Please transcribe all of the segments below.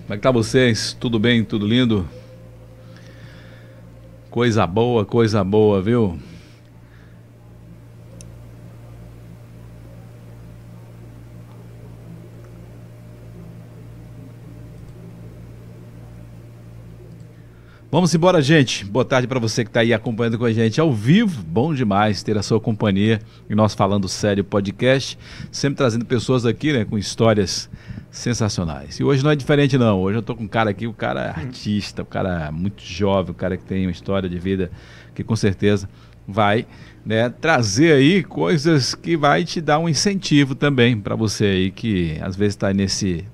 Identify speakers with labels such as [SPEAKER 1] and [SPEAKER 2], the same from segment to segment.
[SPEAKER 1] Como é que tá vocês? Tudo bem? Tudo lindo? Coisa boa, coisa boa, viu? Vamos embora, gente. Boa tarde para você que está aí acompanhando com a gente ao vivo. Bom demais ter a sua companhia e nós falando sério podcast, sempre trazendo pessoas aqui, né, com histórias sensacionais. E hoje não é diferente não. Hoje eu tô com um cara aqui, o um cara artista, o um cara muito jovem, o um cara que tem uma história de vida que com certeza vai, né, trazer aí coisas que vai te dar um incentivo também para você aí que às vezes está nesse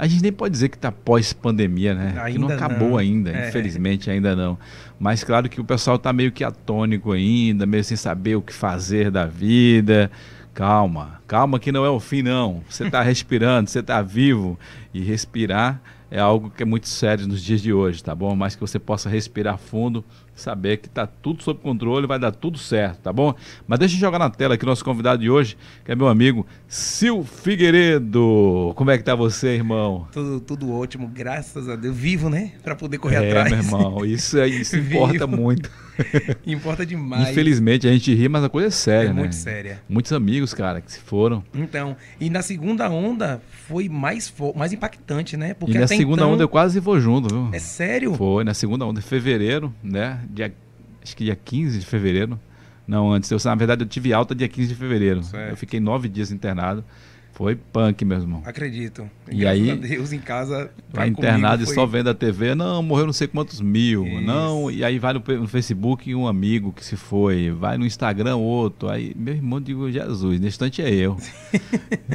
[SPEAKER 1] a gente nem pode dizer que está pós-pandemia, né? Ainda que não acabou não. ainda, é. infelizmente ainda não. Mas claro que o pessoal está meio que atônico ainda, meio sem saber o que fazer da vida. Calma, calma que não é o fim não. Você está respirando, você está vivo. E respirar é algo que é muito sério nos dias de hoje, tá bom? Mas que você possa respirar fundo, saber que está tudo sob controle, vai dar tudo certo, tá bom? Mas deixa eu jogar na tela aqui o nosso convidado de hoje, que é meu amigo Sil Figueiredo. Como é que tá você, irmão?
[SPEAKER 2] Tudo, tudo ótimo, graças a Deus. Vivo, né? Para poder correr é, atrás.
[SPEAKER 1] meu irmão, isso, isso importa muito.
[SPEAKER 2] importa demais.
[SPEAKER 1] Infelizmente a gente ri, mas a coisa é séria, é né?
[SPEAKER 2] muito séria.
[SPEAKER 1] Muitos amigos, cara, que se foram.
[SPEAKER 2] Então, e na segunda onda foi mais, mais impactante, né?
[SPEAKER 1] Porque e na segunda então... onda eu quase vou junto, viu?
[SPEAKER 2] É sério?
[SPEAKER 1] Foi, na segunda onda, em fevereiro, né? Dia, acho que dia 15 de fevereiro. Não, antes. Eu, na verdade, eu tive alta dia 15 de fevereiro. Certo. Eu fiquei nove dias internado. Foi punk, meu irmão.
[SPEAKER 2] Acredito.
[SPEAKER 1] E, e aí,
[SPEAKER 2] Deus em casa.
[SPEAKER 1] Tá internado e foi... só vendo a TV. Não, morreu não sei quantos mil. Isso. Não, e aí vai no, no, Facebook um amigo que se foi. Vai no Instagram outro. Aí, meu irmão, digo, Jesus, neste instante é eu.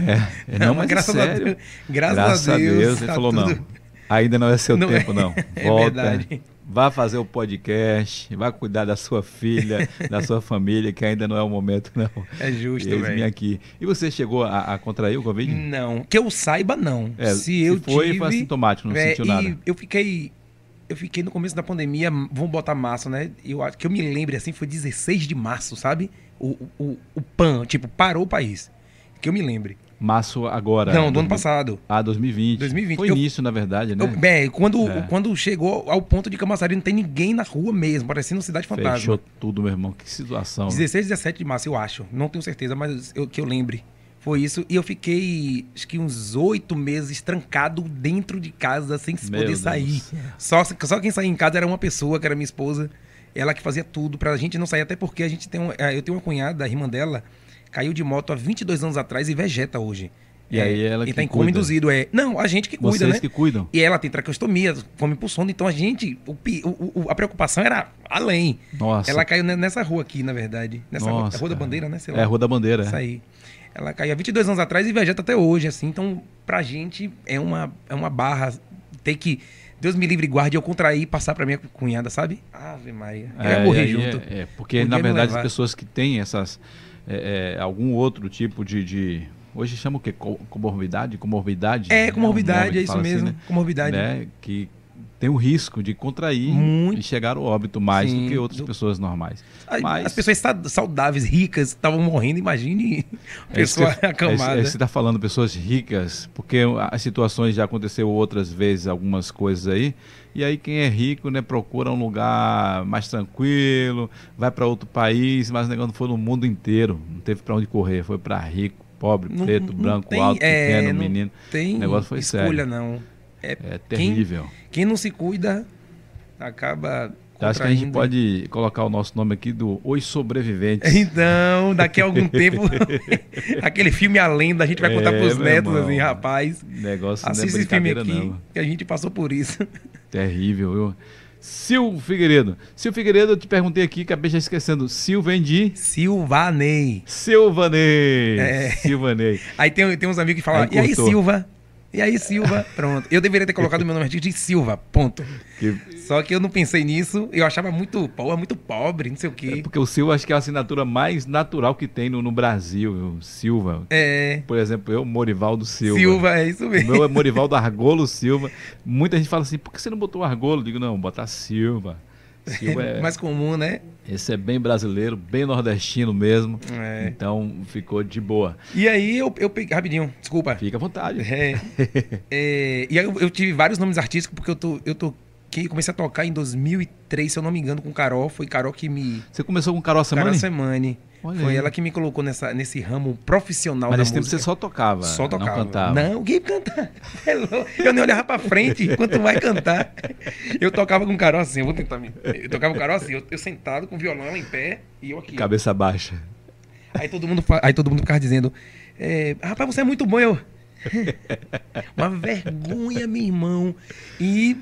[SPEAKER 1] é, não, não, mas graças sério.
[SPEAKER 2] A Deus, graças, graças a Deus. Deus
[SPEAKER 1] ele tá falou, tudo... não, ainda não é seu não tempo, é... não. Volta. É verdade vá fazer o podcast, vá cuidar da sua filha, da sua família, que ainda não é o momento, não.
[SPEAKER 2] É justo, velho. Hum,
[SPEAKER 1] aqui. E você chegou a, a, contrair o Covid?
[SPEAKER 2] Não, que eu saiba, não.
[SPEAKER 1] É, se, se eu foi, tive... foi assintomático, não é, sentiu nada.
[SPEAKER 2] eu fiquei... Eu fiquei no começo da pandemia, vamos botar março, né? Eu acho que eu me lembro assim, foi 16 de março, sabe? O, o, o PAN, tipo, parou o país. Que eu me lembre.
[SPEAKER 1] Março agora.
[SPEAKER 2] Não, do 2000... ano passado.
[SPEAKER 1] Ah, 2020.
[SPEAKER 2] 2020.
[SPEAKER 1] Foi eu... início, na verdade, né?
[SPEAKER 2] Eu, é, quando, é. quando chegou ao ponto de Camaçari, não tem ninguém na rua mesmo, parecendo Cidade Fantasma.
[SPEAKER 1] Fechou tudo, meu irmão. Que situação.
[SPEAKER 2] 16, 17 de março, eu acho. Não tenho certeza, mas eu, que eu lembre. Foi isso. E eu fiquei, acho que uns oito meses trancado dentro de casa, sem meu poder Deus sair. Só, só quem saía em casa era uma pessoa, que era minha esposa. Ela que fazia tudo pra gente não sair. Até porque a gente tem um, eu tenho uma cunhada, a irmã dela, caiu de moto há 22 anos atrás e vegeta hoje.
[SPEAKER 1] E é, aí ela
[SPEAKER 2] e
[SPEAKER 1] que
[SPEAKER 2] tá em coma induzido, é. Não, a gente que cuida,
[SPEAKER 1] Vocês
[SPEAKER 2] né?
[SPEAKER 1] que cuidam.
[SPEAKER 2] E ela tem tracostomia, fome por sono, então a gente, o, o, o, a preocupação era além.
[SPEAKER 1] Nossa.
[SPEAKER 2] Ela caiu nessa rua aqui, na verdade. Nessa Nossa, rua, rua da Bandeira, né?
[SPEAKER 1] É, Rua da Bandeira.
[SPEAKER 2] Isso aí. Ela caiu há 22 anos atrás e vegeta até hoje, assim. Então, pra gente, é uma, é uma barra ter que... Deus me livre e guarde eu contrair e passar para minha cunhada, sabe? Ave Maria. Eu é, morrer junto.
[SPEAKER 1] É, é porque, Podia na verdade, as pessoas que têm essas... É, é, algum outro tipo de, de, hoje chama o quê? comorbidade, comorbidade?
[SPEAKER 2] É, comorbidade, é, um é isso mesmo, assim, né? comorbidade.
[SPEAKER 1] Né? Que tem o risco de contrair Muito. e chegar ao óbito mais Sim. do que outras pessoas normais.
[SPEAKER 2] As,
[SPEAKER 1] Mas...
[SPEAKER 2] as pessoas saudáveis, ricas, estavam morrendo, imagine a pessoa é que, acamada.
[SPEAKER 1] É, você está falando pessoas ricas, porque as situações já aconteceu outras vezes, algumas coisas aí, e aí quem é rico, né, procura um lugar mais tranquilo, vai para outro país, mas o negócio foi no mundo inteiro, não teve para onde correr, foi para rico, pobre, não, preto, não branco, tem, alto, é, pequeno, menino.
[SPEAKER 2] Tem
[SPEAKER 1] o negócio foi sério.
[SPEAKER 2] escolha não.
[SPEAKER 1] É, é terrível.
[SPEAKER 2] Quem, quem, não se cuida acaba
[SPEAKER 1] Então, Acho que a gente pode colocar o nosso nome aqui do Os Sobreviventes.
[SPEAKER 2] Então, daqui a algum tempo, aquele filme A Lenda, a gente vai contar
[SPEAKER 1] É,
[SPEAKER 2] para os netos, irmão, assim, rapaz.
[SPEAKER 1] Negócio assiste não é brincadeira, esse filme aqui, não.
[SPEAKER 2] que a gente passou por isso.
[SPEAKER 1] Terrível, viu? Sil Figueiredo. Sil Figueiredo, eu te perguntei aqui, acabei já esquecendo. Sil vem de?
[SPEAKER 2] Silvanei.
[SPEAKER 1] Silvanei. É. Silvanei.
[SPEAKER 2] Aí tem, tem uns amigos que falam, aí e aí, Silva? E aí, Silva, pronto. Eu deveria ter colocado meu nome artístico de Silva, ponto. Que... Só que eu não pensei nisso, eu achava muito, porra, muito pobre, não sei o quê.
[SPEAKER 1] É porque o Silva acho que é a assinatura mais natural que tem no, no Brasil, Silva.
[SPEAKER 2] É.
[SPEAKER 1] Por exemplo, eu, Morivaldo Silva.
[SPEAKER 2] Silva, é isso mesmo.
[SPEAKER 1] O meu é Morivaldo Argolo Silva. Muita gente fala assim, por que você não botou Argolo? Eu digo, não, botar Silva. Silva é,
[SPEAKER 2] Mais comum, né?
[SPEAKER 1] esse é bem brasileiro, bem nordestino mesmo.
[SPEAKER 2] É.
[SPEAKER 1] Então ficou de boa.
[SPEAKER 2] E aí eu, eu peguei. Rapidinho, desculpa.
[SPEAKER 1] Fica à vontade.
[SPEAKER 2] É. É, e aí eu, eu tive vários nomes artísticos, porque eu tô. Eu tô que comecei a tocar em 2003, se eu não me engano, com Carol. Foi Carol que me.
[SPEAKER 1] Você começou com Caroça
[SPEAKER 2] Carol
[SPEAKER 1] Mani?
[SPEAKER 2] Semani.
[SPEAKER 1] Olha
[SPEAKER 2] Foi
[SPEAKER 1] aí.
[SPEAKER 2] ela que me colocou nessa, nesse ramo profissional
[SPEAKER 1] Mas
[SPEAKER 2] da
[SPEAKER 1] nesse tempo
[SPEAKER 2] música.
[SPEAKER 1] você só tocava,
[SPEAKER 2] Só tocava.
[SPEAKER 1] não cantava.
[SPEAKER 2] Não, quem cantar? É louco. Eu nem olhava pra frente, quanto mais cantar. Eu tocava com o Carol assim, eu vou tentar me. Eu tocava com o Carol assim, eu, eu sentado com o violão ela em pé e eu aqui.
[SPEAKER 1] Cabeça baixa.
[SPEAKER 2] Aí todo mundo, fa- aí todo mundo ficava dizendo: é, Rapaz, você é muito bom, eu. Uma vergonha, meu irmão. E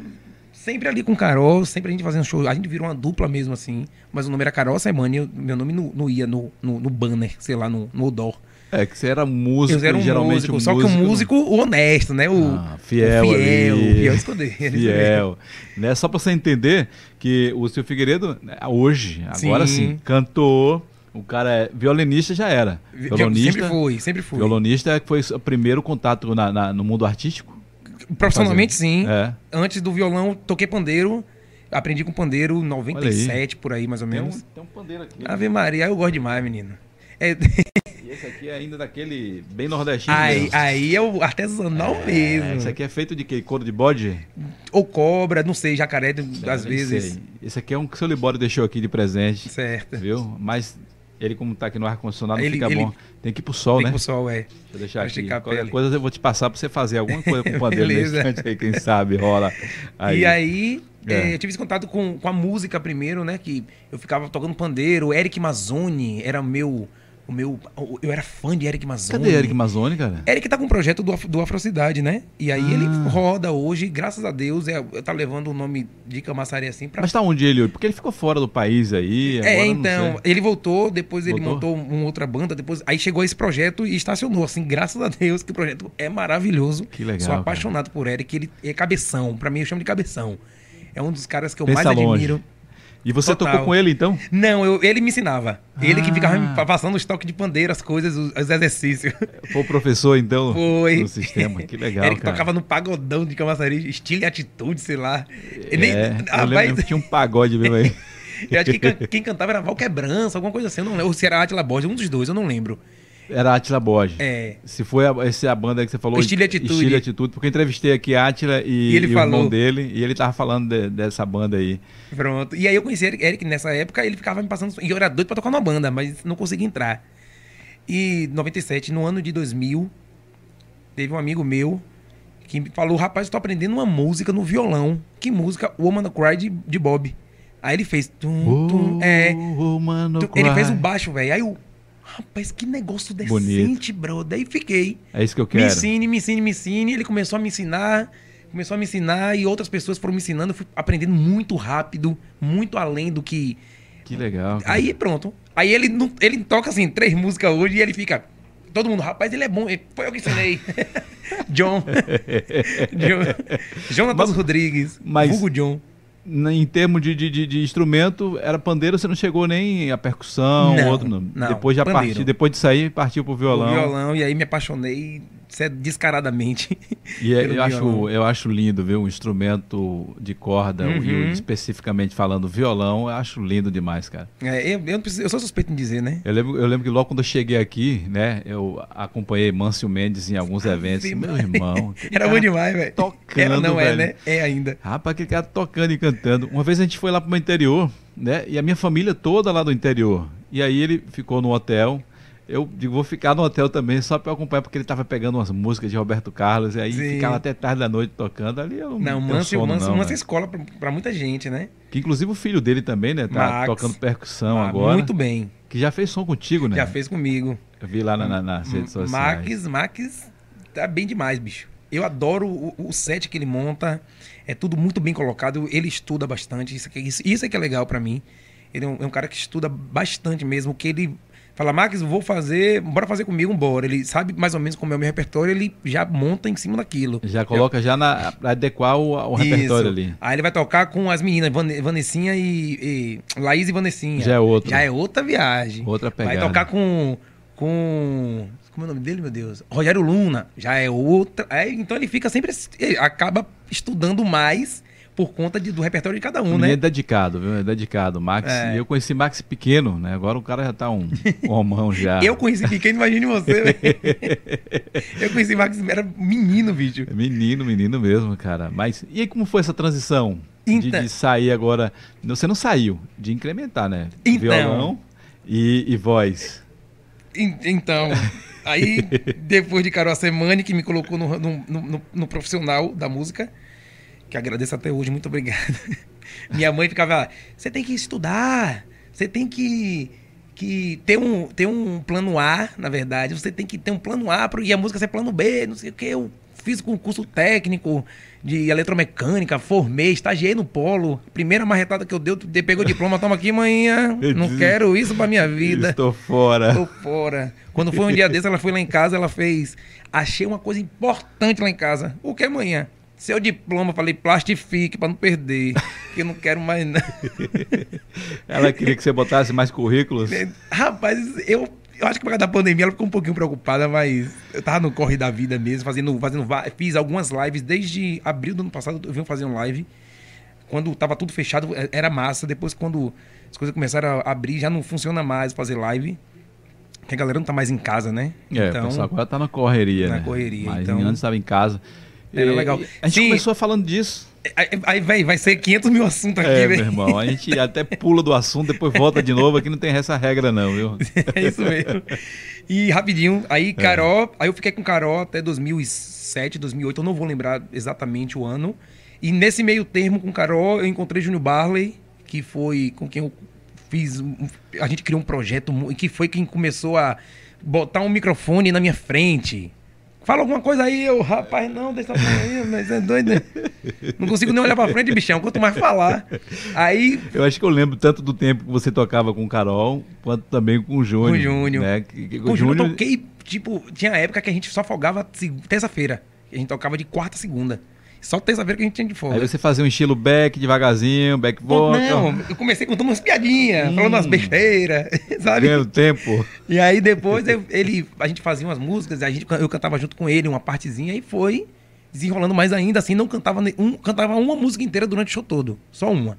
[SPEAKER 2] sempre ali com Carol, sempre a gente fazendo show. A gente virou uma dupla mesmo, assim. Mas o nome era Carol Semani, eu- meu nome não, não ia no, no, no banner, sei lá, no, no odor.
[SPEAKER 1] É, que você era músico,
[SPEAKER 2] Eu era um
[SPEAKER 1] geralmente
[SPEAKER 2] músico,
[SPEAKER 1] o
[SPEAKER 2] só que o músico o honesto, né? O,
[SPEAKER 1] Ah, fiel
[SPEAKER 2] o fiel,
[SPEAKER 1] ali.
[SPEAKER 2] o fiel escudeiro.
[SPEAKER 1] Fiel. né? Só pra você entender que o seu Figueiredo, né, hoje, agora
[SPEAKER 2] Sim.
[SPEAKER 1] sim, cantor, o cara é violinista já era.
[SPEAKER 2] Sempre
[SPEAKER 1] Violonista,
[SPEAKER 2] foi, sempre foi.
[SPEAKER 1] violonista é que foi o primeiro contato na- na- no mundo artístico?
[SPEAKER 2] Profissionalmente, sim.
[SPEAKER 1] É.
[SPEAKER 2] Antes do violão, toquei pandeiro. Aprendi com pandeiro 97, por aí, mais ou
[SPEAKER 1] Tem um,
[SPEAKER 2] menos. Ah.
[SPEAKER 1] tem um pandeiro aqui.
[SPEAKER 2] Ave Maria, eu gosto demais, menino. É,
[SPEAKER 1] E esse aqui é ainda daquele bem nordestino.
[SPEAKER 2] aí,
[SPEAKER 1] mesmo.
[SPEAKER 2] aí é o artesanal
[SPEAKER 1] É, esse
[SPEAKER 2] mesmo.
[SPEAKER 1] aqui é feito de quê? Couro de bode?
[SPEAKER 2] Ou cobra, não sei, jacaré, às
[SPEAKER 1] É,
[SPEAKER 2] vezes.
[SPEAKER 1] sei. Esse aqui é um que o seu Libório deixou aqui de presente.
[SPEAKER 2] Certo.
[SPEAKER 1] Viu? Mas ele, como tá aqui no ar-condicionado, não
[SPEAKER 2] Ele-
[SPEAKER 1] fica
[SPEAKER 2] ele-
[SPEAKER 1] bom. Tem que ir pro sol,
[SPEAKER 2] Tem
[SPEAKER 1] né?
[SPEAKER 2] pro sol, é.
[SPEAKER 1] Deixa eu deixar
[SPEAKER 2] pra
[SPEAKER 1] aqui.
[SPEAKER 2] esticar a
[SPEAKER 1] Qualquer
[SPEAKER 2] pele.
[SPEAKER 1] coisa eu vou te passar pra você fazer alguma coisa com o pandeiro nesse
[SPEAKER 2] Beleza.
[SPEAKER 1] instante aí, quem sabe rola. Aí,
[SPEAKER 2] E aí,
[SPEAKER 1] É.
[SPEAKER 2] eh, eu tive esse contato com, com a música primeiro, né? Que eu ficava tocando pandeiro. O Eric Mazzoni era meu. O meu o- eu era fã de Eric Mazzoni.
[SPEAKER 1] Cadê Eric Mazzoni, cara?
[SPEAKER 2] Eric tá com um projeto do, Af- do Afrocidade, né? E aí ele
[SPEAKER 1] Ah.
[SPEAKER 2] roda hoje, graças a Deus, é, tá levando o nome de Camaçari assim pra.
[SPEAKER 1] Mas tá onde ele hoje? Porque ele ficou fora do país aí. Agora
[SPEAKER 2] é,
[SPEAKER 1] eu
[SPEAKER 2] então,
[SPEAKER 1] Não sei.
[SPEAKER 2] ele voltou, depois ele
[SPEAKER 1] Voltou?
[SPEAKER 2] montou um, uma outra banda, depois aí chegou esse projeto e estacionou, assim, graças a Deus que o projeto é maravilhoso.
[SPEAKER 1] Que legal,
[SPEAKER 2] Sou
[SPEAKER 1] cara.
[SPEAKER 2] apaixonado por Eric, ele é cabeção, pra mim eu chamo de cabeção. É um dos caras que eu
[SPEAKER 1] Pensa
[SPEAKER 2] mais
[SPEAKER 1] longe.
[SPEAKER 2] admiro.
[SPEAKER 1] E você
[SPEAKER 2] Total.
[SPEAKER 1] tocou com ele então?
[SPEAKER 2] Não, eu- ele me ensinava. Ele que
[SPEAKER 1] Ah.
[SPEAKER 2] ficava me passando os toques de pandeiro, as coisas, os, os exercícios.
[SPEAKER 1] Foi o professor então
[SPEAKER 2] Foi.
[SPEAKER 1] do sistema. Que legal,
[SPEAKER 2] Ele que
[SPEAKER 1] cara.
[SPEAKER 2] tocava no pagodão de Camaçari, estilo e atitude, sei lá.
[SPEAKER 1] É,
[SPEAKER 2] Nem-
[SPEAKER 1] eu lembro que tinha um pagode mesmo aí.
[SPEAKER 2] eu acho que quem, quem cantava era Val Quebrança, alguma coisa assim, eu não lembro. Ou se era Atila Borges, um dos dois, eu não lembro.
[SPEAKER 1] Era Atila Borges.
[SPEAKER 2] É.
[SPEAKER 1] Se foi a, esse a banda que você falou,
[SPEAKER 2] Estilo e Atitude.
[SPEAKER 1] Estilo e Atitude, porque eu entrevistei aqui a Atila e,
[SPEAKER 2] E ele
[SPEAKER 1] e o irmão
[SPEAKER 2] falou.
[SPEAKER 1] dele, e ele tava falando de- dessa banda aí.
[SPEAKER 2] É, Pronto. E aí eu conheci Eric, Eric nessa época, ele ficava me passando. E eu era doido pra tocar numa banda, mas não conseguia entrar. E 97, no ano de 2000, teve um amigo meu que me falou: rapaz, eu tô aprendendo uma música no violão. Que música? Woman of Cry de, de Bob. Aí ele fez. Tum, tum, é.
[SPEAKER 1] Oh, mano,
[SPEAKER 2] Tu- ele fez um o
[SPEAKER 1] cry.
[SPEAKER 2] baixo, velho. Aí eu. Rapaz, que negócio decente,
[SPEAKER 1] Bonito.
[SPEAKER 2] brother. Aí fiquei.
[SPEAKER 1] É isso que eu
[SPEAKER 2] Me
[SPEAKER 1] quero.
[SPEAKER 2] ensine, me ensine, me ensine. Ele começou a me ensinar, começou a me ensinar e outras pessoas foram me ensinando. Eu fui aprendendo muito rápido, muito além do que.
[SPEAKER 1] Que legal. cara.
[SPEAKER 2] Aí pronto. Aí ele, não- ele toca assim, três músicas hoje e ele fica. Todo mundo, rapaz, ele é bom. Ele, Foi eu que ensinei. John. John. Jonatas Rodrigues.
[SPEAKER 1] mas-
[SPEAKER 2] Hugo John.
[SPEAKER 1] Na- Em termos de, de- de- de instrumento, era pandeiro, você não chegou nem a percussão,
[SPEAKER 2] Não,
[SPEAKER 1] outro não.
[SPEAKER 2] não,
[SPEAKER 1] Depois já
[SPEAKER 2] pandeiro.
[SPEAKER 1] partiu, depois de sair, partiu pro
[SPEAKER 2] O
[SPEAKER 1] violão.
[SPEAKER 2] violão. E aí me apaixonei cê- descaradamente.
[SPEAKER 1] E é-
[SPEAKER 2] pelo
[SPEAKER 1] eu acho,
[SPEAKER 2] violão.
[SPEAKER 1] eu acho lindo ver um instrumento de corda,
[SPEAKER 2] Uhum.
[SPEAKER 1] e o- especificamente falando violão, eu acho lindo demais, cara.
[SPEAKER 2] É, eu, eu não preciso- eu sou suspeito em dizer, né?
[SPEAKER 1] Eu lembro, eu lembro que logo quando eu cheguei aqui, né, eu acompanhei Mâncio Mendes em alguns
[SPEAKER 2] Ah,
[SPEAKER 1] eventos.
[SPEAKER 2] Ave
[SPEAKER 1] Meu
[SPEAKER 2] Maria.
[SPEAKER 1] irmão. aquele
[SPEAKER 2] Era
[SPEAKER 1] cara
[SPEAKER 2] bom demais, velho.
[SPEAKER 1] tocando,
[SPEAKER 2] Era, não é,
[SPEAKER 1] velho.
[SPEAKER 2] né? É ainda.
[SPEAKER 1] Rapaz, aquele cara tocando e cantando. Uma vez a gente foi lá pro meu interior, né? E a minha família toda lá do interior. E aí ele ficou no hotel. Eu digo, vou ficar no hotel também, só pra eu acompanhar, porque ele tava pegando umas músicas de Roberto Carlos, e aí
[SPEAKER 2] Sim.
[SPEAKER 1] ficava até tarde da noite tocando. Ali eu não,
[SPEAKER 2] Não,
[SPEAKER 1] tenho
[SPEAKER 2] Manso,
[SPEAKER 1] sono,
[SPEAKER 2] Manso,
[SPEAKER 1] não,
[SPEAKER 2] Manso é
[SPEAKER 1] né?
[SPEAKER 2] escola pra, pra muita gente, né?
[SPEAKER 1] Que inclusive o filho dele também, né? Tá
[SPEAKER 2] Max.
[SPEAKER 1] tocando percussão
[SPEAKER 2] Ah,
[SPEAKER 1] agora.
[SPEAKER 2] Muito bem.
[SPEAKER 1] Que já fez som contigo, né?
[SPEAKER 2] Já fez comigo.
[SPEAKER 1] Eu vi lá na, na, nas redes sociais.
[SPEAKER 2] Max, Max tá bem demais, bicho. Eu adoro o, o set que ele monta. É tudo muito bem colocado. Ele estuda bastante. Isso, que- isso, isso é que é legal pra mim. Ele é um, é um cara que estuda bastante mesmo. Que ele fala, Max, vou fazer, bora fazer comigo, bora. Ele sabe mais ou menos como é o meu repertório. Ele já monta em cima daquilo.
[SPEAKER 1] Já coloca já na, pra adequar o, o repertório
[SPEAKER 2] Isso.
[SPEAKER 1] ali.
[SPEAKER 2] Aí ele vai tocar com as meninas, Van- Vanessinha e, e- Laís e Vanessinha.
[SPEAKER 1] Já é outro.
[SPEAKER 2] Já é outra viagem.
[SPEAKER 1] Outra pegada.
[SPEAKER 2] Vai tocar com. com. Como é o nome dele, meu Deus? é, Rogério Luna. Já é outra. Aí, então ele fica sempre. Ele acaba estudando mais por conta de, do repertório de cada um,
[SPEAKER 1] Menino
[SPEAKER 2] né?
[SPEAKER 1] é dedicado, viu? É dedicado. Max,
[SPEAKER 2] É.
[SPEAKER 1] e eu conheci Max pequeno, né? Agora o cara já tá um um homão já.
[SPEAKER 2] Eu conheci pequeno, imagine você, velho. Eu conheci Max, era menino, bicho.
[SPEAKER 1] É Menino, menino mesmo, cara. Mas e aí como foi essa transição de- de,
[SPEAKER 2] Então-
[SPEAKER 1] sair agora? Não, Você não saiu, de incrementar, né?
[SPEAKER 2] Então.
[SPEAKER 1] Violão e, e voz.
[SPEAKER 2] En- Então, aí depois de Carol Semani, que me colocou no, no- no- no- no profissional da música, que agradeço até hoje, muito obrigado. Minha mãe ficava, você tem que estudar, você tem que, que ter, um, ter um plano A, na verdade, você tem que ter um plano A pro- e a música ser plano B, não sei o que. Eu fiz um concurso técnico de eletromecânica, formei, estagiei no polo. Primeira marretada que eu dei, eu de- pegou o diploma, toma aqui, manhã. Não quero isso pra minha vida.
[SPEAKER 1] Estou fora.
[SPEAKER 2] Tô fora. Quando foi um dia desse, ela foi lá em casa, ela fez. Achei uma coisa importante lá em casa. O que é amanhã? Seu diploma, falei, plastifique pra não perder. Que eu não quero mais não.
[SPEAKER 1] Ela queria que você botasse mais currículos.
[SPEAKER 2] Rapaz, eu, eu acho que por causa da pandemia ela ficou um pouquinho preocupada, mas eu tava no corre da vida mesmo, fazendo, fazendo. va- Fiz algumas lives desde abril do ano passado, eu venho fazendo live. Quando tava tudo fechado, eh, era massa. Depois, quando as coisas começaram a abrir, já não funciona mais fazer live. Porque a galera não tá mais em casa, né?
[SPEAKER 1] É, o pessoal agora tá na correria,
[SPEAKER 2] Na
[SPEAKER 1] né?
[SPEAKER 2] correria,
[SPEAKER 1] Mas
[SPEAKER 2] então-
[SPEAKER 1] antes estava em casa.
[SPEAKER 2] Era
[SPEAKER 1] E-
[SPEAKER 2] legal.
[SPEAKER 1] A gente
[SPEAKER 2] Sim.
[SPEAKER 1] começou falando disso.
[SPEAKER 2] Aí, Aí, véi, vai ser 500 mil assuntos aqui,
[SPEAKER 1] É, meu
[SPEAKER 2] velho.
[SPEAKER 1] irmão, a gente até pula do assunto, depois volta de novo. Aqui não tem essa regra, não, viu?
[SPEAKER 2] É isso mesmo. E rapidinho,
[SPEAKER 1] É.
[SPEAKER 2] aí Carol, aí eu fiquei com Carol até 2007, 2008, eu não vou lembrar exatamente o ano. E nesse meio termo com Carol, eu encontrei Júnior Barley, que foi com quem eu fiz, um- a gente criou um projeto mu- que foi quem começou a botar um microfone na minha frente. Fala alguma coisa aí, eu, rapaz, não, deixa eu falar aí, mas é doido. né? Não consigo nem olhar pra frente, bichão, quanto mais falar. Aí
[SPEAKER 1] Eu acho que eu lembro tanto do tempo que você tocava com o Carol, quanto também com o Júnior.
[SPEAKER 2] Com o Júnior.
[SPEAKER 1] Né? Que- que-
[SPEAKER 2] Com
[SPEAKER 1] o
[SPEAKER 2] o Júnior eu
[SPEAKER 1] Júnior
[SPEAKER 2] toquei, tipo, tinha época que a gente só folgava seg- terça-feira. A gente tocava de quarta a segunda. Só terça-feira que a gente tinha de folga.
[SPEAKER 1] Aí você fazia um estilo back devagarzinho, back
[SPEAKER 2] Pô,
[SPEAKER 1] vocal. tá
[SPEAKER 2] Não, eu comecei contando umas piadinhas, falando umas besteiras, sabe?
[SPEAKER 1] Ganhando tempo.
[SPEAKER 2] E aí depois eu- ele, a gente fazia umas músicas, a gente, eu cantava junto com ele uma partezinha e foi desenrolando mais ainda, assim, não cantava nenhum, cantava uma música inteira durante o show todo, só uma.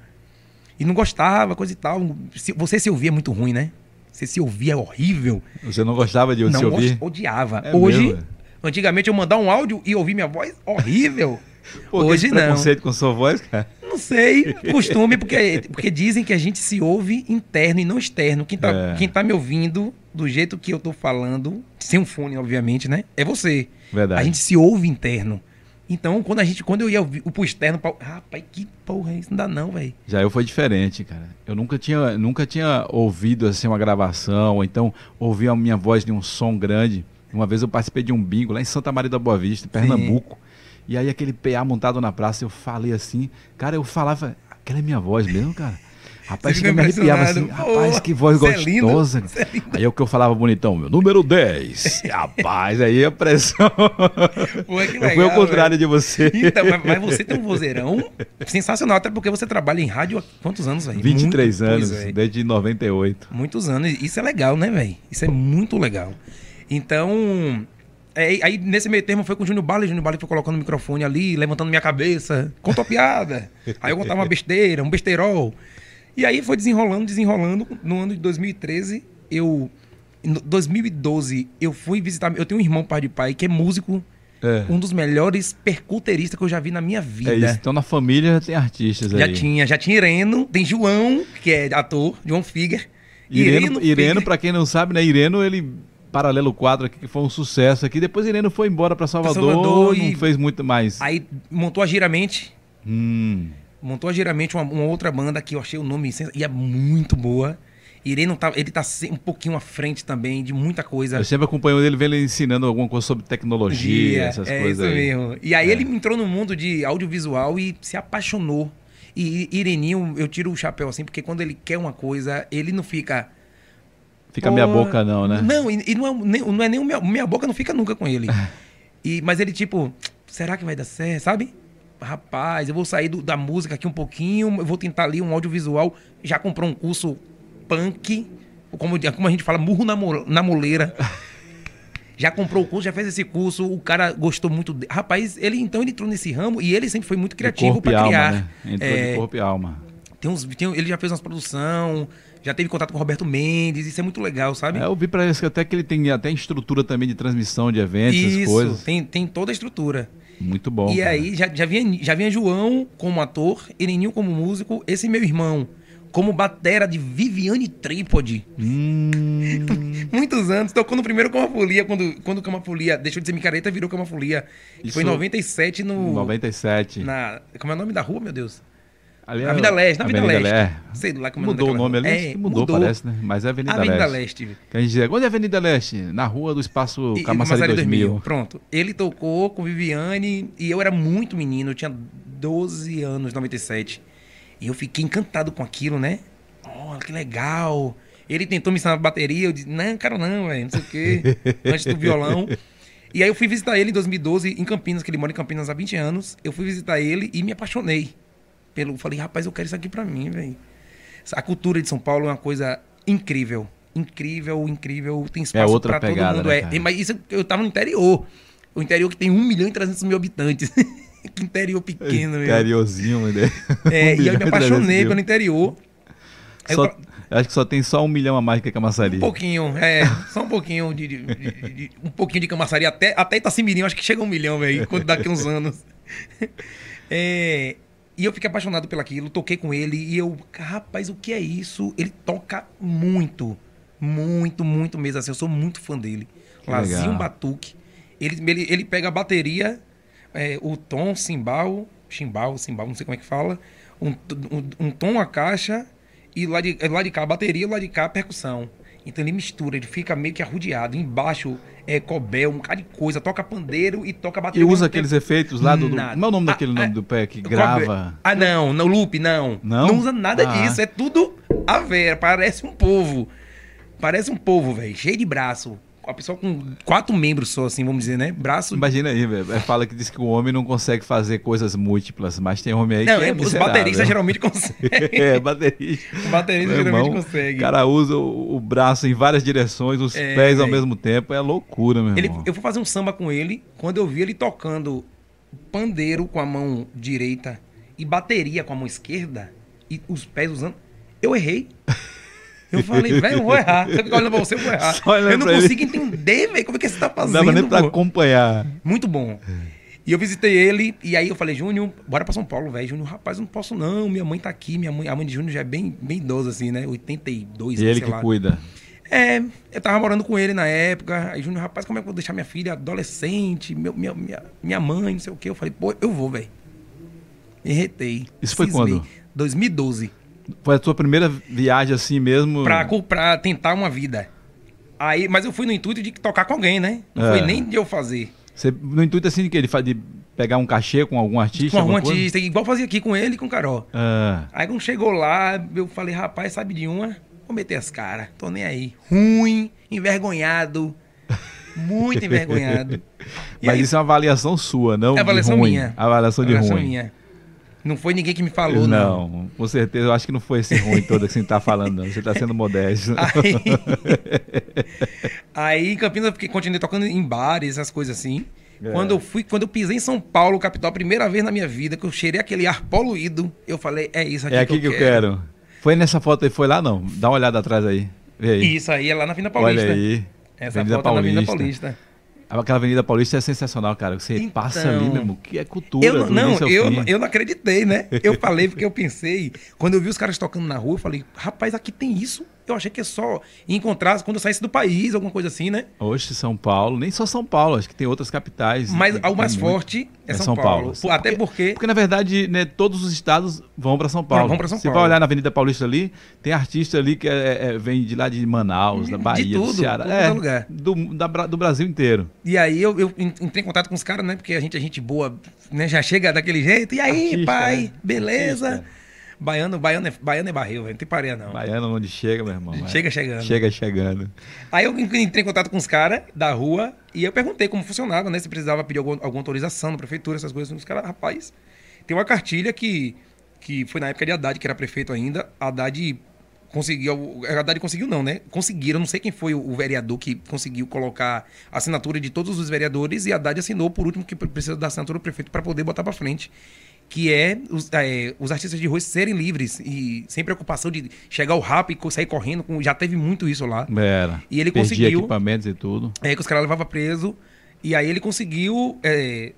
[SPEAKER 2] E não gostava, coisa e tal. Se- Você se ouvia muito ruim, né? Você se ouvia horrível.
[SPEAKER 1] Você não gostava de
[SPEAKER 2] não
[SPEAKER 1] se ouvir?
[SPEAKER 2] gost- odiava.
[SPEAKER 1] É
[SPEAKER 2] Hoje,
[SPEAKER 1] mesmo, é?
[SPEAKER 2] antigamente eu mandar um áudio e ouvir minha voz horrível.
[SPEAKER 1] Pô, que
[SPEAKER 2] Hoje
[SPEAKER 1] esse
[SPEAKER 2] não.
[SPEAKER 1] preconceito com sua voz, cara.
[SPEAKER 2] Não sei, costume, porque, porque dizem que a gente se ouve interno e não externo. Quem tá,
[SPEAKER 1] É.
[SPEAKER 2] quem tá me ouvindo do jeito que eu tô falando, sem um fone, obviamente, né? É você.
[SPEAKER 1] Verdade.
[SPEAKER 2] A gente se ouve interno. Então, quando a gente, quando eu ia ouvir, pro externo, pra- rapaz, que porra é isso? Não dá não, velho.
[SPEAKER 1] Já eu foi diferente, cara. Eu nunca tinha, nunca tinha ouvido assim uma gravação, ou então ouvi a minha voz de um som grande. Uma vez eu participei de um bingo lá em Santa Maria da Boa Vista, em Pernambuco. E aí aquele PA montado na praça, eu falei assim, cara, eu falava, aquela é minha voz mesmo, cara. Rapaz,
[SPEAKER 2] Você
[SPEAKER 1] chega, eu me
[SPEAKER 2] fica
[SPEAKER 1] arrepiava assim,
[SPEAKER 2] impressionado. Pô,
[SPEAKER 1] rapaz, que voz
[SPEAKER 2] você é lindo,
[SPEAKER 1] gostosa.
[SPEAKER 2] você é lindo.
[SPEAKER 1] aí é o que eu falava bonitão, meu, número 10. rapaz, aí a pressão.
[SPEAKER 2] Pô, que
[SPEAKER 1] eu fui ao
[SPEAKER 2] legal,
[SPEAKER 1] contrário de você.
[SPEAKER 2] Então, mas, mas você tem um vozeirão sensacional, até porque você trabalha em rádio há quantos anos, velho?
[SPEAKER 1] 23
[SPEAKER 2] Muito,
[SPEAKER 1] anos,
[SPEAKER 2] pois é.
[SPEAKER 1] desde 98.
[SPEAKER 2] Muitos anos. Isso é legal, né, velho? Isso é muito legal. Então. é, aí nesse meio termo foi com o Júnior Bala, o Júnior Bala foi colocando o microfone ali, levantando minha cabeça, contou a piada. aí eu contava uma besteira, um besteirol. E aí foi desenrolando, desenrolando. No ano de 2013, eu. Em 2012, eu fui visitar. Eu tenho um irmão pai de pai que é músico,
[SPEAKER 1] É.
[SPEAKER 2] um dos melhores percuteristas que eu já vi na minha vida.
[SPEAKER 1] É isso. Então na família já tem artistas
[SPEAKER 2] Já
[SPEAKER 1] aí.
[SPEAKER 2] tinha, já tinha Ireno, tem João, que é ator, João Figer.
[SPEAKER 1] Ireno,
[SPEAKER 2] Figer.
[SPEAKER 1] Ireno para quem não sabe, né? Ireno, ele paralelo 4 aqui que foi um sucesso aqui. Depois Ireno foi embora para Salvador,
[SPEAKER 2] Salvador
[SPEAKER 1] não
[SPEAKER 2] e-
[SPEAKER 1] fez muito mais.
[SPEAKER 2] Aí montou a Giramente,
[SPEAKER 1] Hum,
[SPEAKER 2] montou a Giramente, uma, uma outra banda que eu achei o nome sens- e é muito boa. Ireno tá, ele tá se- um pouquinho à frente também de muita coisa.
[SPEAKER 1] eu sempre acompanho ele, vendo ele ensinando alguma coisa sobre tecnologia,
[SPEAKER 2] Dia,
[SPEAKER 1] essas
[SPEAKER 2] é
[SPEAKER 1] coisas
[SPEAKER 2] isso
[SPEAKER 1] aí. É.
[SPEAKER 2] mesmo. E aí ele entrou no mundo de audiovisual e se apaixonou. E e Ireninho, eu tiro o chapéu assim, porque quando ele quer uma coisa, ele não fica.
[SPEAKER 1] Fica meia
[SPEAKER 2] Pô,
[SPEAKER 1] boca não, né?
[SPEAKER 2] Ah, Não, e, e não, é, nem, não é nem o minha, minha boca não fica nunca com ele. E, mas ele, tipo, será que vai dar certo, sabe? Rapaz, eu vou sair do- da música aqui um pouquinho, eu vou tentar ali um audiovisual. Já comprou um é curso punk, como, como a gente fala, murro na, mo- na moleira. já comprou o curso, já fez esse curso, o cara gostou muito. De... Rapaz, ele então ele entrou nesse ramo e ele sempre foi muito criativo para criar.
[SPEAKER 1] Alma, né? Entrou
[SPEAKER 2] É,
[SPEAKER 1] de corpo e alma.
[SPEAKER 2] tem uns, tem- ele já fez umas produção, já teve contato com o Roberto Mendes, isso é muito legal, sabe?
[SPEAKER 1] É, eu vi para isso que até que ele tem até estrutura também de transmissão de eventos, essas coisas.
[SPEAKER 2] tem, tem toda a estrutura.
[SPEAKER 1] Muito bom.
[SPEAKER 2] e
[SPEAKER 1] cara.
[SPEAKER 2] aí já, já, vinha, já vinha João como ator, Enininho como músico, esse meu irmão como batera de Viviane Trípode.
[SPEAKER 1] Hum,
[SPEAKER 2] Muitos anos, tocou no primeiro Camafolia, quando, quando Camafolia deixou de ser micareta, virou Camafolia. Que Foi em
[SPEAKER 1] Isso-
[SPEAKER 2] 97 no...
[SPEAKER 1] 97.
[SPEAKER 2] Na, como é o nome da rua, meu Deus?
[SPEAKER 1] Ali é
[SPEAKER 2] Avenida Leste, na Avenida
[SPEAKER 1] Avenida
[SPEAKER 2] Leste.
[SPEAKER 1] Leste.
[SPEAKER 2] Sei lá como é
[SPEAKER 1] Mudou o
[SPEAKER 2] daquela
[SPEAKER 1] nome ali?
[SPEAKER 2] rua.
[SPEAKER 1] acho
[SPEAKER 2] É,
[SPEAKER 1] que mudou, parece, né? Mas é Avenida,
[SPEAKER 2] Avenida
[SPEAKER 1] Leste.
[SPEAKER 2] Leste.
[SPEAKER 1] Que a gente diz, onde é a Avenida Leste? Na rua do Espaço
[SPEAKER 2] E- e
[SPEAKER 1] Camaçari
[SPEAKER 2] Massari
[SPEAKER 1] 2000.
[SPEAKER 2] Pronto. Ele tocou com Viviane e eu era muito menino, eu tinha 12 anos, 97. E eu fiquei encantado com aquilo, né? Oh, que legal. Ele tentou me ensinar bateria, eu disse, não, cara, não, velho, não sei o quê, antes do violão. E aí eu fui visitar ele em 2012 em Campinas, que ele mora em Campinas há 20 anos. Eu fui visitar ele e me apaixonei. Pelo, falei, rapaz, eu quero isso aqui pra mim, velho. A cultura de São Paulo é uma coisa incrível. Incrível, incrível. Tem espaço
[SPEAKER 1] É outra
[SPEAKER 2] pra
[SPEAKER 1] pegada,
[SPEAKER 2] todo mundo.
[SPEAKER 1] né,
[SPEAKER 2] é.
[SPEAKER 1] cara?
[SPEAKER 2] Tem- mas isso eu tava no interior. O interior que tem 1 milhão e 300 mil habitantes. que interior pequeno, meu.
[SPEAKER 1] Interiorzinho, né? Um
[SPEAKER 2] É, e eu
[SPEAKER 1] milhão
[SPEAKER 2] me
[SPEAKER 1] 300
[SPEAKER 2] apaixonei
[SPEAKER 1] mil.
[SPEAKER 2] pelo interior. Um Aí eu
[SPEAKER 1] Só-
[SPEAKER 2] falo-
[SPEAKER 1] Acho que só tem só um milhão a mais que a Camaçari.
[SPEAKER 2] um pouquinho, é, só um pouquinho de, de- de- de- um pouquinho de camaçaria até até Itacimirim, acho que chega a um milhão, velho, quando daqui a uns anos. É, e eu fiquei apaixonado pelaquilo, toquei com ele e eu, rapaz, o que é isso? Ele toca muito, muito, muito mesmo assim, eu sou muito fã dele.
[SPEAKER 1] Que
[SPEAKER 2] Lazinho
[SPEAKER 1] legal.
[SPEAKER 2] Batuque. Ele, ele, ele pega a bateria, é, o tom, cimbal, chimbal, cimbal, não sei como é que fala, um, t- um, um tom, a caixa, e lá de, lá de cá a bateria, lá de cá a percussão. Então ele mistura, ele fica meio que arrodeado. Embaixo é cobel, um cara de coisa, toca pandeiro e toca
[SPEAKER 1] E
[SPEAKER 2] bateria.
[SPEAKER 1] usa aqueles efeitos lá do. do-
[SPEAKER 2] Nada.
[SPEAKER 1] Como é o nome daquele
[SPEAKER 2] Ah,
[SPEAKER 1] nome
[SPEAKER 2] ah,
[SPEAKER 1] do pé que
[SPEAKER 2] Cobel.
[SPEAKER 1] grava?
[SPEAKER 2] Ah, não, não, loop, não.
[SPEAKER 1] Não?
[SPEAKER 2] usa nada
[SPEAKER 1] Ah.
[SPEAKER 2] disso, é tudo a vera, parece um povo. Parece um povo, velho, cheio de braço. A pessoa com quatro membros só, assim, vamos dizer, né? Braço
[SPEAKER 1] Imagina aí, velho. É, Fala que diz que o homem não consegue fazer coisas múltiplas, mas tem homem aí
[SPEAKER 2] Não,
[SPEAKER 1] que é,
[SPEAKER 2] é, os
[SPEAKER 1] miserável.
[SPEAKER 2] bateristas geralmente conseguem.
[SPEAKER 1] É, baterista.
[SPEAKER 2] Os bateristas
[SPEAKER 1] Meu
[SPEAKER 2] geralmente
[SPEAKER 1] irmão,
[SPEAKER 2] conseguem.
[SPEAKER 1] O cara usa o, o braço em várias direções, os
[SPEAKER 2] É,
[SPEAKER 1] pés ao
[SPEAKER 2] velho.
[SPEAKER 1] mesmo tempo. É loucura, meu
[SPEAKER 2] Ele-
[SPEAKER 1] irmão.
[SPEAKER 2] eu fui fazer um samba com ele, quando eu vi ele tocando pandeiro com a mão direita e bateria com a mão esquerda, e os pés usando, eu errei. Eu falei, velho, eu vou errar. Se eu ficar olhando pra você, eu vou errar.
[SPEAKER 1] Só olhando
[SPEAKER 2] eu não
[SPEAKER 1] pra ele.
[SPEAKER 2] consigo entender, velho, como é que você tá
[SPEAKER 1] Não
[SPEAKER 2] fazendo.
[SPEAKER 1] dava nem pra
[SPEAKER 2] pô.
[SPEAKER 1] acompanhar.
[SPEAKER 2] Muito bom. E eu visitei ele, e aí eu falei, Júnior, bora pra São Paulo, velho. Júnior, rapaz, eu não posso não, minha mãe tá aqui, minha mãe, a mãe de Júnior já é bem, bem idosa, assim, né? 82,
[SPEAKER 1] E ele
[SPEAKER 2] sei
[SPEAKER 1] que
[SPEAKER 2] lá.
[SPEAKER 1] cuida.
[SPEAKER 2] É, eu tava morando com ele na época. Aí, Júnior, rapaz, como é que eu vou deixar minha filha adolescente, meu- minha, minha, minha mãe, não sei o quê? Eu falei, pô, eu vou, velho. Enretei.
[SPEAKER 1] Isso foi
[SPEAKER 2] Cismei.
[SPEAKER 1] quando?
[SPEAKER 2] 2012.
[SPEAKER 1] Foi a tua primeira viagem assim mesmo?
[SPEAKER 2] Pra, co- pra tentar uma vida. Aí, mas eu fui no intuito de tocar com alguém, né? Não
[SPEAKER 1] É.
[SPEAKER 2] foi nem de eu fazer.
[SPEAKER 1] Você, no intuito assim de que ele faz de pegar um cachê com algum artista?
[SPEAKER 2] Com algum
[SPEAKER 1] alguma coisa?
[SPEAKER 2] Tipo, artista, igual eu fazia aqui com ele e com o Carol.
[SPEAKER 1] Ah,
[SPEAKER 2] Aí quando chegou lá, eu falei, rapaz, sabe de uma? Vou meter as caras, tô nem aí. Ruim, envergonhado. Muito envergonhado. E
[SPEAKER 1] mas
[SPEAKER 2] aí,
[SPEAKER 1] isso é uma avaliação sua, não?
[SPEAKER 2] É
[SPEAKER 1] de
[SPEAKER 2] avaliação
[SPEAKER 1] ruim.
[SPEAKER 2] minha.
[SPEAKER 1] Avaliação de
[SPEAKER 2] avaliação
[SPEAKER 1] ruim.
[SPEAKER 2] é minha. Não foi ninguém que me falou, não.
[SPEAKER 1] não, com certeza. Eu acho que não foi esse ruim todo que você tá falando, não. Você tá sendo modesto.
[SPEAKER 2] Aí, aí em Campinas eu fiquei, continuei tocando em bares, essas coisas assim.
[SPEAKER 1] É.
[SPEAKER 2] Quando eu fui, quando eu pisei em São Paulo, capital, a primeira vez na minha vida, que eu cheirei aquele ar poluído, eu falei, é isso aqui,
[SPEAKER 1] é aqui que eu quero. Foi nessa foto aí, foi lá não? Dá uma olhada atrás aí. Vê aí.
[SPEAKER 2] Isso aí é lá na Avenida Paulista.
[SPEAKER 1] Olha aí.
[SPEAKER 2] Essa
[SPEAKER 1] Avenida
[SPEAKER 2] foto é na Avenida
[SPEAKER 1] Paulista.
[SPEAKER 2] Paulista.
[SPEAKER 1] Aquela Avenida Paulista é sensacional, cara. Você
[SPEAKER 2] Então.
[SPEAKER 1] passa ali mesmo, que é cultura.
[SPEAKER 2] Eu, não-
[SPEAKER 1] do
[SPEAKER 2] não,
[SPEAKER 1] início ao
[SPEAKER 2] eu,
[SPEAKER 1] fim.
[SPEAKER 2] eu não acreditei, né? Eu falei porque eu pensei. Quando eu vi os caras tocando na rua, eu falei, rapaz, aqui tem isso. Eu achei que é só encontrar quando eu saísse do país, alguma coisa assim, né?
[SPEAKER 1] Hoje São Paulo, nem só São Paulo, acho que tem outras capitais.
[SPEAKER 2] Mas
[SPEAKER 1] Tem-
[SPEAKER 2] o mais
[SPEAKER 1] tem muito.
[SPEAKER 2] forte é São, Paulo. Pô, Até porque.
[SPEAKER 1] Porque, na verdade, né, todos os estados vão para São Paulo.
[SPEAKER 2] Vão pra São
[SPEAKER 1] Você
[SPEAKER 2] Paulo.
[SPEAKER 1] vai olhar na Avenida Paulista ali, tem artista ali que é- é- vem de lá de Manaus, da
[SPEAKER 2] De
[SPEAKER 1] Bahia, do
[SPEAKER 2] tudo,
[SPEAKER 1] Ceará.
[SPEAKER 2] todo
[SPEAKER 1] é,
[SPEAKER 2] lugar.
[SPEAKER 1] Do, da Bra- do Brasil inteiro.
[SPEAKER 2] E aí eu, eu en- entrei em contato com os caras, né? Porque a gente é gente boa, né? Já chega daquele jeito. E aí,
[SPEAKER 1] Artista,
[SPEAKER 2] pai,
[SPEAKER 1] né?
[SPEAKER 2] beleza?
[SPEAKER 1] Artista.
[SPEAKER 2] Baiano, baiano é, baiano é barril, velho. Não tem pareia, não.
[SPEAKER 1] Baiano onde chega, meu irmão. é.
[SPEAKER 2] Chega chegando.
[SPEAKER 1] Chega chegando.
[SPEAKER 2] Aí eu en- entrei em contato com os caras da rua e eu perguntei como funcionava, né? Se precisava pedir algum- alguma autorização da prefeitura, essas coisas. Os caras, rapaz, tem uma cartilha que, que foi na época de Haddad, que era prefeito ainda. Haddad conseguiu, na verdade conseguiu não, né? Conseguiram, não sei quem foi o vereador que conseguiu colocar a assinatura de todos os vereadores e Haddad assinou por último que precisa da assinatura do prefeito para poder botar para frente, que é os, é, os artistas de rua serem livres e sem preocupação de chegar o rap e sair correndo, com, já teve muito isso lá.
[SPEAKER 1] Era.
[SPEAKER 2] E ele
[SPEAKER 1] Perdi
[SPEAKER 2] conseguiu.
[SPEAKER 1] equipamentos e tudo.
[SPEAKER 2] É, que os caras levavam preso. E aí ele conseguiu é,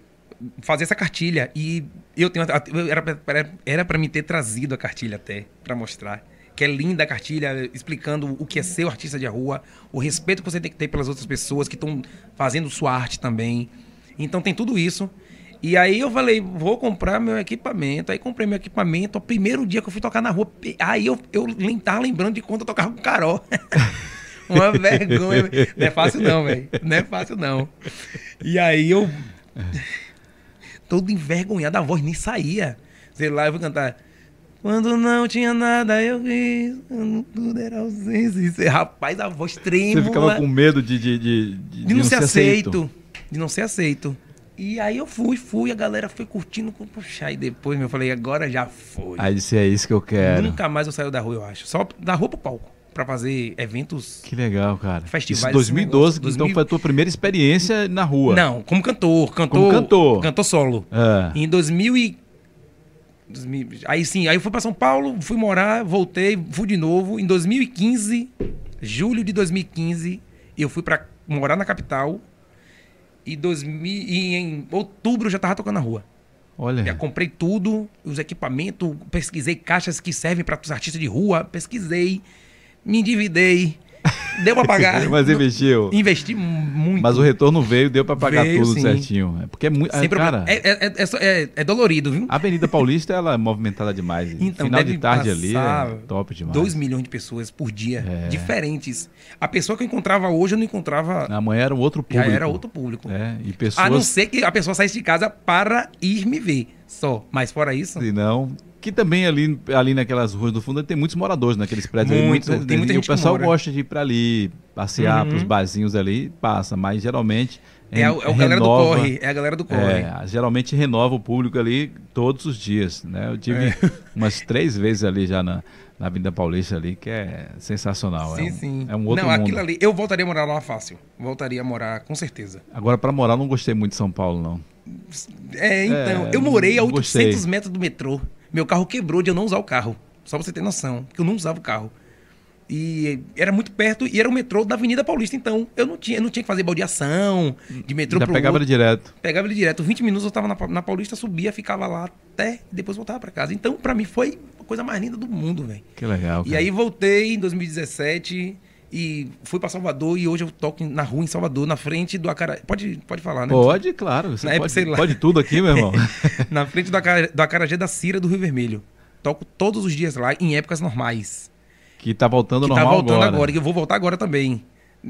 [SPEAKER 2] fazer essa cartilha. E eu tenho. eu Era pra, era pra mim ter trazido a cartilha até, pra mostrar. Que é linda a cartilha, explicando o que é ser o artista de rua, o respeito que você tem que ter pelas outras pessoas que estão fazendo sua arte também. Então tem tudo isso. E aí eu falei, vou comprar meu equipamento. Aí comprei meu equipamento. O primeiro dia que eu fui tocar na rua, aí eu, eu lem- tava lembrando de quando eu tocava com o Carol. Uma vergonha. velho. Não é fácil não, velho. Não é fácil não. E aí eu... Todo envergonhado, a voz nem saía. Sei lá, eu vou cantar... Quando não tinha nada, eu quis. Quando tudo era ausência. Rapaz, a voz tremula
[SPEAKER 1] Você ficava com medo de, de, de, de-
[SPEAKER 2] de,
[SPEAKER 1] de
[SPEAKER 2] não, ser aceito. De não ser aceito. E aí eu fui, fui, a galera foi curtindo. com- Puxa, e depois meu, eu falei, agora já foi.
[SPEAKER 1] Aí disse, é isso que eu quero.
[SPEAKER 2] Nunca mais eu saio da rua, eu acho. Só da rua pro palco. Pra fazer eventos.
[SPEAKER 1] Que legal, cara.
[SPEAKER 2] Festivais,
[SPEAKER 1] isso em 2012,
[SPEAKER 2] esse negócio,
[SPEAKER 1] então
[SPEAKER 2] 2000.
[SPEAKER 1] foi a tua primeira experiência na rua.
[SPEAKER 2] Não, como cantor. Cantor.
[SPEAKER 1] Como cantor.
[SPEAKER 2] Cantor solo.
[SPEAKER 1] É.
[SPEAKER 2] Em 2000 e... 2000 Aí sim, aí eu fui pra São Paulo, fui morar, voltei, fui de novo. Em 2015, julho de 2015, eu fui pra morar na capital. E, 2000, e em outubro eu já tava tocando na rua.
[SPEAKER 1] Olha.
[SPEAKER 2] Já comprei tudo, os equipamentos, pesquisei caixas que servem para os artistas de rua, pesquisei, me endividei, deu para pagar.
[SPEAKER 1] Mas investiu.
[SPEAKER 2] Investi muito.
[SPEAKER 1] Mas o retorno veio, deu pra pagar
[SPEAKER 2] Veio,
[SPEAKER 1] tudo
[SPEAKER 2] sim.
[SPEAKER 1] certinho. É porque é muito.
[SPEAKER 2] Sem
[SPEAKER 1] cara,
[SPEAKER 2] problema.
[SPEAKER 1] Ah,
[SPEAKER 2] é, é- é só- é- é dolorido, viu?
[SPEAKER 1] a Avenida Paulista ela é movimentada demais.
[SPEAKER 2] Então,
[SPEAKER 1] Final de
[SPEAKER 2] deve
[SPEAKER 1] tarde ali é
[SPEAKER 2] passar
[SPEAKER 1] top demais.
[SPEAKER 2] 2 milhões de pessoas por dia,
[SPEAKER 1] É.
[SPEAKER 2] diferentes. A pessoa que eu encontrava hoje, eu não encontrava,
[SPEAKER 1] Na manhã era um outro
[SPEAKER 2] já
[SPEAKER 1] público.
[SPEAKER 2] era outro público.
[SPEAKER 1] É, e
[SPEAKER 2] A não
[SPEAKER 1] pessoas
[SPEAKER 2] ser que a pessoa saísse de casa para ir me ver só. Mas fora isso,
[SPEAKER 1] se não. Que também ali, ali naquelas ruas do fundo tem muitos moradores naqueles prédios. ali,
[SPEAKER 2] Muito,
[SPEAKER 1] muitos
[SPEAKER 2] tem
[SPEAKER 1] residentes,
[SPEAKER 2] muita
[SPEAKER 1] e
[SPEAKER 2] gente
[SPEAKER 1] o
[SPEAKER 2] que
[SPEAKER 1] pessoal
[SPEAKER 2] mora. Uhum.
[SPEAKER 1] gosta de ir pra ali, passear pros barzinhos ali, passa, mas geralmente.
[SPEAKER 2] é, a- é a galera do
[SPEAKER 1] renova-
[SPEAKER 2] corre. É a galera do corre.
[SPEAKER 1] É, geralmente renova o público ali todos os dias, né? Eu tive
[SPEAKER 2] É.
[SPEAKER 1] umas três vezes ali já na, na Avenida Paulista ali, que é sensacional.
[SPEAKER 2] Sim,
[SPEAKER 1] é um,
[SPEAKER 2] sim.
[SPEAKER 1] É um outro
[SPEAKER 2] Não,
[SPEAKER 1] mundo.
[SPEAKER 2] aquilo ali, eu voltaria a morar lá fácil. Voltaria a morar, com certeza.
[SPEAKER 1] Agora, pra morar, eu não gostei muito de São Paulo, não.
[SPEAKER 2] É, então,
[SPEAKER 1] É,
[SPEAKER 2] eu morei a
[SPEAKER 1] não
[SPEAKER 2] 800
[SPEAKER 1] gostei.
[SPEAKER 2] metros do metrô. Meu carro quebrou de eu não usar o carro. Só pra você ter noção, porque eu não usava o carro. E era muito perto e era o metrô da Avenida Paulista, então eu não tinha, eu não tinha que fazer baldeação de metrô
[SPEAKER 1] Já
[SPEAKER 2] pro
[SPEAKER 1] pegava
[SPEAKER 2] outro.
[SPEAKER 1] ele direto.
[SPEAKER 2] Pegava ele direto, 20 minutos eu tava na, Pa- na Paulista, subia, ficava lá até e depois voltava pra casa. Então, pra mim foi a coisa mais linda do mundo, velho.
[SPEAKER 1] Que legal.
[SPEAKER 2] E
[SPEAKER 1] cara.
[SPEAKER 2] aí voltei em 2017 e fui pra Salvador e hoje eu toco na rua em Salvador, na frente do Acarajé. Pode, pode falar, né?
[SPEAKER 1] Pode, claro. Você
[SPEAKER 2] Na época, sei
[SPEAKER 1] pode,
[SPEAKER 2] lá.
[SPEAKER 1] pode tudo aqui, meu irmão.
[SPEAKER 2] na frente do, Acara... do Acarajé da Cira do Rio Vermelho. Toco todos os dias lá em épocas normais.
[SPEAKER 1] que tá voltando
[SPEAKER 2] Que tá
[SPEAKER 1] normal
[SPEAKER 2] voltando agora.
[SPEAKER 1] agora.
[SPEAKER 2] e eu vou voltar agora também.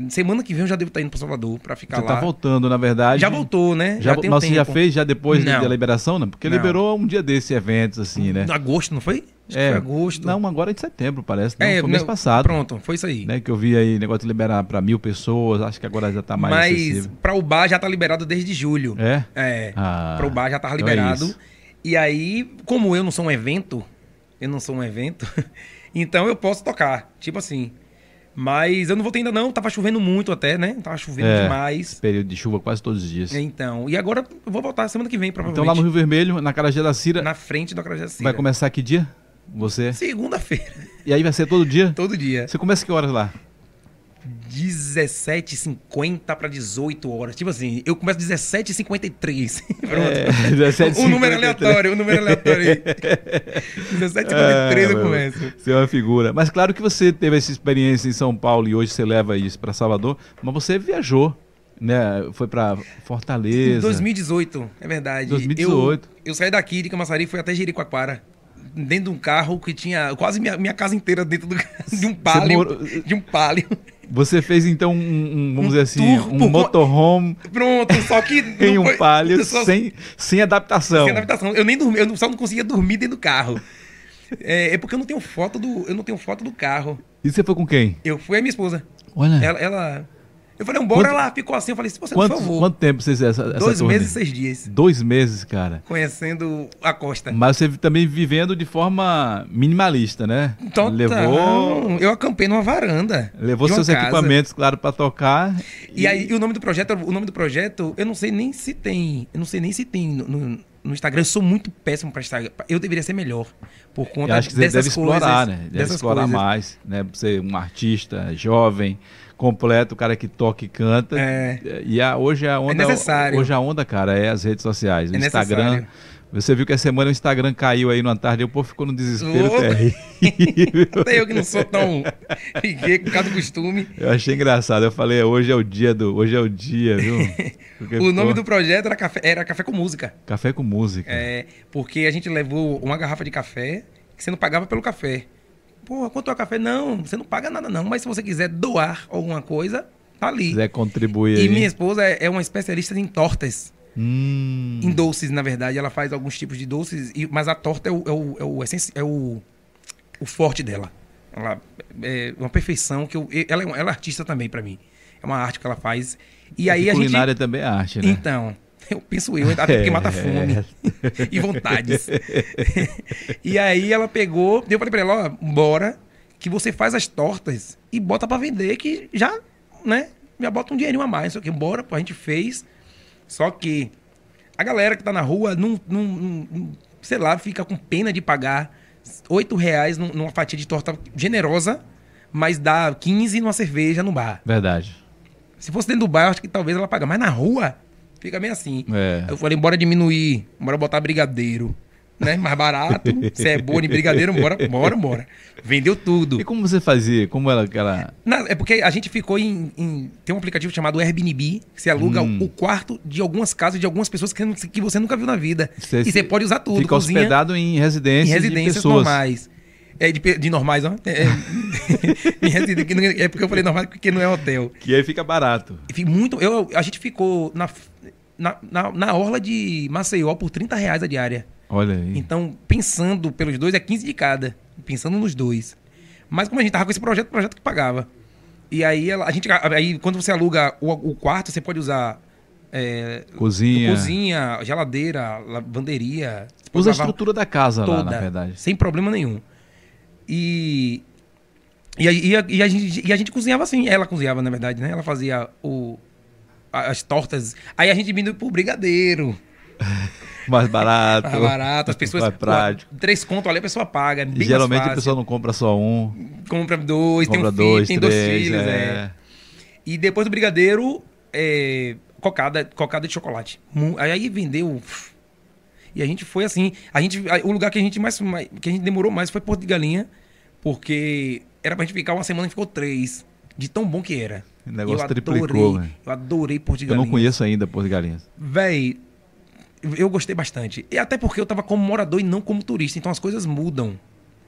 [SPEAKER 2] Semana que vem eu já devo estar indo pra Salvador pra ficar
[SPEAKER 1] Você
[SPEAKER 2] lá.
[SPEAKER 1] tá voltando, na verdade.
[SPEAKER 2] Já voltou, né?
[SPEAKER 1] Já,
[SPEAKER 2] tem um
[SPEAKER 1] mas você já
[SPEAKER 2] tempo.
[SPEAKER 1] fez já depois de-
[SPEAKER 2] Não.
[SPEAKER 1] da liberação, né? Porque
[SPEAKER 2] Não.
[SPEAKER 1] liberou um dia desses eventos, assim, né? É.
[SPEAKER 2] Em agosto, não foi? Acho que foi agosto. É,
[SPEAKER 1] Não, agora é de setembro, parece. Não, foi mês
[SPEAKER 2] meu,
[SPEAKER 1] passado.
[SPEAKER 2] Pronto, foi isso aí.
[SPEAKER 1] né, Que eu vi aí negócio de liberar pra mil pessoas, acho que agora já tá mais
[SPEAKER 2] Mas
[SPEAKER 1] acessível.
[SPEAKER 2] pra o bar já tá liberado desde julho.
[SPEAKER 1] É?
[SPEAKER 2] É.
[SPEAKER 1] Ah,
[SPEAKER 2] pro bar já tava
[SPEAKER 1] então é
[SPEAKER 2] liberado.
[SPEAKER 1] isso.
[SPEAKER 2] e aí, como eu não sou um evento, eu não sou um evento, então eu posso tocar, tipo assim. Mas eu não voltei ainda não, tava chovendo muito até, né? Tava chovendo
[SPEAKER 1] É. Esse
[SPEAKER 2] demais.
[SPEAKER 1] período de chuva quase todos os dias.
[SPEAKER 2] Então, e agora eu vou voltar semana que vem,
[SPEAKER 1] então
[SPEAKER 2] provavelmente.
[SPEAKER 1] lá no Rio Vermelho, na Carajé da Cira,
[SPEAKER 2] Na frente do Acrojá Cira.
[SPEAKER 1] vai começar que dia? Você?
[SPEAKER 2] Segunda-feira,
[SPEAKER 1] E aí vai ser todo dia?
[SPEAKER 2] todo dia.
[SPEAKER 1] Você começa que horas lá?
[SPEAKER 2] 17h50 pra 18 horas. Tipo assim, eu começo 17h53. Pronto.
[SPEAKER 1] É, 17h53.
[SPEAKER 2] Um número aleatório, um número aleatório aí. 17h53 eu
[SPEAKER 1] meu,
[SPEAKER 2] começo.
[SPEAKER 1] Você é uma figura. Mas claro que você teve essa experiência em São Paulo e hoje você leva isso pra Salvador, mas você viajou, né? Foi pra Fortaleza.
[SPEAKER 2] 2018, é verdade.
[SPEAKER 1] 2018.
[SPEAKER 2] Eu, eu saí daqui de Camaçari e fui até Jericoacoara. Dentro de um carro que tinha quase minha, minha casa inteira dentro do, de um palio.
[SPEAKER 1] morou-
[SPEAKER 2] De um palio.
[SPEAKER 1] Você fez então um, um, vamos
[SPEAKER 2] Um
[SPEAKER 1] dizer assim,
[SPEAKER 2] tour
[SPEAKER 1] um
[SPEAKER 2] por-
[SPEAKER 1] motorhome
[SPEAKER 2] Pronto, só que. não
[SPEAKER 1] em um
[SPEAKER 2] foi-
[SPEAKER 1] palio
[SPEAKER 2] só-
[SPEAKER 1] sem, sem adaptação.
[SPEAKER 2] Sem adaptação. Eu nem dormi, eu não- só não conseguia dormir dentro do carro. É, é porque eu não tenho foto do. Eu não tenho foto do carro.
[SPEAKER 1] E você foi com quem? É.
[SPEAKER 2] Eu fui a minha esposa.
[SPEAKER 1] Olha.
[SPEAKER 2] Ela. ela Eu falei, bora lá, ficou assim. Eu falei, se você,
[SPEAKER 1] Quanto,
[SPEAKER 2] por favor.
[SPEAKER 1] quanto tempo vocês essa, essa
[SPEAKER 2] dois
[SPEAKER 1] turnê?
[SPEAKER 2] meses É. e seis dias.
[SPEAKER 1] Dois meses, cara.
[SPEAKER 2] Conhecendo a costa.
[SPEAKER 1] Mas você também vivendo de forma minimalista, né?
[SPEAKER 2] Total.
[SPEAKER 1] Levou,
[SPEAKER 2] Então, Eu acampei numa varanda.
[SPEAKER 1] levou
[SPEAKER 2] de uma
[SPEAKER 1] seus
[SPEAKER 2] casa.
[SPEAKER 1] equipamentos, claro, pra tocar.
[SPEAKER 2] E aí, e o nome do projeto, o nome do projeto, eu não sei nem se tem. Eu não sei nem se tem no, no- no Instagram. Eu sou muito péssimo pra Instagram. Eu deveria ser melhor. Por
[SPEAKER 1] Eu
[SPEAKER 2] conta
[SPEAKER 1] acho que você
[SPEAKER 2] dessas
[SPEAKER 1] deve explorar,
[SPEAKER 2] coisas,
[SPEAKER 1] né? Deve
[SPEAKER 2] dessas
[SPEAKER 1] explorar
[SPEAKER 2] coisas.
[SPEAKER 1] mais, né? Pra Ser um artista jovem, completo, o cara que toca e canta.
[SPEAKER 2] É.
[SPEAKER 1] E a- hoje a onda.
[SPEAKER 2] necessário.
[SPEAKER 1] Hoje a onda, cara, é as redes sociais. O
[SPEAKER 2] É
[SPEAKER 1] Instagram.
[SPEAKER 2] necessário.
[SPEAKER 1] Você viu que a semana o Instagram caiu aí numa tarde e o povo ficou no desespero
[SPEAKER 2] Opa!
[SPEAKER 1] terrível.
[SPEAKER 2] Até eu que não sou tão liguei por causa do costume.
[SPEAKER 1] Eu achei engraçado. Eu falei, hoje é o dia do. Hoje é o dia, viu? Porque
[SPEAKER 2] O nome
[SPEAKER 1] ficou
[SPEAKER 2] do projeto era café, era café com música.
[SPEAKER 1] Café com música.
[SPEAKER 2] É, porque a gente levou uma garrafa de café que você não pagava pelo café. Porra, quanto é o café? Não, você não paga nada não, mas se você quiser doar alguma coisa, tá
[SPEAKER 1] Se
[SPEAKER 2] ali.
[SPEAKER 1] quiser contribuir aí.
[SPEAKER 2] E minha esposa é é uma especialista em tortas,
[SPEAKER 1] Hum,
[SPEAKER 2] em doces, na verdade. Ela faz alguns tipos de doces, e- mas a torta é o, é o, é o, essenci- é o, o forte dela. Ela é uma perfeição que eu. e- Ela é, uma- ela é artista também pra mim. É uma arte que ela faz. E aí
[SPEAKER 1] porque
[SPEAKER 2] a gente.
[SPEAKER 1] culinária também é arte, né?
[SPEAKER 2] Então, eu penso eu, até porque mata
[SPEAKER 1] É.
[SPEAKER 2] fome e vontades. e aí ela pegou, eu falei pra ela, ó, bora, que você faz as tortas e bota pra vender, que já, né, já bota um dinheirinho a mais, não sei o que, bora, pô, a gente fez. Só que a galera que tá na rua, não, não, não- não- sei lá, fica com pena de pagar oito reais num- numa fatia de torta generosa, mas dá 15 numa cerveja no bar.
[SPEAKER 1] Verdade.
[SPEAKER 2] Se fosse dentro do bairro, acho que talvez ela paga. Mas na rua, fica meio assim.
[SPEAKER 1] É.
[SPEAKER 2] Eu falei, bora diminuir, bora botar brigadeiro. Né? Mais barato, se é boa de brigadeiro, bora, bora, bora. Vendeu tudo.
[SPEAKER 1] E como você fazia? Como ela. ela...
[SPEAKER 2] Na- é porque a gente ficou em, em- Tem um aplicativo chamado Airbnb, que você aluga
[SPEAKER 1] Hum.
[SPEAKER 2] o quarto de algumas casas de algumas pessoas que, que você nunca viu na vida.
[SPEAKER 1] Você
[SPEAKER 2] e
[SPEAKER 1] se-
[SPEAKER 2] você pode usar tudo.
[SPEAKER 1] Fica hospedado em residências,
[SPEAKER 2] Em
[SPEAKER 1] de
[SPEAKER 2] residências
[SPEAKER 1] pessoas.
[SPEAKER 2] normais. É, de, pe- de normais, ó. É, é, em residen- que não- é porque eu falei normal porque não é hotel.
[SPEAKER 1] Que aí fica barato.
[SPEAKER 2] Enfim, muito. Eu, a gente ficou na, na, na, na orla de Maceió por 30 reais a diária.
[SPEAKER 1] Olha aí.
[SPEAKER 2] Então, pensando pelos dois, é 15 de cada. Pensando nos dois. Mas como a gente tava com esse projeto, projeto que pagava. E aí, ela- a gente, aí quando você aluga o, o quarto, você pode usar é,
[SPEAKER 1] cozinha.
[SPEAKER 2] cozinha, geladeira, lavanderia. Você pode
[SPEAKER 1] Usa a
[SPEAKER 2] lavar- um
[SPEAKER 1] estrutura da casa
[SPEAKER 2] toda,
[SPEAKER 1] lá, na verdade.
[SPEAKER 2] sem problema nenhum. E e a, e, a, e a gente, e a gente cozinhava assim, ela cozinhava na verdade, né? Ela fazia o a- as tortas. Aí a gente diminuiu pro brigadeiro,
[SPEAKER 1] Mais barato.
[SPEAKER 2] mais barato, as pessoas
[SPEAKER 1] Mais é prático.
[SPEAKER 2] pô, três conto ali a pessoa paga, é bem
[SPEAKER 1] E geralmente
[SPEAKER 2] mais
[SPEAKER 1] a
[SPEAKER 2] fácil.
[SPEAKER 1] pessoa não compra só um.
[SPEAKER 2] compra dois,
[SPEAKER 1] compra
[SPEAKER 2] tem um filho,
[SPEAKER 1] dois,
[SPEAKER 2] tem
[SPEAKER 1] três.
[SPEAKER 2] dois filhos, é.
[SPEAKER 1] é.
[SPEAKER 2] E depois do brigadeiro, é, cocada, cocada de chocolate. Mu- Aí vendeu. uf. E a gente foi assim. A gente, a- o lugar que a gente mais, mais- que a gente demorou mais foi Porto de Galinha, porque era pra gente ficar uma semana e ficou três. De tão bom que era.
[SPEAKER 1] O negócio
[SPEAKER 2] eu
[SPEAKER 1] triplicou,
[SPEAKER 2] adorei,
[SPEAKER 1] né?
[SPEAKER 2] eu adorei Porto de
[SPEAKER 1] Eu
[SPEAKER 2] Galinha.
[SPEAKER 1] não conheço ainda Porto de Galinhas.
[SPEAKER 2] Véi, eu gostei bastante. E até porque eu tava como morador e não como turista. Então as coisas mudam.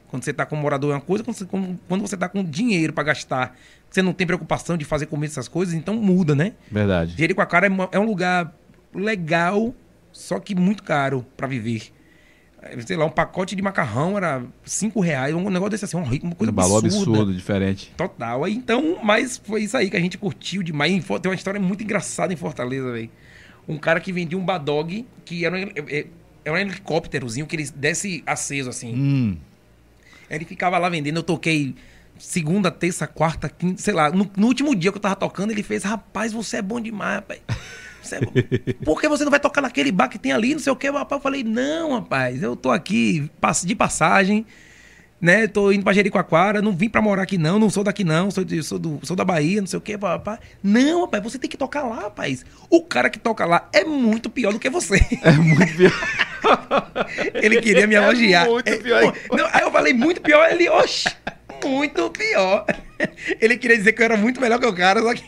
[SPEAKER 2] Quando você tá como morador é uma coisa, quando você, como- quando você tá com dinheiro pra gastar, você não tem preocupação de fazer comida essas coisas, então muda, né?
[SPEAKER 1] Verdade.
[SPEAKER 2] Jericoacoara é, uma- é um lugar legal, só que muito caro pra viver. Eh, Sei lá, um pacote de macarrão era 5 reais, um negócio desse assim, um ritmo, uma coisa
[SPEAKER 1] um valor
[SPEAKER 2] absurda.
[SPEAKER 1] absurdo, diferente.
[SPEAKER 2] Total. Aí, Então, mas foi isso aí que a gente curtiu demais. Em Fo- Tem uma história muito engraçada em Fortaleza, velho. Um cara que vendia um badog, que era um, hel- eh, eh, era um helicópterozinho que ele desce aceso assim.
[SPEAKER 1] Hum,
[SPEAKER 2] Ele ficava lá vendendo, eu toquei segunda, terça, quarta, quinta, sei lá. No, no último dia que eu tava tocando, ele fez, rapaz, você é bom demais, rapaz. Você é bom. Por que você não vai tocar naquele bar que tem ali, não sei o quê? Rapaz, eu falei, não, rapaz, eu tô aqui pass- de passagem, né? Tô indo pra Jericoacoara, não vim pra morar aqui não, não sou daqui não, sou, de- sou do, sou da Bahia, não sei o quê, rapaz. Não, rapaz, você tem que tocar lá, rapaz. O cara que toca lá é muito pior do que você.
[SPEAKER 1] é muito pior.
[SPEAKER 2] Ele queria me
[SPEAKER 1] É
[SPEAKER 2] elogiar.
[SPEAKER 1] muito
[SPEAKER 2] É,
[SPEAKER 1] pior.
[SPEAKER 2] pô, não, aí eu falei muito pior, ele, oxe, muito pior. Ele queria dizer que eu era muito melhor que o cara, só que.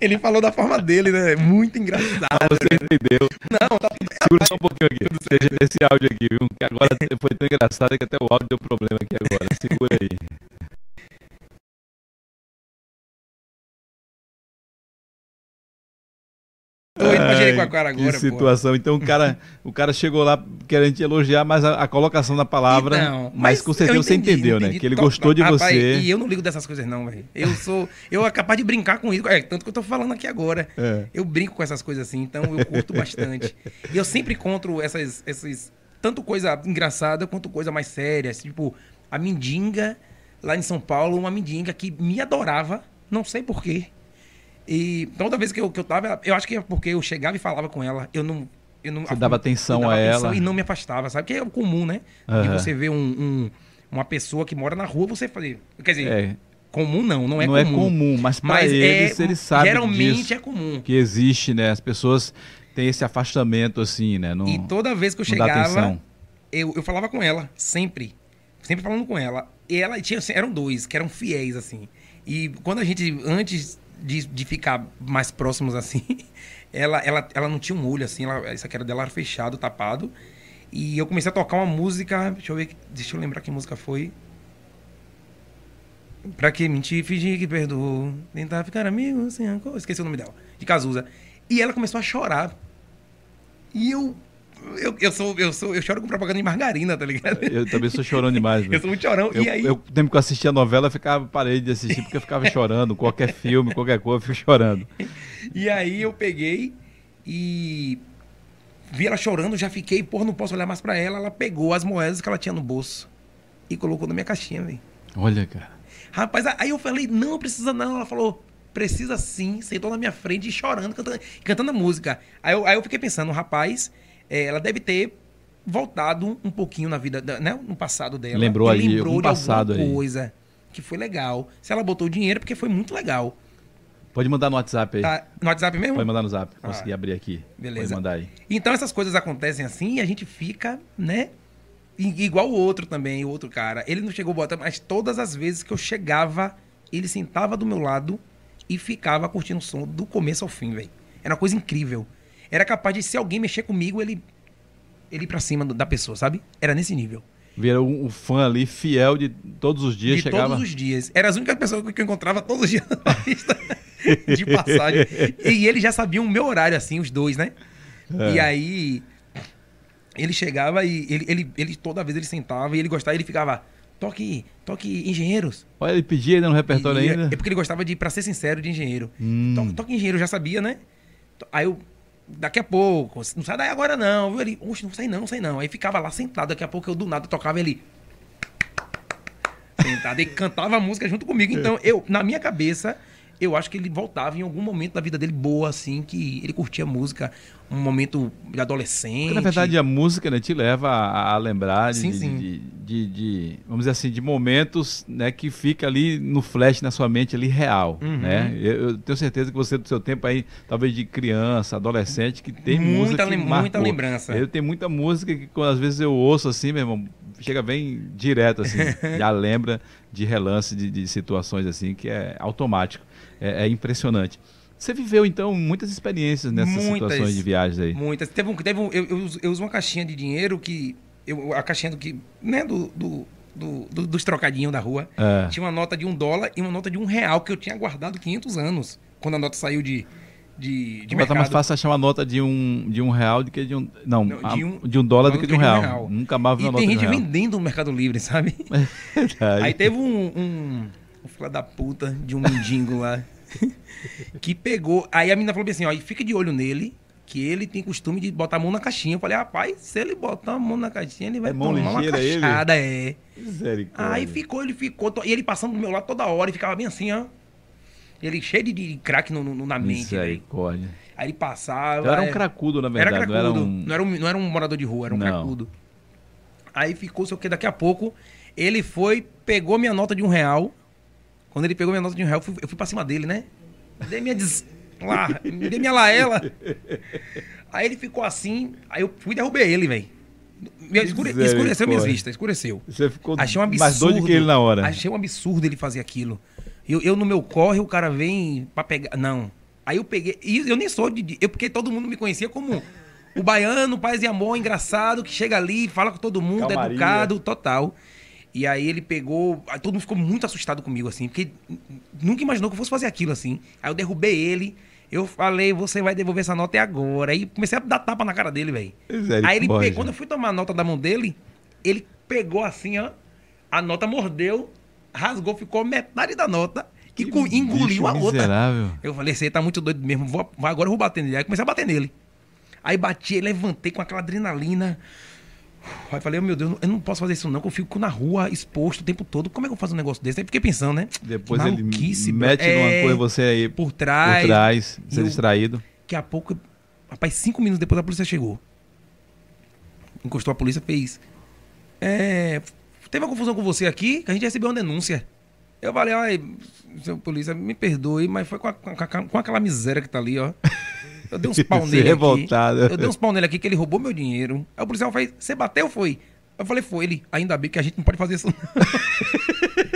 [SPEAKER 2] Ele falou da forma dele, né? Muito engraçado.
[SPEAKER 1] Ah,
[SPEAKER 2] tá
[SPEAKER 1] Segura só um pouquinho aqui. Deixa esse áudio aqui, viu? Que agora foi tão engraçado que até o áudio deu problema aqui agora. Segura aí.
[SPEAKER 2] Pô, imaginei com a cara agora,
[SPEAKER 1] Que
[SPEAKER 2] pô.
[SPEAKER 1] situação. Então o cara, o cara chegou lá querendo te elogiar, mas a, a colocação da palavra.
[SPEAKER 2] Então,
[SPEAKER 1] mas, com certeza
[SPEAKER 2] eu
[SPEAKER 1] você
[SPEAKER 2] entendi,
[SPEAKER 1] entendeu, né?
[SPEAKER 2] entendi.
[SPEAKER 1] Que ele
[SPEAKER 2] Tô-
[SPEAKER 1] gostou de
[SPEAKER 2] rapaz,
[SPEAKER 1] você.
[SPEAKER 2] E eu não ligo dessas coisas, não, velho. Eu sou. Eu é capaz de brincar com isso. É, tanto que eu tô falando aqui agora.
[SPEAKER 1] É.
[SPEAKER 2] Eu brinco com essas coisas assim, então eu curto bastante. E eu sempre encontro essas, esses. Tanto coisa engraçada quanto coisa mais séria. assim, Tipo, a mendiga lá em São Paulo, uma mendiga que me adorava, não sei porquê. E então, toda vez que eu, que eu tava, eu acho que é porque eu chegava e falava com ela, eu não. Eu não
[SPEAKER 1] Você dava atenção a ela.
[SPEAKER 2] E não me afastava, sabe? Que é o comum, né? De
[SPEAKER 1] Aham.
[SPEAKER 2] você ver um, um- uma pessoa que mora na rua, você fazer. Quer dizer,
[SPEAKER 1] É,
[SPEAKER 2] comum não, não é
[SPEAKER 1] não é
[SPEAKER 2] comum.
[SPEAKER 1] comum, mas para
[SPEAKER 2] Mas
[SPEAKER 1] eles,
[SPEAKER 2] é,
[SPEAKER 1] eles sabem
[SPEAKER 2] geralmente
[SPEAKER 1] disso,
[SPEAKER 2] é comum.
[SPEAKER 1] que existe, né? As pessoas têm esse afastamento, assim, né? Não,
[SPEAKER 2] E toda vez que eu
[SPEAKER 1] não dá
[SPEAKER 2] chegava,
[SPEAKER 1] atenção.
[SPEAKER 2] eu, eu falava com ela, sempre. Sempre falando com ela. E ela tinha, assim, eram dois, que eram fiéis, assim. E quando a gente, antes de, de ficar mais próximos assim, ela, ela, ela não tinha um olho, assim, ela, essa que era dela era fechado, tapado. E eu comecei a tocar uma música. Deixa eu ver. Deixa eu lembrar que música foi. Pra que mentir, fingir que perdoou. Tentar ficar amigo sem rancor. Esqueci o nome dela. De Cazuza. E ela começou a chorar. E eu. Eu, eu sou, eu sou. Eu choro com propaganda de margarina, tá ligado?
[SPEAKER 1] Eu também sou chorando demais. né?
[SPEAKER 2] Eu sou muito chorão.
[SPEAKER 1] Eu,
[SPEAKER 2] e aí.
[SPEAKER 1] eu, o tempo que eu assistia a novela, eu ficava, parei de assistir porque eu ficava chorando. Qualquer filme, qualquer coisa, eu fico chorando.
[SPEAKER 2] E aí eu peguei e vi ela chorando, já fiquei, porra, não posso olhar mais pra ela. Ela pegou as moedas que ela tinha no bolso e colocou na minha caixinha, velho.
[SPEAKER 1] Olha, cara.
[SPEAKER 2] Rapaz, aí eu falei, não precisa não. Ela falou, precisa sim. Sentou na minha frente e chorando, cantando, cantando a música. Aí eu, aí eu fiquei pensando, rapaz, eh, ela deve ter voltado um pouquinho na vida, da- né, no passado dela.
[SPEAKER 1] Lembrou
[SPEAKER 2] E
[SPEAKER 1] ali,
[SPEAKER 2] lembrou
[SPEAKER 1] algum
[SPEAKER 2] de
[SPEAKER 1] passado
[SPEAKER 2] alguma
[SPEAKER 1] aí.
[SPEAKER 2] coisa que foi legal. Se ela botou o dinheiro, é porque foi muito legal.
[SPEAKER 1] Pode mandar no WhatsApp aí.
[SPEAKER 2] Tá no WhatsApp mesmo?
[SPEAKER 1] Pode mandar no zap. Consegui abrir aqui.
[SPEAKER 2] Ah, Beleza.
[SPEAKER 1] Pode mandar aí.
[SPEAKER 2] Então essas coisas acontecem assim e a gente fica, né? I- Igual o outro também, o outro cara. Ele não chegou botando, mas todas as vezes que eu chegava, ele sentava do meu lado e ficava curtindo o som do começo ao fim, velho. Era uma coisa incrível. Era capaz de, se alguém mexer comigo, ele, ele ir pra cima do- da pessoa, sabe? Era nesse nível.
[SPEAKER 1] Vira um, um fã ali, fiel de todos os dias,
[SPEAKER 2] de
[SPEAKER 1] chegava.
[SPEAKER 2] todos os dias. Era as únicas pessoas que eu encontrava todos os dias na pista de passagem. E ele já sabia o meu horário, assim, os dois, né?
[SPEAKER 1] É.
[SPEAKER 2] E aí ele chegava e ele, ele, ele toda vez ele sentava e ele gostava, ele ficava, toque, toque engenheiros.
[SPEAKER 1] Olha, ele pedia ainda no repertório
[SPEAKER 2] E- e-
[SPEAKER 1] ainda.
[SPEAKER 2] É porque ele gostava de, pra ser sincero, de engenheiro.
[SPEAKER 1] Hum.
[SPEAKER 2] Toque, toque engenheiro, eu já sabia, né? To- Aí eu, daqui a pouco, não sai daí agora não, viu? Ele, oxe, não sai não, não sai não. Aí ficava lá sentado, daqui a pouco eu do nada tocava ele. Sentado e cantava a música junto comigo. Então, eu, na minha cabeça, eu acho que ele voltava em algum momento da vida dele boa, assim, que ele curtia a música, um momento de adolescente.
[SPEAKER 1] Porque, na verdade, a música né, te leva a, a lembrar de,
[SPEAKER 2] Sim,
[SPEAKER 1] de-
[SPEAKER 2] sim.
[SPEAKER 1] De, de- de- vamos dizer assim, de momentos né, que fica ali no flash na sua mente ali real.
[SPEAKER 2] Uhum.
[SPEAKER 1] Né? Eu, eu tenho certeza que você, do seu tempo aí, talvez de criança, adolescente, que tem
[SPEAKER 2] Muita
[SPEAKER 1] música. que
[SPEAKER 2] lem- muita
[SPEAKER 1] marcou.
[SPEAKER 2] lembrança.
[SPEAKER 1] Eu tenho muita música que quando, às vezes eu ouço assim, meu irmão, chega bem direto, assim, já lembra de relance de, de situações assim, que é automático. É, é impressionante. Você viveu, então, muitas experiências nessas
[SPEAKER 2] Muitas.
[SPEAKER 1] situações de viagens aí.
[SPEAKER 2] Muitas. Teve um, teve um, eu, eu, uso- eu uso uma caixinha de dinheiro que. Eu, a caixinha do que. Né? Do, do, do- do- dos trocadinhos da rua.
[SPEAKER 1] É.
[SPEAKER 2] Tinha uma nota de um dólar e uma nota de um real que eu tinha guardado 500 anos. Quando a nota saiu de. De, de
[SPEAKER 1] Mas tá mais
[SPEAKER 2] mercado.
[SPEAKER 1] fácil achar uma nota de um, de um real do que de um. Não,
[SPEAKER 2] Não,
[SPEAKER 1] a-
[SPEAKER 2] de
[SPEAKER 1] de,
[SPEAKER 2] um-
[SPEAKER 1] um, dólar do que de um real. Nunca mais vi
[SPEAKER 2] E
[SPEAKER 1] uma nota
[SPEAKER 2] tem
[SPEAKER 1] de um
[SPEAKER 2] gente
[SPEAKER 1] real.
[SPEAKER 2] vendendo no Mercado Livre, sabe? Aí teve um, um, um filho da puta de um mendigo lá que pegou. Aí a menina falou bem assim: ó, e fica de olho nele, que ele tem costume de botar a mão na caixinha. Eu falei: rapaz, se ele botar a mão na caixinha, ele vai
[SPEAKER 1] É mão
[SPEAKER 2] tomar uma
[SPEAKER 1] ligeira ele?
[SPEAKER 2] caixada, é.
[SPEAKER 1] Misericórdia.
[SPEAKER 2] Aí ficou, ele ficou. to- E ele passando do meu lado toda hora e ficava bem assim, ó. Ele cheio de, de crack no, no- na mente. velho.
[SPEAKER 1] Misericórdia.
[SPEAKER 2] Aí ele passava.
[SPEAKER 1] Então era um
[SPEAKER 2] é.
[SPEAKER 1] cracudo, na
[SPEAKER 2] Era
[SPEAKER 1] verdade. Não era
[SPEAKER 2] cracudo.
[SPEAKER 1] um.
[SPEAKER 2] Não, era um, não era um morador de rua, era um
[SPEAKER 1] Não.
[SPEAKER 2] cracudo. Aí ficou, sei o que, daqui a pouco, ele foi, pegou minha nota de um real. Quando ele pegou minha nota de um real, eu fui, eu fui pra cima dele, né? Dei minha des... lá, dei minha laela. Aí ele ficou assim, aí eu fui e derrubei ele, velho. Me escure-
[SPEAKER 1] Misericórdia.
[SPEAKER 2] Escureceu minhas vistas, escureceu.
[SPEAKER 1] Você ficou
[SPEAKER 2] Achei um absurdo.
[SPEAKER 1] mais doido que ele na hora.
[SPEAKER 2] Achei um absurdo ele fazer aquilo. Eu, eu no meu corre, o cara vem pra pegar. Não. Aí eu peguei. E eu nem sou de- de. Eu, porque todo mundo me conhecia como o baiano, paz e amor, engraçado, que chega ali, fala com todo mundo, é
[SPEAKER 1] Calmaria.
[SPEAKER 2] educado, total. E aí ele pegou. Aí todo mundo ficou muito assustado comigo, assim, porque nunca imaginou que eu fosse fazer aquilo assim. Aí eu derrubei ele. Eu falei, você vai devolver essa nota é agora. Aí comecei a dar tapa na cara dele, velho. Aí ele pegou, quando eu fui tomar a nota da mão dele, ele pegou assim, ó. A nota mordeu, rasgou, ficou metade da nota e
[SPEAKER 1] Que
[SPEAKER 2] co- engoliu a
[SPEAKER 1] bicho
[SPEAKER 2] outra.
[SPEAKER 1] miserável.
[SPEAKER 2] Eu falei, você tá muito doido mesmo, vou, vou- agora eu vou bater nele. Aí comecei a bater nele. Aí bati, aí levantei com aquela adrenalina. Aí falei, "Oh, meu Deus, eu não posso fazer isso não, que eu fico na rua exposto o tempo todo. Como é que eu faço um negócio desse? Aí fiquei pensando, né?
[SPEAKER 1] Depois ele
[SPEAKER 2] Maluquice, bro.
[SPEAKER 1] mete
[SPEAKER 2] É,
[SPEAKER 1] numa coisa você aí por
[SPEAKER 2] por trás.
[SPEAKER 1] trás,
[SPEAKER 2] E
[SPEAKER 1] ser
[SPEAKER 2] eu-
[SPEAKER 1] distraído.
[SPEAKER 2] Daqui a pouco, rapaz, cinco minutos depois a polícia chegou. Encostou a polícia, fez. É. Teve uma confusão com você aqui, que a gente recebeu uma denúncia. Eu falei, ai, seu polícia, me perdoe, mas foi com, a- com a- com aquela miséria que tá ali, ó. Eu dei uns pau
[SPEAKER 1] Se
[SPEAKER 2] nele aqui.
[SPEAKER 1] é revoltado.
[SPEAKER 2] Eu dei uns pau nele aqui que ele roubou meu dinheiro. Aí o policial fez, você bateu ou foi? Eu falei, foi ele. Ainda bem que a gente não pode fazer isso. não."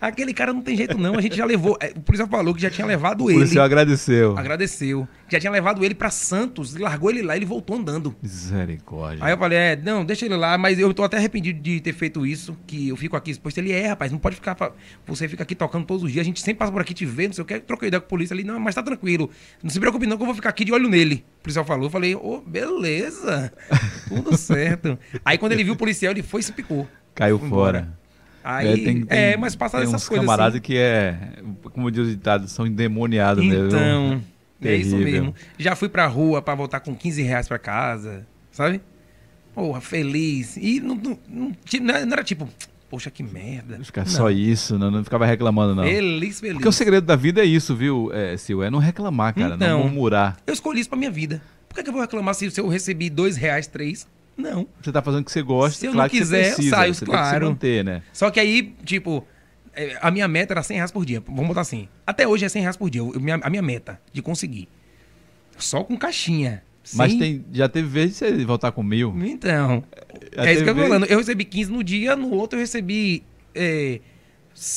[SPEAKER 2] Aquele cara não tem jeito não, a gente já levou. É, O policial falou que já tinha levado
[SPEAKER 1] O
[SPEAKER 2] ele.
[SPEAKER 1] policial agradeceu.
[SPEAKER 2] Agradeceu. Já tinha levado ele pra Santos, largou ele lá e ele voltou andando.
[SPEAKER 1] Misericórdia.
[SPEAKER 2] Aí eu falei, é, não, deixa ele lá, mas eu tô até arrependido de ter feito isso, que eu fico aqui exposto. Ele é, rapaz, não pode ficar. fa- Você fica aqui tocando todos os dias, a gente sempre passa por aqui te vê, não sei o que. Troquei ideia com a polícia ali, não, mas tá tranquilo. Não se preocupe, não, que eu vou ficar aqui de olho nele. O policial falou, eu falei, ô, beleza, tudo certo. Aí quando ele viu o policial, ele foi e se picou.
[SPEAKER 1] Caiu
[SPEAKER 2] Foi embora.
[SPEAKER 1] fora.
[SPEAKER 2] Aí, é, mas passar
[SPEAKER 1] tem
[SPEAKER 2] essas
[SPEAKER 1] uns
[SPEAKER 2] coisas.
[SPEAKER 1] camaradas
[SPEAKER 2] assim.
[SPEAKER 1] que é, como diz o ditado, são endemoniados né, mesmo.
[SPEAKER 2] Então, é isso
[SPEAKER 1] Terrível.
[SPEAKER 2] mesmo. Já fui pra rua pra voltar com 15 reais pra casa, sabe? Porra, feliz. E não, não, não ti- não era- não era tipo, poxa, que merda.
[SPEAKER 1] Ficar
[SPEAKER 2] Não.
[SPEAKER 1] só isso, não, não ficava reclamando, não.
[SPEAKER 2] Feliz, feliz.
[SPEAKER 1] Porque o segredo da vida é isso, viu, é, Sil? É não reclamar, cara,
[SPEAKER 2] Então.
[SPEAKER 1] não murmurar.
[SPEAKER 2] Eu escolhi isso pra minha vida. Por que, que eu vou reclamar se se eu recebi dois reais, três? Não.
[SPEAKER 1] Você tá fazendo o que você gosta,
[SPEAKER 2] Se eu
[SPEAKER 1] claro
[SPEAKER 2] não
[SPEAKER 1] que
[SPEAKER 2] quiser, eu
[SPEAKER 1] você precisa,
[SPEAKER 2] saio,
[SPEAKER 1] você tem que
[SPEAKER 2] claro.
[SPEAKER 1] se manter, né?
[SPEAKER 2] Só que aí, tipo, é, a minha meta era 100 reais por dia. Vamos botar assim. Até hoje é 100 reais por dia. Eu- eu- minha- a minha meta de conseguir. Só com caixinha.
[SPEAKER 1] Mas
[SPEAKER 2] sem-
[SPEAKER 1] tem, já teve vez de você voltar com mil.
[SPEAKER 2] Então,
[SPEAKER 1] Já
[SPEAKER 2] é isso que eu tô
[SPEAKER 1] teve-
[SPEAKER 2] falando. Eu recebi 15 no dia, no outro eu recebi é,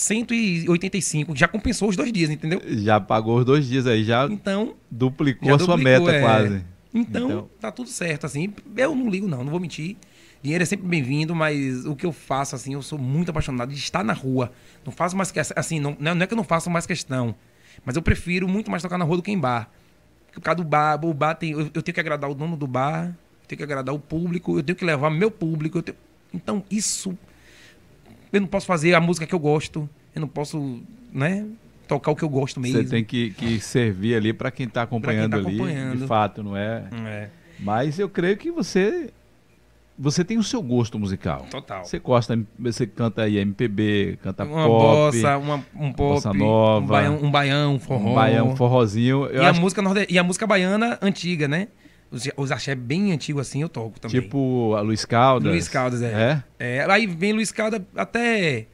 [SPEAKER 2] 185. Já compensou os dois dias, entendeu?
[SPEAKER 1] Já pagou os dois dias aí, já
[SPEAKER 2] Então,
[SPEAKER 1] duplicou
[SPEAKER 2] já
[SPEAKER 1] a sua
[SPEAKER 2] duplicou,
[SPEAKER 1] meta
[SPEAKER 2] é.
[SPEAKER 1] quase.
[SPEAKER 2] então,
[SPEAKER 1] Então.
[SPEAKER 2] tá tudo certo, assim. Eu não ligo, não, não vou mentir. Dinheiro é sempre bem-vindo, mas o que eu faço, assim, eu sou muito apaixonado de estar na rua. Não faço mais, que- assim, não, não é- não é que eu não faço mais questão, mas eu prefiro muito mais tocar na rua do que em bar. Porque Por causa do bar, o bar tem, eu, eu tenho que agradar o dono do bar, eu tenho que agradar o público, eu tenho que levar meu público. eu tenho- Então, isso eu não posso fazer a música que eu gosto, eu não posso, né, tocar o que eu gosto mesmo.
[SPEAKER 1] Você tem que, que servir ali pra quem tá acompanhando ali, de
[SPEAKER 2] acompanhando.
[SPEAKER 1] fato, não é?
[SPEAKER 2] É,
[SPEAKER 1] Mas eu creio que você você tem o seu gosto musical.
[SPEAKER 2] total.
[SPEAKER 1] Você gosta, você canta aí MPB, canta
[SPEAKER 2] uma
[SPEAKER 1] Tá pop,
[SPEAKER 2] bossa, uma, um pop,
[SPEAKER 1] bossa nova.
[SPEAKER 2] um baião, um baião, um forró.
[SPEAKER 1] um baião, um forrozinho.
[SPEAKER 2] e,
[SPEAKER 1] Eu
[SPEAKER 2] a
[SPEAKER 1] acho
[SPEAKER 2] música norde... e a música baiana antiga, né? Os, os axé bem antigos assim eu toco
[SPEAKER 1] que,
[SPEAKER 2] também.
[SPEAKER 1] tipo a Luiz Caldas.
[SPEAKER 2] Luiz Caldas, é. É, aí vem Luiz Caldas até,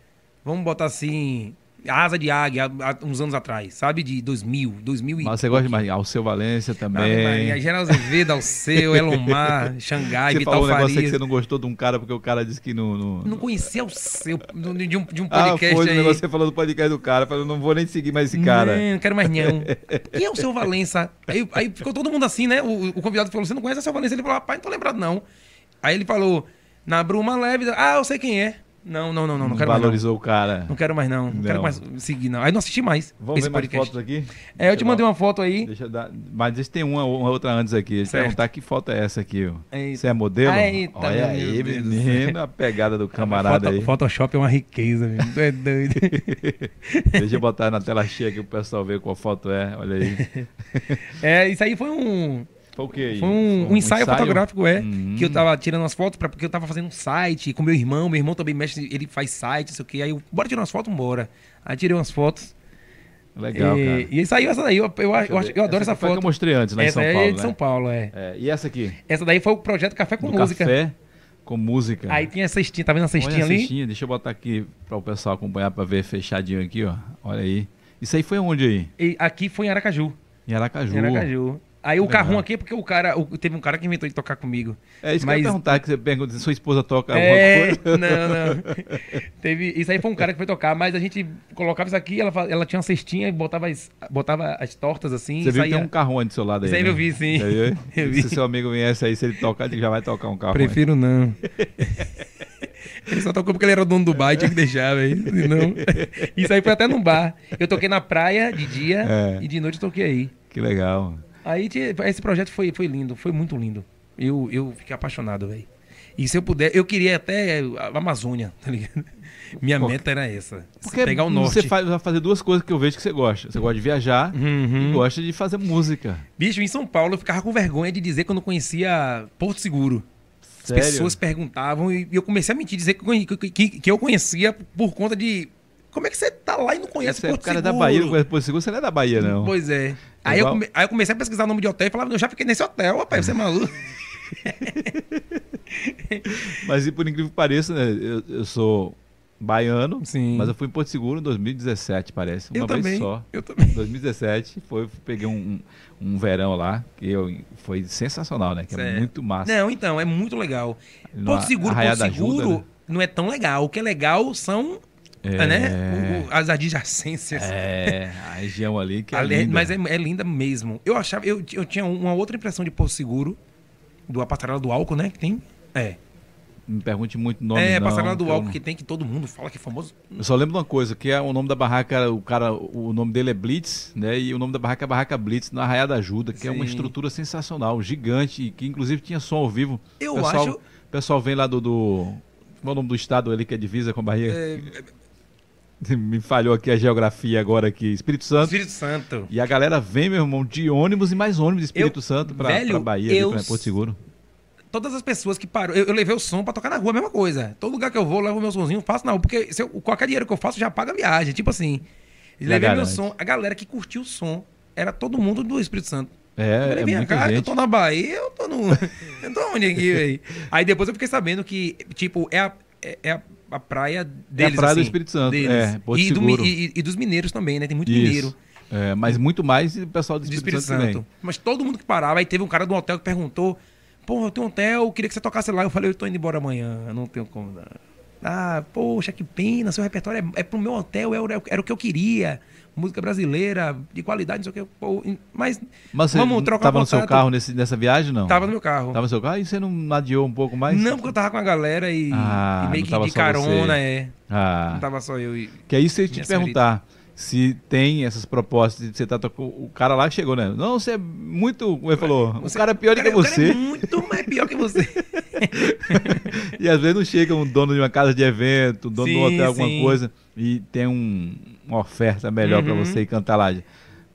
[SPEAKER 2] vamos botar assim, Asa de Águia, há- há uns anos atrás, sabe? De 2000, 2000 e... Ah, tá,
[SPEAKER 1] Mas você gosta Ah, de mais. Alceu Valença
[SPEAKER 2] Ave Maria,
[SPEAKER 1] também.
[SPEAKER 2] Geraldo Azevedo, Alceu, Elomar, Xangai,
[SPEAKER 1] Você
[SPEAKER 2] Vital
[SPEAKER 1] falou um negócio aí
[SPEAKER 2] Farias.
[SPEAKER 1] que você não gostou de um cara porque o cara disse que não. não-
[SPEAKER 2] Não conhecia o seu, de um, de um
[SPEAKER 1] Ah,
[SPEAKER 2] podcast
[SPEAKER 1] foi o
[SPEAKER 2] aí.
[SPEAKER 1] negócio que você falou do podcast do cara. Falou, não vou nem seguir mais esse cara.
[SPEAKER 2] Não, não quero mais não. Quem é o seu Valença? Aí, aí ficou todo mundo assim, né? O, o convidado falou: Você não conhece o seu Valença? Ele falou: Rapaz, não tô lembrado não. Aí ele falou: Na bruma leve. Ah, eu sei quem é. Não, não, não, não, não
[SPEAKER 1] Não
[SPEAKER 2] quero mais. Não.
[SPEAKER 1] valorizou o cara.
[SPEAKER 2] Não quero mais, não. Não, quero
[SPEAKER 1] Não.
[SPEAKER 2] mais seguir, não. Aí não assisti mais.
[SPEAKER 1] Vamos ver mais fotos aqui?
[SPEAKER 2] É, eu te mandei uma foto aí.
[SPEAKER 1] Deixa eu dar. Mas deixa tem uma, uma outra antes aqui. Deixa eu
[SPEAKER 2] Certo.
[SPEAKER 1] perguntar que foto é essa aqui, ó.
[SPEAKER 2] Eita.
[SPEAKER 1] Você é modelo?
[SPEAKER 2] Eita,
[SPEAKER 1] Olha
[SPEAKER 2] meu
[SPEAKER 1] aí,
[SPEAKER 2] Deus do
[SPEAKER 1] menino, a pegada do camarada aí.
[SPEAKER 2] Photoshop é uma riqueza, velho. Tu é doido.
[SPEAKER 1] Deixa eu botar na tela cheia aqui pro pessoal ver qual foto é. Olha aí.
[SPEAKER 2] é, isso aí foi um.
[SPEAKER 1] Foi o que aí?
[SPEAKER 2] Foi um, um ensaio, fotográfico, é.
[SPEAKER 1] Uhum.
[SPEAKER 2] Que eu tava tirando umas fotos, pra, porque eu tava fazendo um site com meu irmão. Meu irmão também mexe, ele faz site, não sei o quê. Aí eu, bora tirar umas fotos, bora. Aí tirei umas fotos.
[SPEAKER 1] Legal,
[SPEAKER 2] e,
[SPEAKER 1] cara.
[SPEAKER 2] e aí saiu essa daí. Eu, eu, acho- eu, acho- eu adoro essa,
[SPEAKER 1] aqui foi a que eu
[SPEAKER 2] foto.
[SPEAKER 1] mostrei antes lá em
[SPEAKER 2] essa
[SPEAKER 1] São
[SPEAKER 2] aí
[SPEAKER 1] Paulo,
[SPEAKER 2] é de
[SPEAKER 1] né?
[SPEAKER 2] São Paulo, é.
[SPEAKER 1] É, e essa aqui?
[SPEAKER 2] Essa daí foi o projeto Café com
[SPEAKER 1] do
[SPEAKER 2] Música.
[SPEAKER 1] café com música.
[SPEAKER 2] Aí tinha a cestinha, tá vendo a cestinha
[SPEAKER 1] Olha a
[SPEAKER 2] ali?
[SPEAKER 1] cestinha, deixa eu botar aqui para o pessoal acompanhar para ver fechadinho aqui, ó. Olha aí. Isso aí foi onde aí?
[SPEAKER 2] E aqui foi em Aracaju.
[SPEAKER 1] Em Aracaju.
[SPEAKER 2] Em Aracaju. Aí o
[SPEAKER 1] Legal.
[SPEAKER 2] carrão aqui, porque o cara. o- teve um cara que inventou de tocar comigo.
[SPEAKER 1] É isso que eu
[SPEAKER 2] Mas-
[SPEAKER 1] ia perguntar, que você pergunta se sua esposa toca
[SPEAKER 2] É,
[SPEAKER 1] alguma coisa.
[SPEAKER 2] não, não. Teve, isso aí foi um cara que foi tocar, mas a gente colocava isso aqui, ela, fa- ela tinha uma cestinha e botava as, botava as tortas assim.
[SPEAKER 1] Você
[SPEAKER 2] e
[SPEAKER 1] viu que
[SPEAKER 2] saía.
[SPEAKER 1] tem um carrão aí do seu lado aí, é
[SPEAKER 2] Isso aí
[SPEAKER 1] né?
[SPEAKER 2] eu vi, sim.
[SPEAKER 1] Já viu?
[SPEAKER 2] Eu vi.
[SPEAKER 1] Se seu amigo viesse aí, se ele tocar, ele já vai tocar um carro.
[SPEAKER 2] Prefiro não. ele só tocou porque ele era o dono do bar e tinha que deixar, velho. Senão- Isso aí foi até num bar. Eu toquei na praia de dia
[SPEAKER 1] É.
[SPEAKER 2] e de noite eu toquei aí.
[SPEAKER 1] Que legal.
[SPEAKER 2] Aí te- esse projeto foi, foi lindo, foi muito lindo. Eu, eu fiquei apaixonado, velho. E se eu puder, eu queria até a Amazônia, tá ligado? Minha
[SPEAKER 1] Pô,
[SPEAKER 2] meta era essa. pegar o norte.
[SPEAKER 1] Você faz, vai fazer duas coisas que eu vejo que você gosta. Você gosta de viajar
[SPEAKER 2] Uhum.
[SPEAKER 1] e gosta de fazer música.
[SPEAKER 2] Bicho, em São Paulo eu ficava com vergonha de dizer que eu não conhecia Porto Seguro. As
[SPEAKER 1] Sério?
[SPEAKER 2] pessoas perguntavam e e eu comecei a mentir, dizer que, eu conhe- que- que- que eu conhecia por conta de. Como é que você tá lá e não conhece
[SPEAKER 1] Esse é o
[SPEAKER 2] Porto
[SPEAKER 1] cara
[SPEAKER 2] Seguro?
[SPEAKER 1] da Bahia, não conhece Porto Seguro, você não é da Bahia, não.
[SPEAKER 2] Pois é. Aí eu,
[SPEAKER 1] Igual-
[SPEAKER 2] come- aí eu comecei a pesquisar o nome de hotel e falava, eu já fiquei nesse hotel, rapaz, você é maluco.
[SPEAKER 1] Mas e por incrível que pareça, né? Eu, eu sou baiano,
[SPEAKER 2] Sim.
[SPEAKER 1] mas eu fui em Porto Seguro em 2017, parece. Uma
[SPEAKER 2] eu
[SPEAKER 1] vez
[SPEAKER 2] também.
[SPEAKER 1] só.
[SPEAKER 2] Eu também.
[SPEAKER 1] 2017, foi, peguei um, um, um verão lá, que eu, foi sensacional, né? Que é
[SPEAKER 2] Certo.
[SPEAKER 1] muito massa.
[SPEAKER 2] Não, então, é muito legal.
[SPEAKER 1] No
[SPEAKER 2] Porto Seguro,
[SPEAKER 1] Arraiá
[SPEAKER 2] Porto
[SPEAKER 1] da Ajuda,
[SPEAKER 2] Seguro
[SPEAKER 1] né?
[SPEAKER 2] não é tão legal. O que é legal são
[SPEAKER 1] É.
[SPEAKER 2] né, o- o- as adjacências.
[SPEAKER 1] É, a região ali que é
[SPEAKER 2] Ale-
[SPEAKER 1] linda.
[SPEAKER 2] Mas é, é linda mesmo. Eu achava, eu, eu tinha uma outra impressão de Porto Seguro, do a passarela do álcool, né? Que tem. É.
[SPEAKER 1] Não me pergunte muito o nome,
[SPEAKER 2] é, a
[SPEAKER 1] não,
[SPEAKER 2] passarela do
[SPEAKER 1] eu
[SPEAKER 2] álcool
[SPEAKER 1] não-
[SPEAKER 2] que tem, que todo mundo fala que é famoso.
[SPEAKER 1] Eu só lembro de uma coisa, que é o nome da barraca, o cara, o nome dele é Blitz, né? E o nome da barraca é Barraca Blitz, na Arraia da Ajuda, que é uma
[SPEAKER 2] Sim.
[SPEAKER 1] estrutura sensacional, gigante, e que inclusive tinha som ao vivo.
[SPEAKER 2] Eu
[SPEAKER 1] pessoal,
[SPEAKER 2] acho-
[SPEAKER 1] O pessoal vem lá do, do... Qual é o nome do estado ali que é divisa com a Bahia?
[SPEAKER 2] É,
[SPEAKER 1] Me falhou aqui a geografia agora aqui. Espírito Santo.
[SPEAKER 2] Espírito Santo.
[SPEAKER 1] E a galera vem, meu irmão, de ônibus e mais ônibus de Espírito
[SPEAKER 2] Eu-
[SPEAKER 1] Santo pra,
[SPEAKER 2] velho,
[SPEAKER 1] pra Bahia,
[SPEAKER 2] eu-
[SPEAKER 1] ali, pra Porto Seguro.
[SPEAKER 2] Todas as pessoas que param. Eu, eu levei o som pra tocar na rua, a mesma coisa. Todo lugar que eu vou, eu levo meu somzinho, faço na rua. Porque se eu- qualquer dinheiro que eu faço já paga a viagem. Tipo assim. Levei meu
[SPEAKER 1] garante.
[SPEAKER 2] som. A galera que curtiu o som era todo mundo do Espírito Santo. Eu
[SPEAKER 1] É,
[SPEAKER 2] falei,
[SPEAKER 1] é
[SPEAKER 2] "Vem
[SPEAKER 1] muita
[SPEAKER 2] cá, eu
[SPEAKER 1] gente.
[SPEAKER 2] tô na Bahia, eu tô no. eu tô onde aqui, velho? Aí depois eu fiquei sabendo que, tipo, é a, é é a, a praia deles.
[SPEAKER 1] praia do
[SPEAKER 2] assim,
[SPEAKER 1] Espírito Santo,
[SPEAKER 2] deles.
[SPEAKER 1] é, Porto
[SPEAKER 2] e, do
[SPEAKER 1] Seguro.
[SPEAKER 2] mi- e- e dos mineiros também, né? Tem muito mineiro
[SPEAKER 1] Isso. É, mas muito mais o pessoal do
[SPEAKER 2] de
[SPEAKER 1] Espírito,
[SPEAKER 2] Espírito
[SPEAKER 1] Santo, também.
[SPEAKER 2] Santo. Mas todo mundo que parava, aí teve um cara do hotel que perguntou: Pô, eu tenho um hotel, eu queria que você tocasse lá. Eu falei, eu tô indo embora amanhã, eu não tenho como. Não. Ah, poxa, que pena, seu repertório é, é pro meu hotel, é o- é o- era o que eu queria. Música brasileira, de qualidade, não sei o que. Pô, mas,
[SPEAKER 1] Mas você
[SPEAKER 2] vamos trocar
[SPEAKER 1] tava no seu
[SPEAKER 2] contato.
[SPEAKER 1] carro nesse- nessa viagem, não?
[SPEAKER 2] Tava no meu carro.
[SPEAKER 1] Tava no seu carro? E você não adiou um pouco mais?
[SPEAKER 2] Não, porque eu tava com a galera e,
[SPEAKER 1] Ah,
[SPEAKER 2] e meio
[SPEAKER 1] não
[SPEAKER 2] que
[SPEAKER 1] tava
[SPEAKER 2] de
[SPEAKER 1] só
[SPEAKER 2] carona,
[SPEAKER 1] você.
[SPEAKER 2] é.
[SPEAKER 1] Ah,
[SPEAKER 2] Não tava só eu e.
[SPEAKER 1] que aí você ia te
[SPEAKER 2] Minha
[SPEAKER 1] perguntar se tem essas propostas de você tá tocando... O cara lá chegou, né? Não, você é muito... Como ele falou, o cara é pior do que
[SPEAKER 2] o cara
[SPEAKER 1] você.
[SPEAKER 2] é muito mais pior que você.
[SPEAKER 1] E às vezes não chega um dono de uma casa de evento, um dono de um
[SPEAKER 2] Sim,
[SPEAKER 1] hotel, alguma
[SPEAKER 2] sim.
[SPEAKER 1] coisa, e tem um- uma oferta melhor pra
[SPEAKER 2] Uhum.
[SPEAKER 1] você ir cantar lá.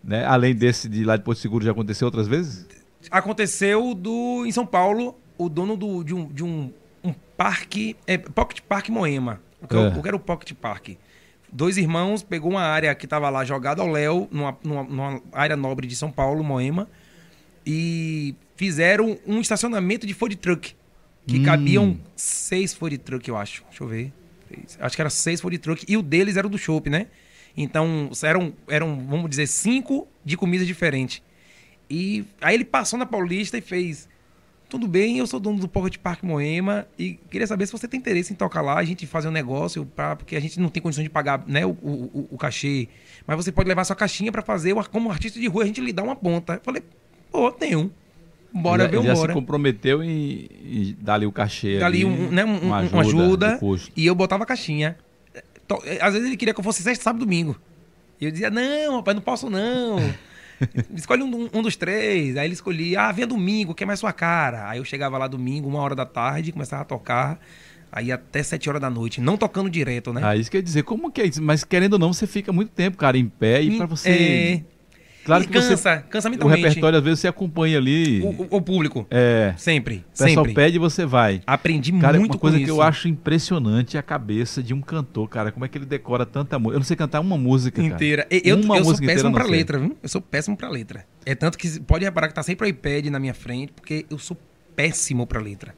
[SPEAKER 1] Né? Além desse de lá de Porto Seguro, já aconteceu outras vezes?
[SPEAKER 2] Aconteceu do em São Paulo, o dono do, de um, de um, um parque, é, Pocket Park Moema. O que,
[SPEAKER 1] É.
[SPEAKER 2] eu- o que era o Pocket Park? Dois irmãos pegou uma área que tava lá jogada ao léu, numa, numa, numa área nobre de São Paulo, Moema, e fizeram um estacionamento de food truck, que
[SPEAKER 1] Hum.
[SPEAKER 2] cabiam seis food truck, eu acho. Deixa eu ver. Seis. Acho que era seis food truck, e o deles era o do chopp, né? Então, eram, eram, vamos dizer, cinco de comida diferente. E aí ele passou na Paulista e fez: Tudo bem, eu sou dono do Pocket Park Moema e queria saber se você tem interesse em tocar lá, a gente fazer um negócio, pra, porque a gente não tem condição de pagar né, o, o, o- o cachê. Mas você pode levar sua caixinha pra fazer, o- como artista de rua, a gente lhe dá uma ponta. Eu falei: Pô, tem um. Bora,
[SPEAKER 1] Ele já,
[SPEAKER 2] vamos
[SPEAKER 1] já se
[SPEAKER 2] embora.
[SPEAKER 1] comprometeu em, em dar ali o cachê.
[SPEAKER 2] Dá ali um, né, um- um- uma ajuda,
[SPEAKER 1] de custo.
[SPEAKER 2] e eu botava a caixinha. To- eh, Às vezes ele queria que eu fosse sexta, sábado, e domingo. E eu dizia, não, rapaz, não posso não. Escolhe um, do- um dos três. Aí ele escolhia, ah, venha domingo, que é mais sua cara. Aí eu chegava lá domingo, uma hora da tarde, começava a tocar. Aí até sete horas da noite, não tocando direto, né?
[SPEAKER 1] Ah, isso quer dizer, como que é isso? Mas querendo ou não, você fica muito tempo, cara, em pé e pra você.
[SPEAKER 2] É,
[SPEAKER 1] Claro
[SPEAKER 2] e
[SPEAKER 1] que
[SPEAKER 2] cansa,
[SPEAKER 1] você.
[SPEAKER 2] cansa
[SPEAKER 1] O
[SPEAKER 2] mentalmente.
[SPEAKER 1] repertório às vezes você acompanha ali.
[SPEAKER 2] O, o- o público,
[SPEAKER 1] É.
[SPEAKER 2] sempre,
[SPEAKER 1] O pessoal
[SPEAKER 2] sempre.
[SPEAKER 1] pede e você vai.
[SPEAKER 2] Aprendi
[SPEAKER 1] Cara, é
[SPEAKER 2] muito
[SPEAKER 1] uma coisa
[SPEAKER 2] com
[SPEAKER 1] que
[SPEAKER 2] isso.
[SPEAKER 1] eu acho impressionante é a cabeça de um cantor, cara. Como é que ele decora tanta música? Eu não sei cantar uma música, cara.
[SPEAKER 2] Inteira. E- Eu,
[SPEAKER 1] Uma
[SPEAKER 2] eu sou
[SPEAKER 1] música inteira,
[SPEAKER 2] péssimo
[SPEAKER 1] não
[SPEAKER 2] pra
[SPEAKER 1] sei.
[SPEAKER 2] letra, viu? Eu sou péssimo pra letra. É tanto que pode reparar que tá sempre o iPad na minha frente, porque eu sou péssimo pra letra.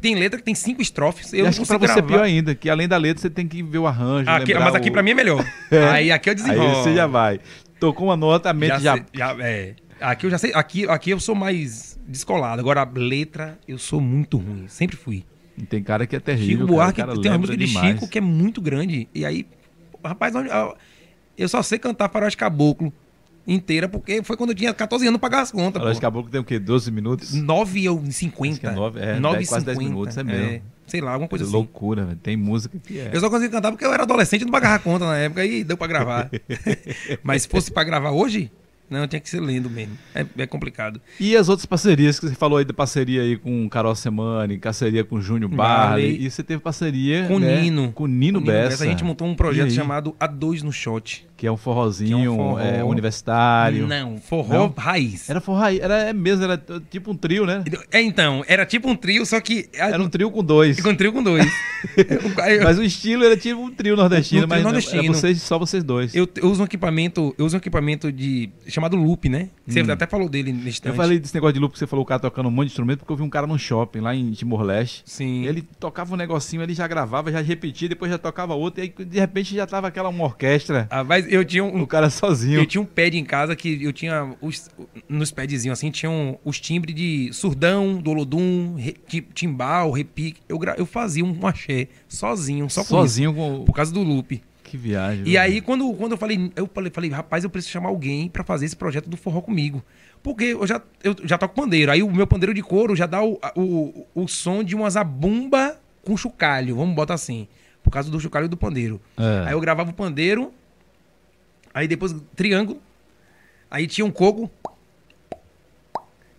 [SPEAKER 2] Tem letra que tem cinco estrofes. Eu
[SPEAKER 1] Eu
[SPEAKER 2] não
[SPEAKER 1] acho que pra
[SPEAKER 2] consigo
[SPEAKER 1] você é
[SPEAKER 2] gravar.
[SPEAKER 1] pior ainda, que além da letra você tem que ver o arranjo.
[SPEAKER 2] Aqui-
[SPEAKER 1] lembrar
[SPEAKER 2] mas aqui
[SPEAKER 1] o...
[SPEAKER 2] pra mim é melhor.
[SPEAKER 1] É.
[SPEAKER 2] Aí aqui eu
[SPEAKER 1] Aí
[SPEAKER 2] desenrolo.
[SPEAKER 1] você já vai. Tocou uma nota, a mente já.
[SPEAKER 2] sei- já- é. Aqui eu já sei. Aqui, aqui eu sou mais descolado. Agora, a letra, eu sou muito ruim. Sempre fui.
[SPEAKER 1] Tem cara que é terrível.
[SPEAKER 2] Chico
[SPEAKER 1] cara. O
[SPEAKER 2] Buarque
[SPEAKER 1] cara
[SPEAKER 2] tem uma
[SPEAKER 1] lembra
[SPEAKER 2] música de
[SPEAKER 1] demais.
[SPEAKER 2] Chico que é muito grande. E aí, rapaz, onde- ah, eu só sei cantar Faróis de Caboclo inteira, porque foi quando eu tinha 14 anos pra pagar as contas.
[SPEAKER 1] Faroeste
[SPEAKER 2] pô.
[SPEAKER 1] Caboclo tem o quê? 12 minutos?
[SPEAKER 2] 9 ou
[SPEAKER 1] Acho que
[SPEAKER 2] 50.
[SPEAKER 1] é nove- é,
[SPEAKER 2] Nove
[SPEAKER 1] dez-
[SPEAKER 2] e
[SPEAKER 1] quase dez
[SPEAKER 2] 50,
[SPEAKER 1] minutos, é mesmo.
[SPEAKER 2] sei lá, alguma coisa assim.
[SPEAKER 1] É Loucura, velho. Tem música que é.
[SPEAKER 2] Eu só consegui cantar porque eu era adolescente e não pagava conta na época e deu pra gravar. Mas se fosse pra gravar hoje, Não, tinha que ser lendo mesmo. É, é complicado.
[SPEAKER 1] E as outras parcerias que você falou aí da parceria aí com Carol Semani, parceria com Júnior Barley,
[SPEAKER 2] Barley.
[SPEAKER 1] e você teve parceria
[SPEAKER 2] Com
[SPEAKER 1] né,
[SPEAKER 2] Nino.
[SPEAKER 1] com Nino
[SPEAKER 2] Com o Nino
[SPEAKER 1] Bessa,
[SPEAKER 2] Bessa, A gente montou um
[SPEAKER 1] E
[SPEAKER 2] projeto
[SPEAKER 1] aí?
[SPEAKER 2] chamado A2 no Shot.
[SPEAKER 1] que é um forrozinho
[SPEAKER 2] Que é um forró.
[SPEAKER 1] é, universitário.
[SPEAKER 2] Não, forró
[SPEAKER 1] Não?
[SPEAKER 2] raiz.
[SPEAKER 1] Era forró, aí, era é mesmo, era t- tipo um trio, né?
[SPEAKER 2] É, então, era tipo um trio, só que. a-
[SPEAKER 1] Era um trio com dois.
[SPEAKER 2] Com trio com dois. É, eu,
[SPEAKER 1] Mas o estilo era tipo um trio nordestino,
[SPEAKER 2] Um trio
[SPEAKER 1] mas não, era
[SPEAKER 2] nordestino.
[SPEAKER 1] vocês, só vocês dois.
[SPEAKER 2] eu- eu uso um equipamento, eu uso um equipamento de. chamado loop, né? Você até falou dele nesse instante.
[SPEAKER 1] Hum. Eu falei desse negócio de loop que você falou, o cara tocando um monte de instrumento, porque eu vi um cara num shopping lá em Timor-Leste.
[SPEAKER 2] Sim.
[SPEAKER 1] Ele tocava um negocinho, ele já gravava, já repetia, depois já tocava outro, e aí de repente já tava aquela uma orquestra,
[SPEAKER 2] Ah, mas eu tinha
[SPEAKER 1] o
[SPEAKER 2] um.
[SPEAKER 1] cara sozinho.
[SPEAKER 2] Eu tinha um pad em casa que eu tinha os, nos padzinhos assim, tinham os timbres de surdão, dolodum, re- ti- timbal, repique. Eu, gra- eu fazia um axé sozinho, só com
[SPEAKER 1] sozinho
[SPEAKER 2] isso,
[SPEAKER 1] com.
[SPEAKER 2] por causa do loop.
[SPEAKER 1] Que viagem.
[SPEAKER 2] E
[SPEAKER 1] velho.
[SPEAKER 2] aí, quando, quando eu falei, eu falei, falei, rapaz, eu preciso chamar alguém pra fazer esse projeto do forró comigo. Porque eu já, eu já toco pandeiro. Aí o meu pandeiro de couro já dá o, o, o som de uma zabumba com chocalho. Vamos botar assim. Por causa do chocalho do pandeiro.
[SPEAKER 1] É.
[SPEAKER 2] Aí eu gravava o pandeiro. Aí depois triângulo. Aí tinha um coco.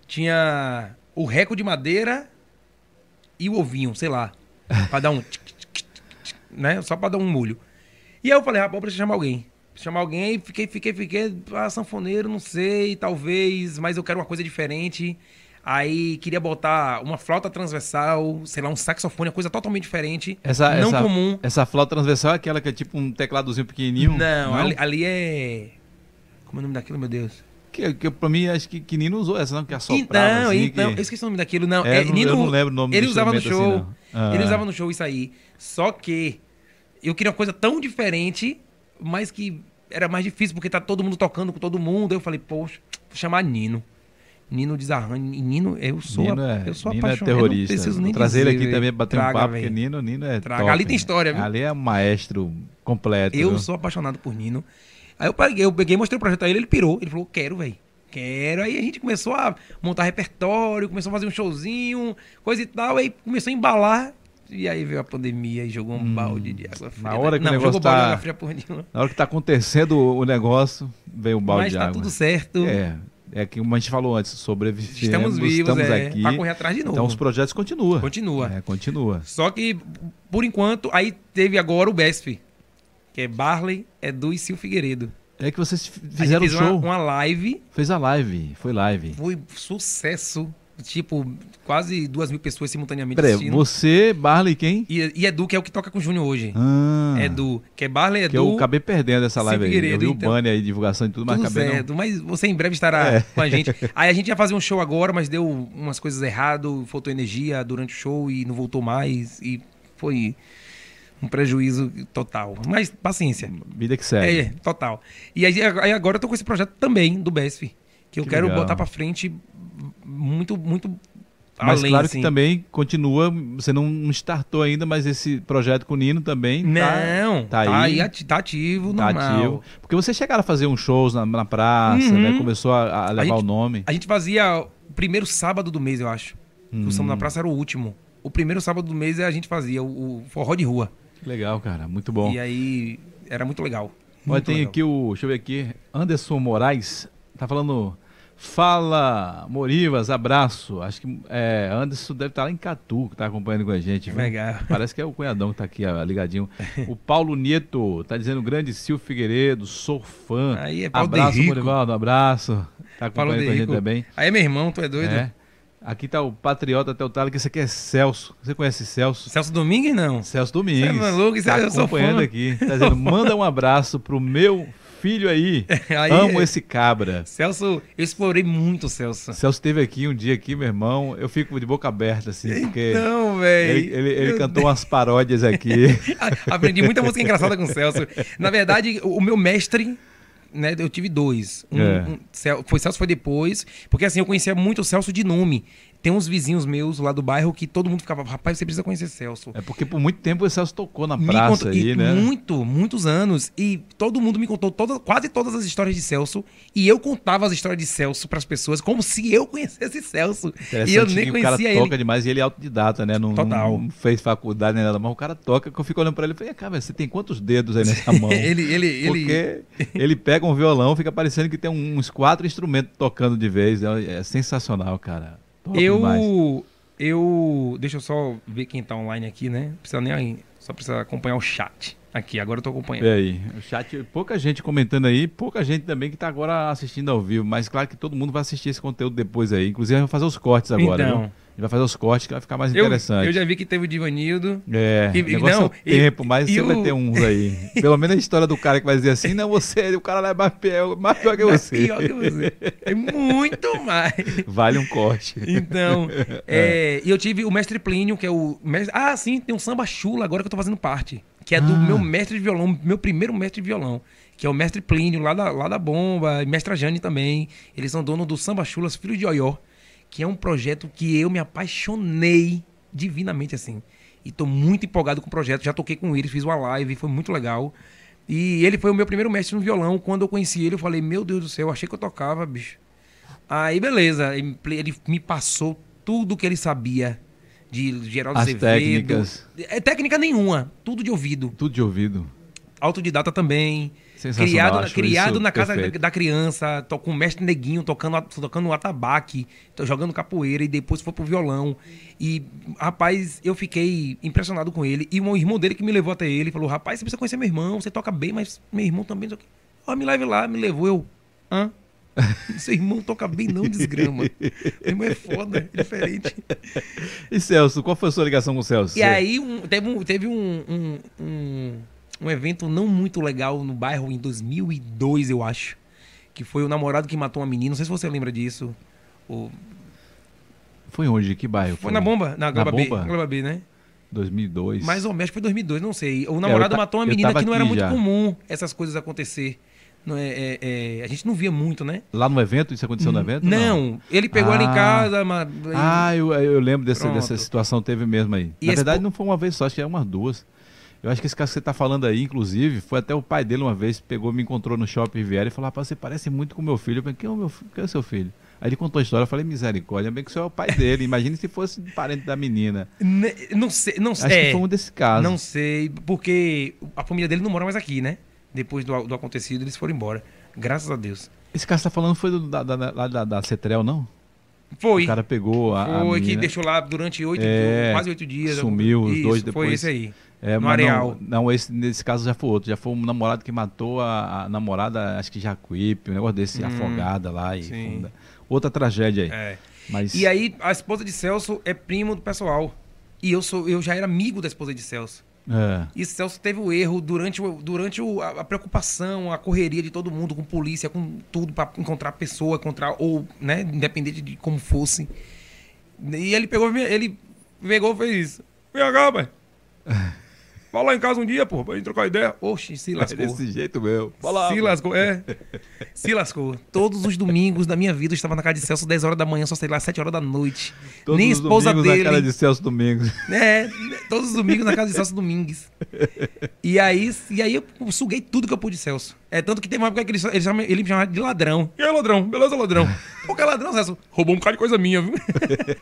[SPEAKER 2] Tinha o reco de madeira e o ovinho, sei lá. Pra dar um. tch, tch, tch, tch, tch, né? Só pra dar um molho. E aí eu falei, rapaz, eu preciso chamar alguém. Preciso Chamar alguém, fiquei, fiquei, fiquei. Ah, sanfoneiro, não sei, talvez, mas eu quero uma coisa diferente. Aí queria botar uma flauta transversal, sei lá, um saxofone, uma coisa totalmente diferente.
[SPEAKER 1] Essa,
[SPEAKER 2] não
[SPEAKER 1] essa,
[SPEAKER 2] comum.
[SPEAKER 1] Essa flauta transversal é aquela que é tipo um tecladozinho pequenininho.
[SPEAKER 2] Não, Ali, ali é. Como é o nome daquilo, meu Deus?
[SPEAKER 1] Que, que pra mim acho que, que Nino usou essa, não? Que assoprava
[SPEAKER 2] Então,
[SPEAKER 1] assim,
[SPEAKER 2] então.
[SPEAKER 1] que-
[SPEAKER 2] Eu esqueci o nome daquilo, não.
[SPEAKER 1] É,
[SPEAKER 2] É,
[SPEAKER 1] eu não-
[SPEAKER 2] Nino,
[SPEAKER 1] eu não lembro o nome do
[SPEAKER 2] Ele usava no
[SPEAKER 1] instrumento
[SPEAKER 2] show.
[SPEAKER 1] assim, não. Ah.
[SPEAKER 2] Ele usava no show isso aí. Só que eu queria uma coisa tão diferente, mas que era mais difícil, porque tá todo mundo tocando com todo mundo. Aí eu falei, poxa, vou chamar Nino. Nino desarranjo. E Nino, eu sou,
[SPEAKER 1] Nino
[SPEAKER 2] a-
[SPEAKER 1] é,
[SPEAKER 2] eu sou
[SPEAKER 1] Nino é
[SPEAKER 2] apaixonado. eu não
[SPEAKER 1] terrorista.
[SPEAKER 2] preciso nem
[SPEAKER 1] Vou trazer ele
[SPEAKER 2] dizer,
[SPEAKER 1] aqui
[SPEAKER 2] velho.
[SPEAKER 1] também pra bater um
[SPEAKER 2] Traga,
[SPEAKER 1] papo,
[SPEAKER 2] velho.
[SPEAKER 1] porque Nino, Nino é
[SPEAKER 2] Traga.
[SPEAKER 1] top,
[SPEAKER 2] Ali tem
[SPEAKER 1] né?
[SPEAKER 2] história, viu?
[SPEAKER 1] Ali é um maestro completo.
[SPEAKER 2] Eu
[SPEAKER 1] viu?
[SPEAKER 2] sou apaixonado por Nino. Aí eu peguei, eu peguei, mostrei o projeto a ele, ele pirou. Ele falou, quero, velho. Quero. Aí a gente começou a montar repertório, começou a fazer um showzinho, coisa e tal. Aí começou a embalar. E aí veio a pandemia e jogou um balde de água fria.
[SPEAKER 1] Hum, na hora que o
[SPEAKER 2] Não,
[SPEAKER 1] negócio
[SPEAKER 2] jogou balde de
[SPEAKER 1] tá-
[SPEAKER 2] água fria porra nenhuma.
[SPEAKER 1] Na hora que tá acontecendo o o negócio, veio o balde
[SPEAKER 2] Mas
[SPEAKER 1] de
[SPEAKER 2] tá
[SPEAKER 1] água.
[SPEAKER 2] tudo certo.
[SPEAKER 1] É, é que como a gente falou antes, sobrevivemos,
[SPEAKER 2] Estamos vivos,
[SPEAKER 1] estamos
[SPEAKER 2] é.
[SPEAKER 1] aqui.
[SPEAKER 2] Pra correr atrás de novo.
[SPEAKER 1] Então os projetos continuam.
[SPEAKER 2] Continua.
[SPEAKER 1] É, continua.
[SPEAKER 2] Só que, por enquanto, aí teve agora o BESP, que é Barley, Edu e Sil Figueiredo.
[SPEAKER 1] É que vocês f-
[SPEAKER 2] A gente
[SPEAKER 1] fizeram o
[SPEAKER 2] fez uma-
[SPEAKER 1] show,
[SPEAKER 2] uma live
[SPEAKER 1] fez a live, foi live.
[SPEAKER 2] Foi sucesso. Tipo, quase duas mil pessoas simultaneamente
[SPEAKER 1] Peraí,
[SPEAKER 2] assistindo.
[SPEAKER 1] você, Barley, quem?
[SPEAKER 2] E, e Edu, que é o que toca com o Júnior hoje.
[SPEAKER 1] Ah,
[SPEAKER 2] Edu, que é Barley, Edu.
[SPEAKER 1] que eu acabei perdendo essa
[SPEAKER 2] Sim,
[SPEAKER 1] live aí. Eu
[SPEAKER 2] Figueiredo,
[SPEAKER 1] vi o
[SPEAKER 2] então.
[SPEAKER 1] banner aí, divulgação e tudo, mas
[SPEAKER 2] tudo
[SPEAKER 1] acabei não.
[SPEAKER 2] certo, mas você em breve estará
[SPEAKER 1] É.
[SPEAKER 2] com a gente. Aí a gente ia fazer um show agora, mas deu umas coisas errado, faltou energia durante o show e não voltou mais. E foi um prejuízo total. Mas paciência.
[SPEAKER 1] Vida que
[SPEAKER 2] É,
[SPEAKER 1] segue.
[SPEAKER 2] total. E aí, aí agora eu tô com esse projeto também do BESF, que eu
[SPEAKER 1] Que
[SPEAKER 2] quero
[SPEAKER 1] legal.
[SPEAKER 2] botar pra frente muito, muito
[SPEAKER 1] Mas
[SPEAKER 2] além,
[SPEAKER 1] claro
[SPEAKER 2] assim.
[SPEAKER 1] que também continua, você não startou ainda, mas esse projeto com o Nino também tá,
[SPEAKER 2] Não,
[SPEAKER 1] tá
[SPEAKER 2] tá,
[SPEAKER 1] aí.
[SPEAKER 2] aí. ati- tá ativo,
[SPEAKER 1] tá
[SPEAKER 2] normal.
[SPEAKER 1] ativo. Porque vocês chegaram a fazer uns shows na, na praça,
[SPEAKER 2] Uhum.
[SPEAKER 1] né? Começou a, a levar
[SPEAKER 2] gente-
[SPEAKER 1] o nome.
[SPEAKER 2] A gente fazia o primeiro sábado do mês, eu acho. O Samba
[SPEAKER 1] Hum.
[SPEAKER 2] na Praça era o último. O primeiro sábado do mês é a gente fazia o, o forró de rua.
[SPEAKER 1] Que Legal, cara. Muito bom.
[SPEAKER 2] E aí era muito legal.
[SPEAKER 1] Olha,
[SPEAKER 2] Muito
[SPEAKER 1] tem
[SPEAKER 2] legal.
[SPEAKER 1] aqui o. Deixa eu ver aqui. Anderson Moraes tá falando. Fala, Morivas, abraço. Acho que é, Anderson deve estar lá em Catu, que tá acompanhando com a gente. viu?
[SPEAKER 2] Legal.
[SPEAKER 1] Parece que é o cunhadão que tá aqui, ó, ligadinho. O Paulo Nieto tá dizendo grande Sil Figueiredo, sou fã.
[SPEAKER 2] Aí é Paulo de
[SPEAKER 1] Ah, abraço,
[SPEAKER 2] Rico.
[SPEAKER 1] Morivaldo, abraço. Tá acompanhando
[SPEAKER 2] Paulo de
[SPEAKER 1] com a gente
[SPEAKER 2] Rico.
[SPEAKER 1] também.
[SPEAKER 2] Aí, meu irmão, tu é doido?
[SPEAKER 1] É. Aqui tá o Patriota Teutalo, que esse aqui é Celso. Você conhece Celso?
[SPEAKER 2] Celso Domingues, não.
[SPEAKER 1] Celso Domingues.
[SPEAKER 2] Você é maluco? Isso
[SPEAKER 1] tá
[SPEAKER 2] é- eu sou
[SPEAKER 1] acompanhando
[SPEAKER 2] fã.
[SPEAKER 1] aqui. Tá dizendo, manda um abraço pro meu filho aí.
[SPEAKER 2] Aí- é.
[SPEAKER 1] Amo esse cabra.
[SPEAKER 2] Celso, eu explorei muito o Celso.
[SPEAKER 1] Celso esteve aqui um dia aqui, meu irmão. Eu fico de boca aberta,
[SPEAKER 2] Então,
[SPEAKER 1] assim, porque
[SPEAKER 2] Não, velho.
[SPEAKER 1] ele, ele- ele cantou umas paródias aqui.
[SPEAKER 2] A- Aprendi muita música engraçada com o Celso. Na verdade, o o meu mestre, né? Eu tive dois. Um,
[SPEAKER 1] É.
[SPEAKER 2] um Cel- foi Celso foi depois, porque assim eu conhecia muito o Celso de nome. tem uns vizinhos meus lá do bairro que todo mundo ficava, rapaz, você precisa conhecer Celso.
[SPEAKER 1] É porque por muito tempo o Celso tocou na praça
[SPEAKER 2] contou- e
[SPEAKER 1] aí, né?
[SPEAKER 2] Muito, muitos anos. E todo mundo me contou toda- quase todas as histórias de Celso. E eu contava as histórias de Celso pras pessoas como se eu conhecesse Celso.
[SPEAKER 1] Interessante
[SPEAKER 2] E eu nem
[SPEAKER 1] que o cara
[SPEAKER 2] conhecia ele.
[SPEAKER 1] toca demais e ele é autodidata, né? Não,
[SPEAKER 2] Total.
[SPEAKER 1] não fez faculdade nem nada, mas o cara toca, que eu fico olhando pra ele e falei, cara, velho, você tem quantos dedos aí nessa mão?
[SPEAKER 2] ele, ele, ele.
[SPEAKER 1] Porque ele pega um violão, fica parecendo que tem um, uns quatro instrumentos tocando de vez. É, é sensacional, cara. Top demais.
[SPEAKER 2] Eu. Eu. Deixa eu só ver quem tá online aqui, né? Não Precisa nem. Só precisa acompanhar o chat. Aqui, agora eu tô acompanhando.
[SPEAKER 1] E aí, o chat, pouca gente comentando aí, pouca gente também que tá agora assistindo ao vivo, mas claro que todo mundo vai assistir esse conteúdo depois aí. Inclusive, a gente vai fazer os cortes agora.
[SPEAKER 2] Então.
[SPEAKER 1] viu? A gente vai fazer os cortes que vai ficar mais
[SPEAKER 2] Eu,
[SPEAKER 1] interessante.
[SPEAKER 2] eu já vi que teve o Divanildo.
[SPEAKER 1] É,
[SPEAKER 2] E-
[SPEAKER 1] o negócio é
[SPEAKER 2] não,
[SPEAKER 1] o tempo,
[SPEAKER 2] e-
[SPEAKER 1] mas
[SPEAKER 2] e
[SPEAKER 1] você vai
[SPEAKER 2] o-
[SPEAKER 1] ter uns aí. Pelo menos a história do cara que vai dizer assim, não, você, o cara lá é mais pior, mais pior que você.
[SPEAKER 2] Pior que você. É muito mais.
[SPEAKER 1] Vale um corte.
[SPEAKER 2] Então, é, e eu tive o mestre Plínio, que é o. mestre- ah, sim, tem um samba chula agora que eu tô fazendo parte. Que é do
[SPEAKER 1] Ah.
[SPEAKER 2] meu mestre de violão, meu primeiro mestre de violão. Que é o mestre Plínio, lá da, lá da Bomba, e mestra Jane também. Eles são dono do Samba Chulas Filho de Oió, que é um projeto que eu me apaixonei divinamente, assim. E tô muito empolgado com o projeto. Já toquei com eles, fiz uma live, foi muito legal. E ele foi o meu primeiro mestre no violão. Quando eu conheci ele, eu falei, meu Deus do céu, achei que eu tocava, bicho. Aí beleza, ele ele me passou tudo que ele sabia de Geraldo
[SPEAKER 1] As
[SPEAKER 2] Azevedo.
[SPEAKER 1] técnicas.
[SPEAKER 2] É técnica nenhuma, tudo de ouvido.
[SPEAKER 1] Tudo de ouvido.
[SPEAKER 2] Autodidata também.
[SPEAKER 1] Sensacional,
[SPEAKER 2] Criado, na-
[SPEAKER 1] acho
[SPEAKER 2] criado
[SPEAKER 1] isso
[SPEAKER 2] na casa da,
[SPEAKER 1] perfeito.
[SPEAKER 2] da criança, to- com o mestre Neguinho tocando, a- tocando atabaque, to- jogando capoeira e depois foi pro violão. E, rapaz, eu fiquei impressionado com ele. E o irmão dele que me levou até ele falou: Rapaz, você precisa conhecer meu irmão, você toca bem, mas meu irmão também. não sei o quê." Ó, me leve lá, me levou. Eu, hã? Seu irmão toca bem, não desgrama. Meu irmão é foda, é diferente.
[SPEAKER 1] E Celso, qual foi a sua ligação com o Celso?
[SPEAKER 2] E aí um- teve, um, teve um, um, um- um evento não muito legal no bairro em 2002, eu acho. Que foi o namorado que matou uma menina. Não sei se você lembra disso. O-
[SPEAKER 1] Foi onde? Que bairro?
[SPEAKER 2] foi na bomba, na Globo B,
[SPEAKER 1] bomba?
[SPEAKER 2] Globo B, né?
[SPEAKER 1] 2002.
[SPEAKER 2] Mais ou menos, acho que foi 2002, não sei. O namorado
[SPEAKER 1] ta-
[SPEAKER 2] matou uma
[SPEAKER 1] eu
[SPEAKER 2] menina
[SPEAKER 1] tava
[SPEAKER 2] que não era
[SPEAKER 1] aqui
[SPEAKER 2] muito
[SPEAKER 1] já.
[SPEAKER 2] comum essas coisas acontecer. Não é- é- é, a gente não via muito, né?
[SPEAKER 1] Lá no evento? Isso aconteceu no evento?
[SPEAKER 2] Não, ele pegou ela em
[SPEAKER 1] Ah.
[SPEAKER 2] casa. ma-
[SPEAKER 1] Ah, eu, eu lembro dessa,
[SPEAKER 2] Pronto.
[SPEAKER 1] dessa situação, teve mesmo aí.
[SPEAKER 2] E
[SPEAKER 1] Na
[SPEAKER 2] esse
[SPEAKER 1] verdade,
[SPEAKER 2] po-
[SPEAKER 1] não foi uma vez só, acho que é umas duas. Eu acho que esse caso que você está falando aí, inclusive, foi até o pai dele uma vez, pegou, me encontrou no shopping Riviera e falou: Rapaz, você parece muito com meu filho. Eu falei: Quem é o meu filho? Quem é o seu filho? Aí ele contou a história, eu falei: Misericórdia, bem que o senhor é o pai dele. Imagina se fosse um parente da menina.
[SPEAKER 2] ne- né, não sei, não sei.
[SPEAKER 1] Acho
[SPEAKER 2] é.
[SPEAKER 1] que foi um desse caso.
[SPEAKER 2] Não sei, porque a família dele não mora mais aqui, né? Depois do, do acontecido, eles foram embora. Graças a Deus.
[SPEAKER 1] Esse caso que você tá falando foi do, da, da, da- lá da, da Cetrel, não?
[SPEAKER 2] Foi.
[SPEAKER 1] O cara pegou a. a
[SPEAKER 2] foi que
[SPEAKER 1] menina.
[SPEAKER 2] deixou lá durante oito,
[SPEAKER 1] É,
[SPEAKER 2] quase oito dias.
[SPEAKER 1] sumiu os dois
[SPEAKER 2] Foi
[SPEAKER 1] depois.
[SPEAKER 2] esse aí.
[SPEAKER 1] É,
[SPEAKER 2] no
[SPEAKER 1] mas
[SPEAKER 2] Areal.
[SPEAKER 1] Não, não, esse, nesse caso já foi outro. Já foi um namorado que matou a, a namorada, acho que Jacuípe, um negócio desse, afogada lá. E
[SPEAKER 2] Hum. sim.
[SPEAKER 1] funda. Outra tragédia aí.
[SPEAKER 2] É.
[SPEAKER 1] Mas
[SPEAKER 2] E aí, a esposa de Celso é primo do pessoal. E eu, sou, eu já era amigo da esposa de Celso.
[SPEAKER 1] é,
[SPEAKER 2] E Celso teve o erro durante, o, durante o- a, a preocupação, a correria de todo mundo, com polícia, com tudo, pra encontrar a pessoa, encontrar, ou, né, independente de como fosse. E ele pegou, ele pegou e fez isso. Vem cá, pai. Vai lá em casa um dia, pô, pra gente trocar ideia. Oxe, se
[SPEAKER 1] é
[SPEAKER 2] lascou.
[SPEAKER 1] desse jeito meu. Fala,
[SPEAKER 2] se lascou, é. Se lascou. Todos os domingos da minha vida eu estava na casa de Celso 10 horas da manhã, só sei lá, 7 horas da noite.
[SPEAKER 1] todos
[SPEAKER 2] Nem
[SPEAKER 1] os
[SPEAKER 2] esposa
[SPEAKER 1] domingos
[SPEAKER 2] dele.
[SPEAKER 1] na cara de Celso Domingos.
[SPEAKER 2] É, todos os domingos na casa de Celso Domingues. E aí, e aí eu suguei tudo que eu pude de Celso. É tanto que tem uma época que ele, só- ele, chama- ele me chamava de ladrão. E aí, ladrão? Beleza, ladrão? Por que é ladrão, Celso? Roubou um bocado de coisa minha, viu?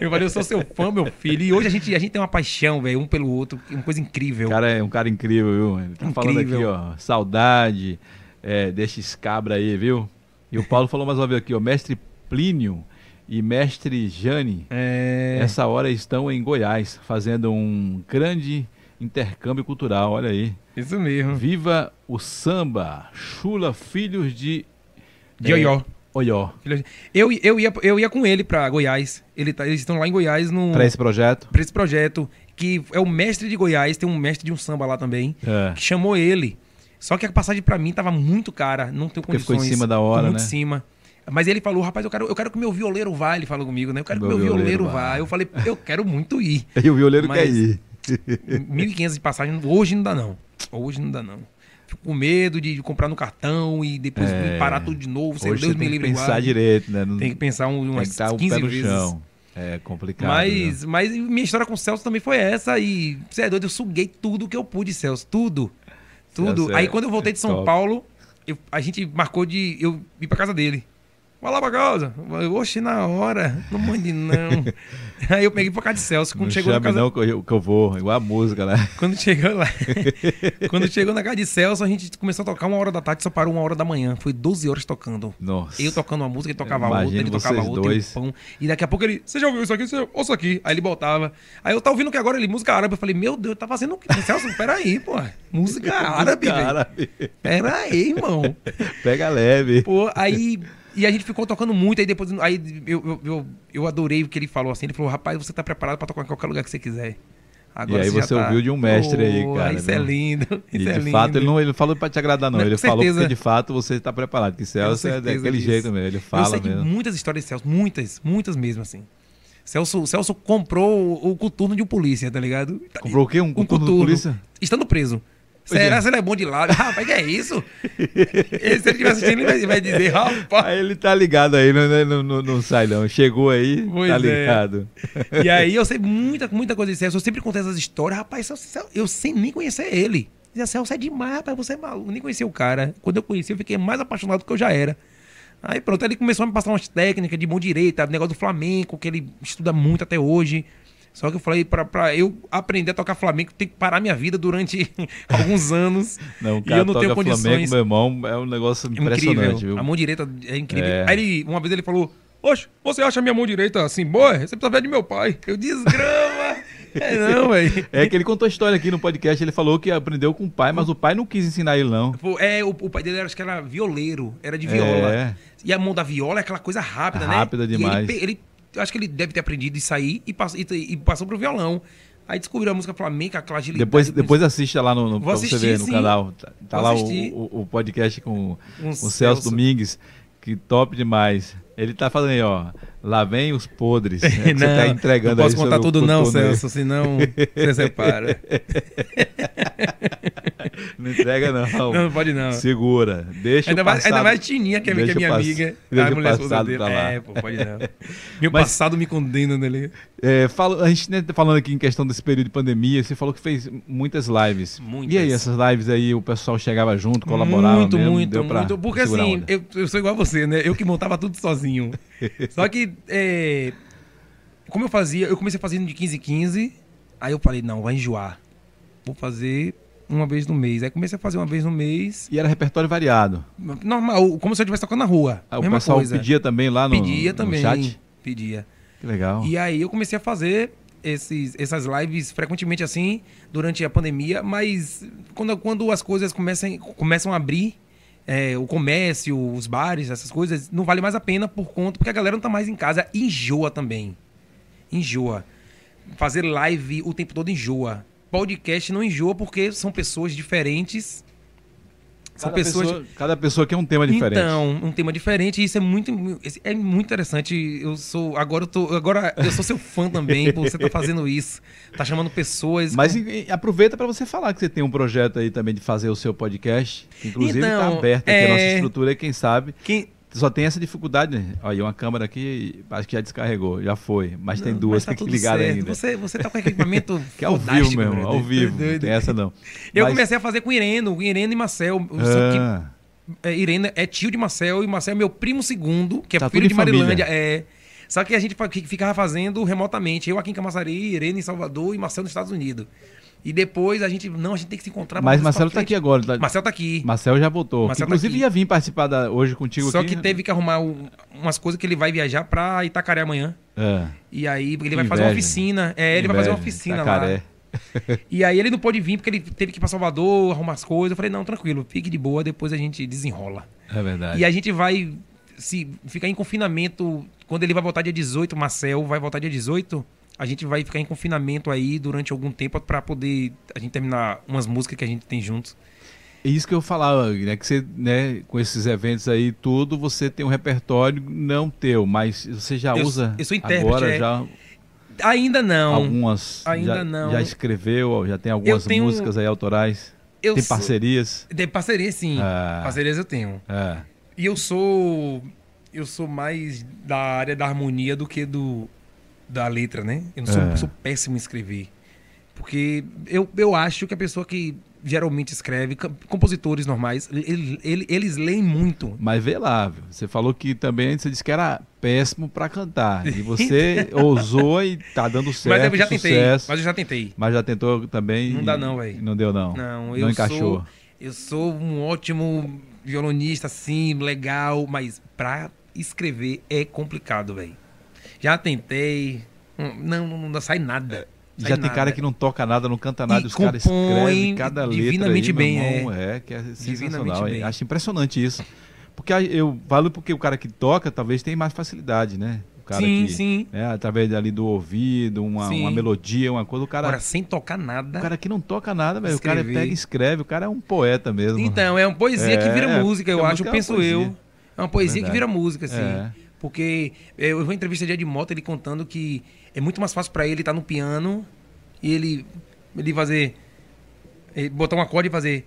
[SPEAKER 2] Eu falei, eu sou seu fã, meu filho. E hoje a gente, a gente tem uma paixão, velho, um pelo outro, uma coisa incrível.
[SPEAKER 1] O cara é um cara incrível, viu? Ele tá falando aqui,
[SPEAKER 2] Incrível.
[SPEAKER 1] ó. Saudade é, destes cabra aí, viu? E o Paulo falou mais uma vez aqui, ó. Mestre Plínio e mestre Jane.
[SPEAKER 2] É.
[SPEAKER 1] Essa hora estão em Goiás, fazendo um grande intercâmbio cultural, olha aí.
[SPEAKER 2] Isso
[SPEAKER 1] Hum.
[SPEAKER 2] mesmo.
[SPEAKER 1] Viva o samba, chula filhos de É,
[SPEAKER 2] De Oió.
[SPEAKER 1] Oió.
[SPEAKER 2] Eu, eu, ia, eu ia com ele pra Goiás. Ele tá- eles estão lá em Goiás no.
[SPEAKER 1] Para esse projeto,
[SPEAKER 2] pra esse projeto, que é o mestre de Goiás, tem um mestre de um samba lá também,
[SPEAKER 1] É.
[SPEAKER 2] que chamou ele. Só que a passagem pra mim tava muito cara, não tenho
[SPEAKER 1] Porque
[SPEAKER 2] condições.
[SPEAKER 1] ficou em cima da hora,
[SPEAKER 2] muito
[SPEAKER 1] né?
[SPEAKER 2] em cima. Mas ele falou, rapaz, eu quero, eu quero que meu violeiro vá, ele falou comigo, né? Eu quero
[SPEAKER 1] Meu
[SPEAKER 2] que meu violeiro,
[SPEAKER 1] violeiro
[SPEAKER 2] vá.
[SPEAKER 1] vá.
[SPEAKER 2] Eu falei, eu quero muito ir.
[SPEAKER 1] e o violeiro
[SPEAKER 2] Mas-
[SPEAKER 1] quer ir.
[SPEAKER 2] 1.500 de passagem, hoje não dá não. Hoje não dá não. Fico com medo de comprar no cartão e depois
[SPEAKER 1] É.
[SPEAKER 2] parar tudo de novo. Sei,
[SPEAKER 1] Hoje
[SPEAKER 2] Deus
[SPEAKER 1] você
[SPEAKER 2] me
[SPEAKER 1] tem que
[SPEAKER 2] livre
[SPEAKER 1] pensar
[SPEAKER 2] guarde.
[SPEAKER 1] direito, né? Não-
[SPEAKER 2] Tem que pensar um-
[SPEAKER 1] tem que
[SPEAKER 2] umas
[SPEAKER 1] estar o
[SPEAKER 2] 15
[SPEAKER 1] pé no
[SPEAKER 2] vezes.
[SPEAKER 1] chão. É complicado. né?
[SPEAKER 2] Mas, mas minha história com o Celso também foi essa. E você é doido, eu suguei tudo que eu pude, Celso. Tudo. Tudo.
[SPEAKER 1] Celso é
[SPEAKER 2] Aí quando eu voltei de São
[SPEAKER 1] top.
[SPEAKER 2] Paulo, eu- a gente marcou de eu ir pra casa dele. Vai lá pra casa. Eu falei, Oxe, na hora. Não mande, não. Aí eu peguei pra casa de Celso. Quando
[SPEAKER 1] Não
[SPEAKER 2] chegou na
[SPEAKER 1] chame
[SPEAKER 2] casa
[SPEAKER 1] não que eu, que eu vou, igual a música, né?
[SPEAKER 2] Quando chegou lá. quando chegou na casa de Celso, a gente começou a tocar uma hora da tarde, só parou uma hora da manhã. Foi 12 horas tocando.
[SPEAKER 1] Nossa.
[SPEAKER 2] Eu tocando uma música, ele tocava
[SPEAKER 1] Imagino
[SPEAKER 2] outra, ele tocava
[SPEAKER 1] vocês
[SPEAKER 2] outra,
[SPEAKER 1] dois.
[SPEAKER 2] e pão. E daqui a pouco ele, você já ouviu isso aqui? Você ouça aqui. Aí ele botava. Aí eu tava ouvindo que agora ele, música árabe. Eu falei, meu Deus, tá fazendo o quê? Celso, peraí, pô. Música árabe, velho.
[SPEAKER 1] árabe.
[SPEAKER 2] Peraí, irmão.
[SPEAKER 1] Pega leve.
[SPEAKER 2] Pô, aí. E a gente ficou tocando muito, aí depois. Aí eu, eu, eu, eu adorei o que ele falou assim. Ele falou, rapaz, você tá preparado pra tocar em qualquer lugar que você quiser.
[SPEAKER 1] E aí
[SPEAKER 2] já tá
[SPEAKER 1] você ouviu de um mestre aí, cara,
[SPEAKER 2] Isso
[SPEAKER 1] né?
[SPEAKER 2] é lindo.
[SPEAKER 1] E
[SPEAKER 2] Isso é
[SPEAKER 1] de
[SPEAKER 2] lindo.
[SPEAKER 1] fato, ele não, ele não falou pra te agradar, não.
[SPEAKER 2] Não,
[SPEAKER 1] ele
[SPEAKER 2] com
[SPEAKER 1] falou porque
[SPEAKER 2] certeza.
[SPEAKER 1] de fato você está preparado. Que
[SPEAKER 2] Tenho
[SPEAKER 1] Celso é
[SPEAKER 2] certeza
[SPEAKER 1] daquele
[SPEAKER 2] disso.
[SPEAKER 1] jeito mesmo. Ele
[SPEAKER 2] Eu
[SPEAKER 1] fala
[SPEAKER 2] sei de
[SPEAKER 1] mesmo.
[SPEAKER 2] muitas histórias de Celso, muitas, muitas mesmo, assim. Celso, Celso comprou o- o coturno de um polícia, tá ligado?
[SPEAKER 1] Comprou o quê? Um coturno de polícia?
[SPEAKER 2] Estando preso.
[SPEAKER 1] Pois
[SPEAKER 2] Será
[SPEAKER 1] é.
[SPEAKER 2] se ele é bom de lado? Rapaz, que é isso? Esse, se ele estiver assistindo, ele vai, vai dizer, rapaz.
[SPEAKER 1] Aí ele tá ligado aí, não, não, não, não sai não. Chegou aí,
[SPEAKER 2] Pois
[SPEAKER 1] tá
[SPEAKER 2] é.
[SPEAKER 1] ligado.
[SPEAKER 2] E aí eu sei muita, muita coisa de Celso. Eu sempre conto essas histórias. Rapaz, Celso, Celso- eu sem nem conhecer ele. Dizia, Celso é demais, rapaz, você é maluco. Nem conhecia o cara. Quando eu conheci, eu fiquei mais apaixonado do que eu já era. Aí pronto, aí ele começou a me passar umas técnicas de mão direita, negócio do flamenco, que ele estuda muito até hoje. Só que eu falei, pra, pra eu aprender a tocar flamenco, tem que parar minha vida durante alguns anos.
[SPEAKER 1] Não, o
[SPEAKER 2] e
[SPEAKER 1] cara
[SPEAKER 2] eu não
[SPEAKER 1] toca
[SPEAKER 2] tenho
[SPEAKER 1] Flamengo,
[SPEAKER 2] condições.
[SPEAKER 1] meu irmão, é um negócio impressionante,
[SPEAKER 2] Incrível. A
[SPEAKER 1] viu?
[SPEAKER 2] mão direita é incrível.
[SPEAKER 1] É.
[SPEAKER 2] Aí ele, uma vez ele falou: Oxe, você acha minha mão direita assim boa? Você precisa ver de meu pai. Eu desgrama. é não, velho.
[SPEAKER 1] É que ele contou a história aqui no podcast, ele falou que aprendeu com o pai, mas o pai não quis ensinar ele, não.
[SPEAKER 2] Pô, É, o, o pai dele era, acho que era violeiro, era de viola.
[SPEAKER 1] É.
[SPEAKER 2] E a mão da viola é aquela coisa rápida, né?
[SPEAKER 1] Rápida
[SPEAKER 2] E ele
[SPEAKER 1] demais.
[SPEAKER 2] pe- ele, eu acho que ele deve ter aprendido isso aí e, pass, e, e passou pro violão. Aí descobriu a música flamenca, aquela agilidade.
[SPEAKER 1] Depois, depois assista lá no, no-
[SPEAKER 2] Então, Vou
[SPEAKER 1] pra você
[SPEAKER 2] assistir,
[SPEAKER 1] ver no
[SPEAKER 2] sim.
[SPEAKER 1] canal. Tá, tá
[SPEAKER 2] Vou
[SPEAKER 1] lá o,
[SPEAKER 2] assistir.
[SPEAKER 1] o- o podcast com,
[SPEAKER 2] Um
[SPEAKER 1] com o Celso,
[SPEAKER 2] Celso.
[SPEAKER 1] Domingues, que top demais. Ele tá falando aí, ó. Lá vem os podres. né, que você tá entregando
[SPEAKER 2] não posso
[SPEAKER 1] aí É,
[SPEAKER 2] contar
[SPEAKER 1] sobre o
[SPEAKER 2] tudo não,
[SPEAKER 1] coturno aí.
[SPEAKER 2] Celso, senão você separa.
[SPEAKER 1] Não entrega, não.
[SPEAKER 2] Não, não pode não.
[SPEAKER 1] Segura. Deixa
[SPEAKER 2] Ainda
[SPEAKER 1] o
[SPEAKER 2] mais,
[SPEAKER 1] passado.
[SPEAKER 2] ainda mais Tininha, que é, que é
[SPEAKER 1] Deixa o
[SPEAKER 2] minha
[SPEAKER 1] pass-
[SPEAKER 2] amiga.
[SPEAKER 1] Deixa
[SPEAKER 2] a
[SPEAKER 1] o
[SPEAKER 2] mulher esposa
[SPEAKER 1] passado
[SPEAKER 2] dele.
[SPEAKER 1] pra lá.
[SPEAKER 2] É, pô, pode não. Meu
[SPEAKER 1] Mas-
[SPEAKER 2] passado me condena né, nele.
[SPEAKER 1] É, fala- a gente né, tá falando aqui em questão desse período de pandemia, você falou que fez muitas lives.
[SPEAKER 2] Muitas.
[SPEAKER 1] E aí, essas lives aí, o pessoal chegava junto, colaborava
[SPEAKER 2] Muito,
[SPEAKER 1] mesmo,
[SPEAKER 2] muito,
[SPEAKER 1] deu pra
[SPEAKER 2] muito. Porque
[SPEAKER 1] segurar a
[SPEAKER 2] assim,
[SPEAKER 1] onda?
[SPEAKER 2] eu, eu sou igual a você, né? Eu que montava tudo sozinho. Só que, é, como eu fazia, eu comecei fazendo de 15 em 15, aí eu falei, não, vai enjoar. Vou fazer uma vez no mês. Aí comecei a fazer uma vez no mês,
[SPEAKER 1] E era repertório variado.
[SPEAKER 2] normal, como se eu estivesse tocando na rua.
[SPEAKER 1] Ah, O
[SPEAKER 2] mesma
[SPEAKER 1] pessoal
[SPEAKER 2] coisa.
[SPEAKER 1] pedia também lá no,
[SPEAKER 2] pedia
[SPEAKER 1] no
[SPEAKER 2] também.
[SPEAKER 1] chat.
[SPEAKER 2] Pedia.
[SPEAKER 1] Que legal.
[SPEAKER 2] E aí eu comecei a fazer esses, essas lives frequentemente assim, durante a pandemia, mas quando, quando as coisas comecem, começam a abrir, é, o comércio, os bares, essas coisas, não vale mais a pena por conta, porque a galera não tá mais em casa, enjoa também. Enjoa. Fazer live o tempo todo enjoa. Podcast não enjoa porque são pessoas diferentes. São
[SPEAKER 1] cada,
[SPEAKER 2] pessoas.
[SPEAKER 1] pessoa, cada pessoa quer um tema diferente.
[SPEAKER 2] Então, um tema diferente, e isso é muito esse- é muito interessante. Eu sou agora eu tô agora eu sou seu fã também, por você tá fazendo isso. Tá chamando pessoas.
[SPEAKER 1] Mas e- e aproveita para você falar que você tem um projeto aí também de fazer o seu podcast. que Inclusive, está
[SPEAKER 2] Então,
[SPEAKER 1] aberto aqui a nossa
[SPEAKER 2] é-
[SPEAKER 1] estrutura, e quem sabe.
[SPEAKER 2] quem
[SPEAKER 1] Só tem essa dificuldade, né? Olha, uma câmera aqui, acho que já descarregou, já foi, mas tem duas
[SPEAKER 2] Mas tá
[SPEAKER 1] que
[SPEAKER 2] tudo
[SPEAKER 1] ligadas
[SPEAKER 2] certo.
[SPEAKER 1] ainda.
[SPEAKER 2] Você você tá com equipamento
[SPEAKER 1] Que é ao vivo,
[SPEAKER 2] fodástico,
[SPEAKER 1] meu irmão,
[SPEAKER 2] brother.
[SPEAKER 1] ao
[SPEAKER 2] Tá
[SPEAKER 1] vivo. Não
[SPEAKER 2] doido.
[SPEAKER 1] tem essa não.
[SPEAKER 2] Eu um
[SPEAKER 1] Mas-
[SPEAKER 2] comecei a fazer com Ireno, com Ireno e Marcel. Eu sei que-
[SPEAKER 1] Ah,
[SPEAKER 2] é, Irene é tio de Marcel e Marcel é meu primo segundo, que é
[SPEAKER 1] Tá tudo
[SPEAKER 2] filho
[SPEAKER 1] em
[SPEAKER 2] de
[SPEAKER 1] família.
[SPEAKER 2] Marilândia. É. Só que a gente fa- que- ficava fazendo remotamente. Eu aqui em Camaçari, Irene em Salvador e Marcel nos Estados Unidos. E depois a gente. Não, a gente tem que se encontrar.
[SPEAKER 1] mas
[SPEAKER 2] vamos
[SPEAKER 1] Marcelo
[SPEAKER 2] pra
[SPEAKER 1] tá aqui
[SPEAKER 2] frente.
[SPEAKER 1] agora. tá-
[SPEAKER 2] Marcel tá aqui.
[SPEAKER 1] Marcelo já voltou.
[SPEAKER 2] Marcelo tá
[SPEAKER 1] Inclusive
[SPEAKER 2] aqui.
[SPEAKER 1] ia vir participar da- hoje contigo
[SPEAKER 2] Só
[SPEAKER 1] aqui. né?
[SPEAKER 2] que teve que arrumar um- umas coisas que ele vai viajar pra Itacaré amanhã.
[SPEAKER 1] Ah,
[SPEAKER 2] E aí ele vai
[SPEAKER 1] Que
[SPEAKER 2] fazer uma
[SPEAKER 1] inveja.
[SPEAKER 2] oficina. É, ele vai fazer uma
[SPEAKER 1] inveja,
[SPEAKER 2] oficina
[SPEAKER 1] Itacaré.
[SPEAKER 2] lá. E aí ele não pôde vir porque ele teve que ir pra Salvador, arrumar as coisas. Eu falei, não, tranquilo, fique de boa, depois a gente desenrola.
[SPEAKER 1] É verdade.
[SPEAKER 2] E a gente vai se ficar em confinamento. Quando ele vai voltar dia 18, Marcel vai voltar dia 18. A gente vai ficar em confinamento aí durante algum tempo pra poder a gente terminar umas músicas que a gente tem juntos.
[SPEAKER 1] É isso que eu falava, né? Que você, né, com esses eventos aí e tudo, você tem um repertório não teu, mas você já
[SPEAKER 2] Eu-
[SPEAKER 1] usa
[SPEAKER 2] eu sou intérprete,
[SPEAKER 1] agora
[SPEAKER 2] é.
[SPEAKER 1] já
[SPEAKER 2] Ainda não.
[SPEAKER 1] algumas.
[SPEAKER 2] ainda
[SPEAKER 1] já,
[SPEAKER 2] não.
[SPEAKER 1] Já escreveu, já tem algumas
[SPEAKER 2] Eu tenho-
[SPEAKER 1] músicas aí autorais.
[SPEAKER 2] Eu
[SPEAKER 1] tem
[SPEAKER 2] sou-
[SPEAKER 1] parcerias.
[SPEAKER 2] De parceria, sim.
[SPEAKER 1] Ah.
[SPEAKER 2] Parcerias eu tenho.
[SPEAKER 1] É.
[SPEAKER 2] E eu sou. Eu sou mais da área da harmonia do que do, da letra, né? Eu não sou,
[SPEAKER 1] É.
[SPEAKER 2] sou péssimo em escrever. Porque eu, eu acho que a pessoa que geralmente escreve, com- compositores normais, ele- ele- eles leem muito.
[SPEAKER 1] Mas vê lá, viu? você falou que também você disse que era péssimo pra cantar. E você ousou e tá dando certo,
[SPEAKER 2] mas eu já tentei.
[SPEAKER 1] sucesso.
[SPEAKER 2] Mas
[SPEAKER 1] Mas...
[SPEAKER 2] eu já tentei.
[SPEAKER 1] já tentou também.
[SPEAKER 2] Não
[SPEAKER 1] e-
[SPEAKER 2] dá não, véi.
[SPEAKER 1] e Não deu não.
[SPEAKER 2] Não, eu
[SPEAKER 1] encaixou.
[SPEAKER 2] sou. Eu sou um ótimo violonista, assim, legal, mas pra escrever é complicado, velho. Já tentei. hum, Não, não, não sai nada.
[SPEAKER 1] E
[SPEAKER 2] sai
[SPEAKER 1] É, Já tem
[SPEAKER 2] nada.
[SPEAKER 1] cara que não toca nada, não canta nada,
[SPEAKER 2] E
[SPEAKER 1] os caras
[SPEAKER 2] compõe
[SPEAKER 1] escrevem cada letra.
[SPEAKER 2] divinamente
[SPEAKER 1] aí,
[SPEAKER 2] bem,
[SPEAKER 1] meu irmão, é. que é sensacional.
[SPEAKER 2] bem.
[SPEAKER 1] hein? Acho impressionante isso. Porque a- eu falo porque o cara que toca talvez tenha mais facilidade, né? O cara
[SPEAKER 2] sim,
[SPEAKER 1] que,
[SPEAKER 2] sim.
[SPEAKER 1] né, através ali do ouvido, uma,
[SPEAKER 2] Sim.
[SPEAKER 1] uma melodia, uma coisa, o cara,
[SPEAKER 2] Agora, sem tocar nada.
[SPEAKER 1] o cara que não toca nada, velho, o cara
[SPEAKER 2] Escrever.
[SPEAKER 1] pega e escreve, o cara é um poeta mesmo.
[SPEAKER 2] Então, é uma poesia que
[SPEAKER 1] É,
[SPEAKER 2] vira música, eu
[SPEAKER 1] porque a
[SPEAKER 2] acho,
[SPEAKER 1] música é uma
[SPEAKER 2] penso
[SPEAKER 1] poesia.
[SPEAKER 2] eu. É uma poesia que
[SPEAKER 1] Verdade.
[SPEAKER 2] vira música, assim.
[SPEAKER 1] É.
[SPEAKER 2] Porque é, eu vi uma entrevista de Ed Mota, ele contando que é muito mais fácil pra ele estar no piano e ele, ele fazer. ele botar um acorde e fazer.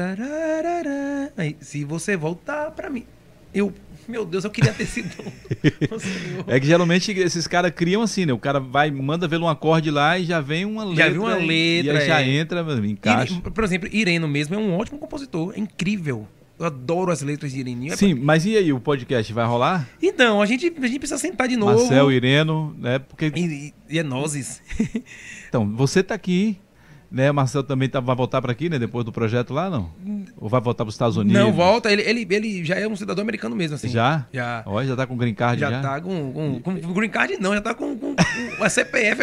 [SPEAKER 2] parararararará. Aí, se você voltar pra mim. Eu, meu Deus, eu queria ter sido. o senhor.
[SPEAKER 1] É que geralmente esses caras criam assim, né? O cara vai, manda ver um acorde lá e já vem uma letra.
[SPEAKER 2] Já vem uma
[SPEAKER 1] e-
[SPEAKER 2] letra,
[SPEAKER 1] E aí já
[SPEAKER 2] é.
[SPEAKER 1] entra, meu, encaixa.
[SPEAKER 2] Ire- por exemplo, Ireno mesmo é um ótimo compositor, é incrível. Eu adoro as letras de Ireninho. É
[SPEAKER 1] Sim, mas e aí, o podcast vai rolar?
[SPEAKER 2] Então, a gente, a gente precisa sentar de novo.
[SPEAKER 1] Marcel, Ireno, né? Porque.
[SPEAKER 2] E, e- e é nozes.
[SPEAKER 1] Então, você tá aqui, né? Marcel também tá, vai voltar para aqui, né? Depois do projeto lá, não? Ou vai voltar para os Estados Unidos?
[SPEAKER 2] Não, volta. Ele, ele, ele já é um cidadão americano mesmo, assim.
[SPEAKER 1] Já?
[SPEAKER 2] Já.
[SPEAKER 1] Ó, já tá com green card já?
[SPEAKER 2] Já tá com, com, com green card, não. Já tá com, com, com a CPF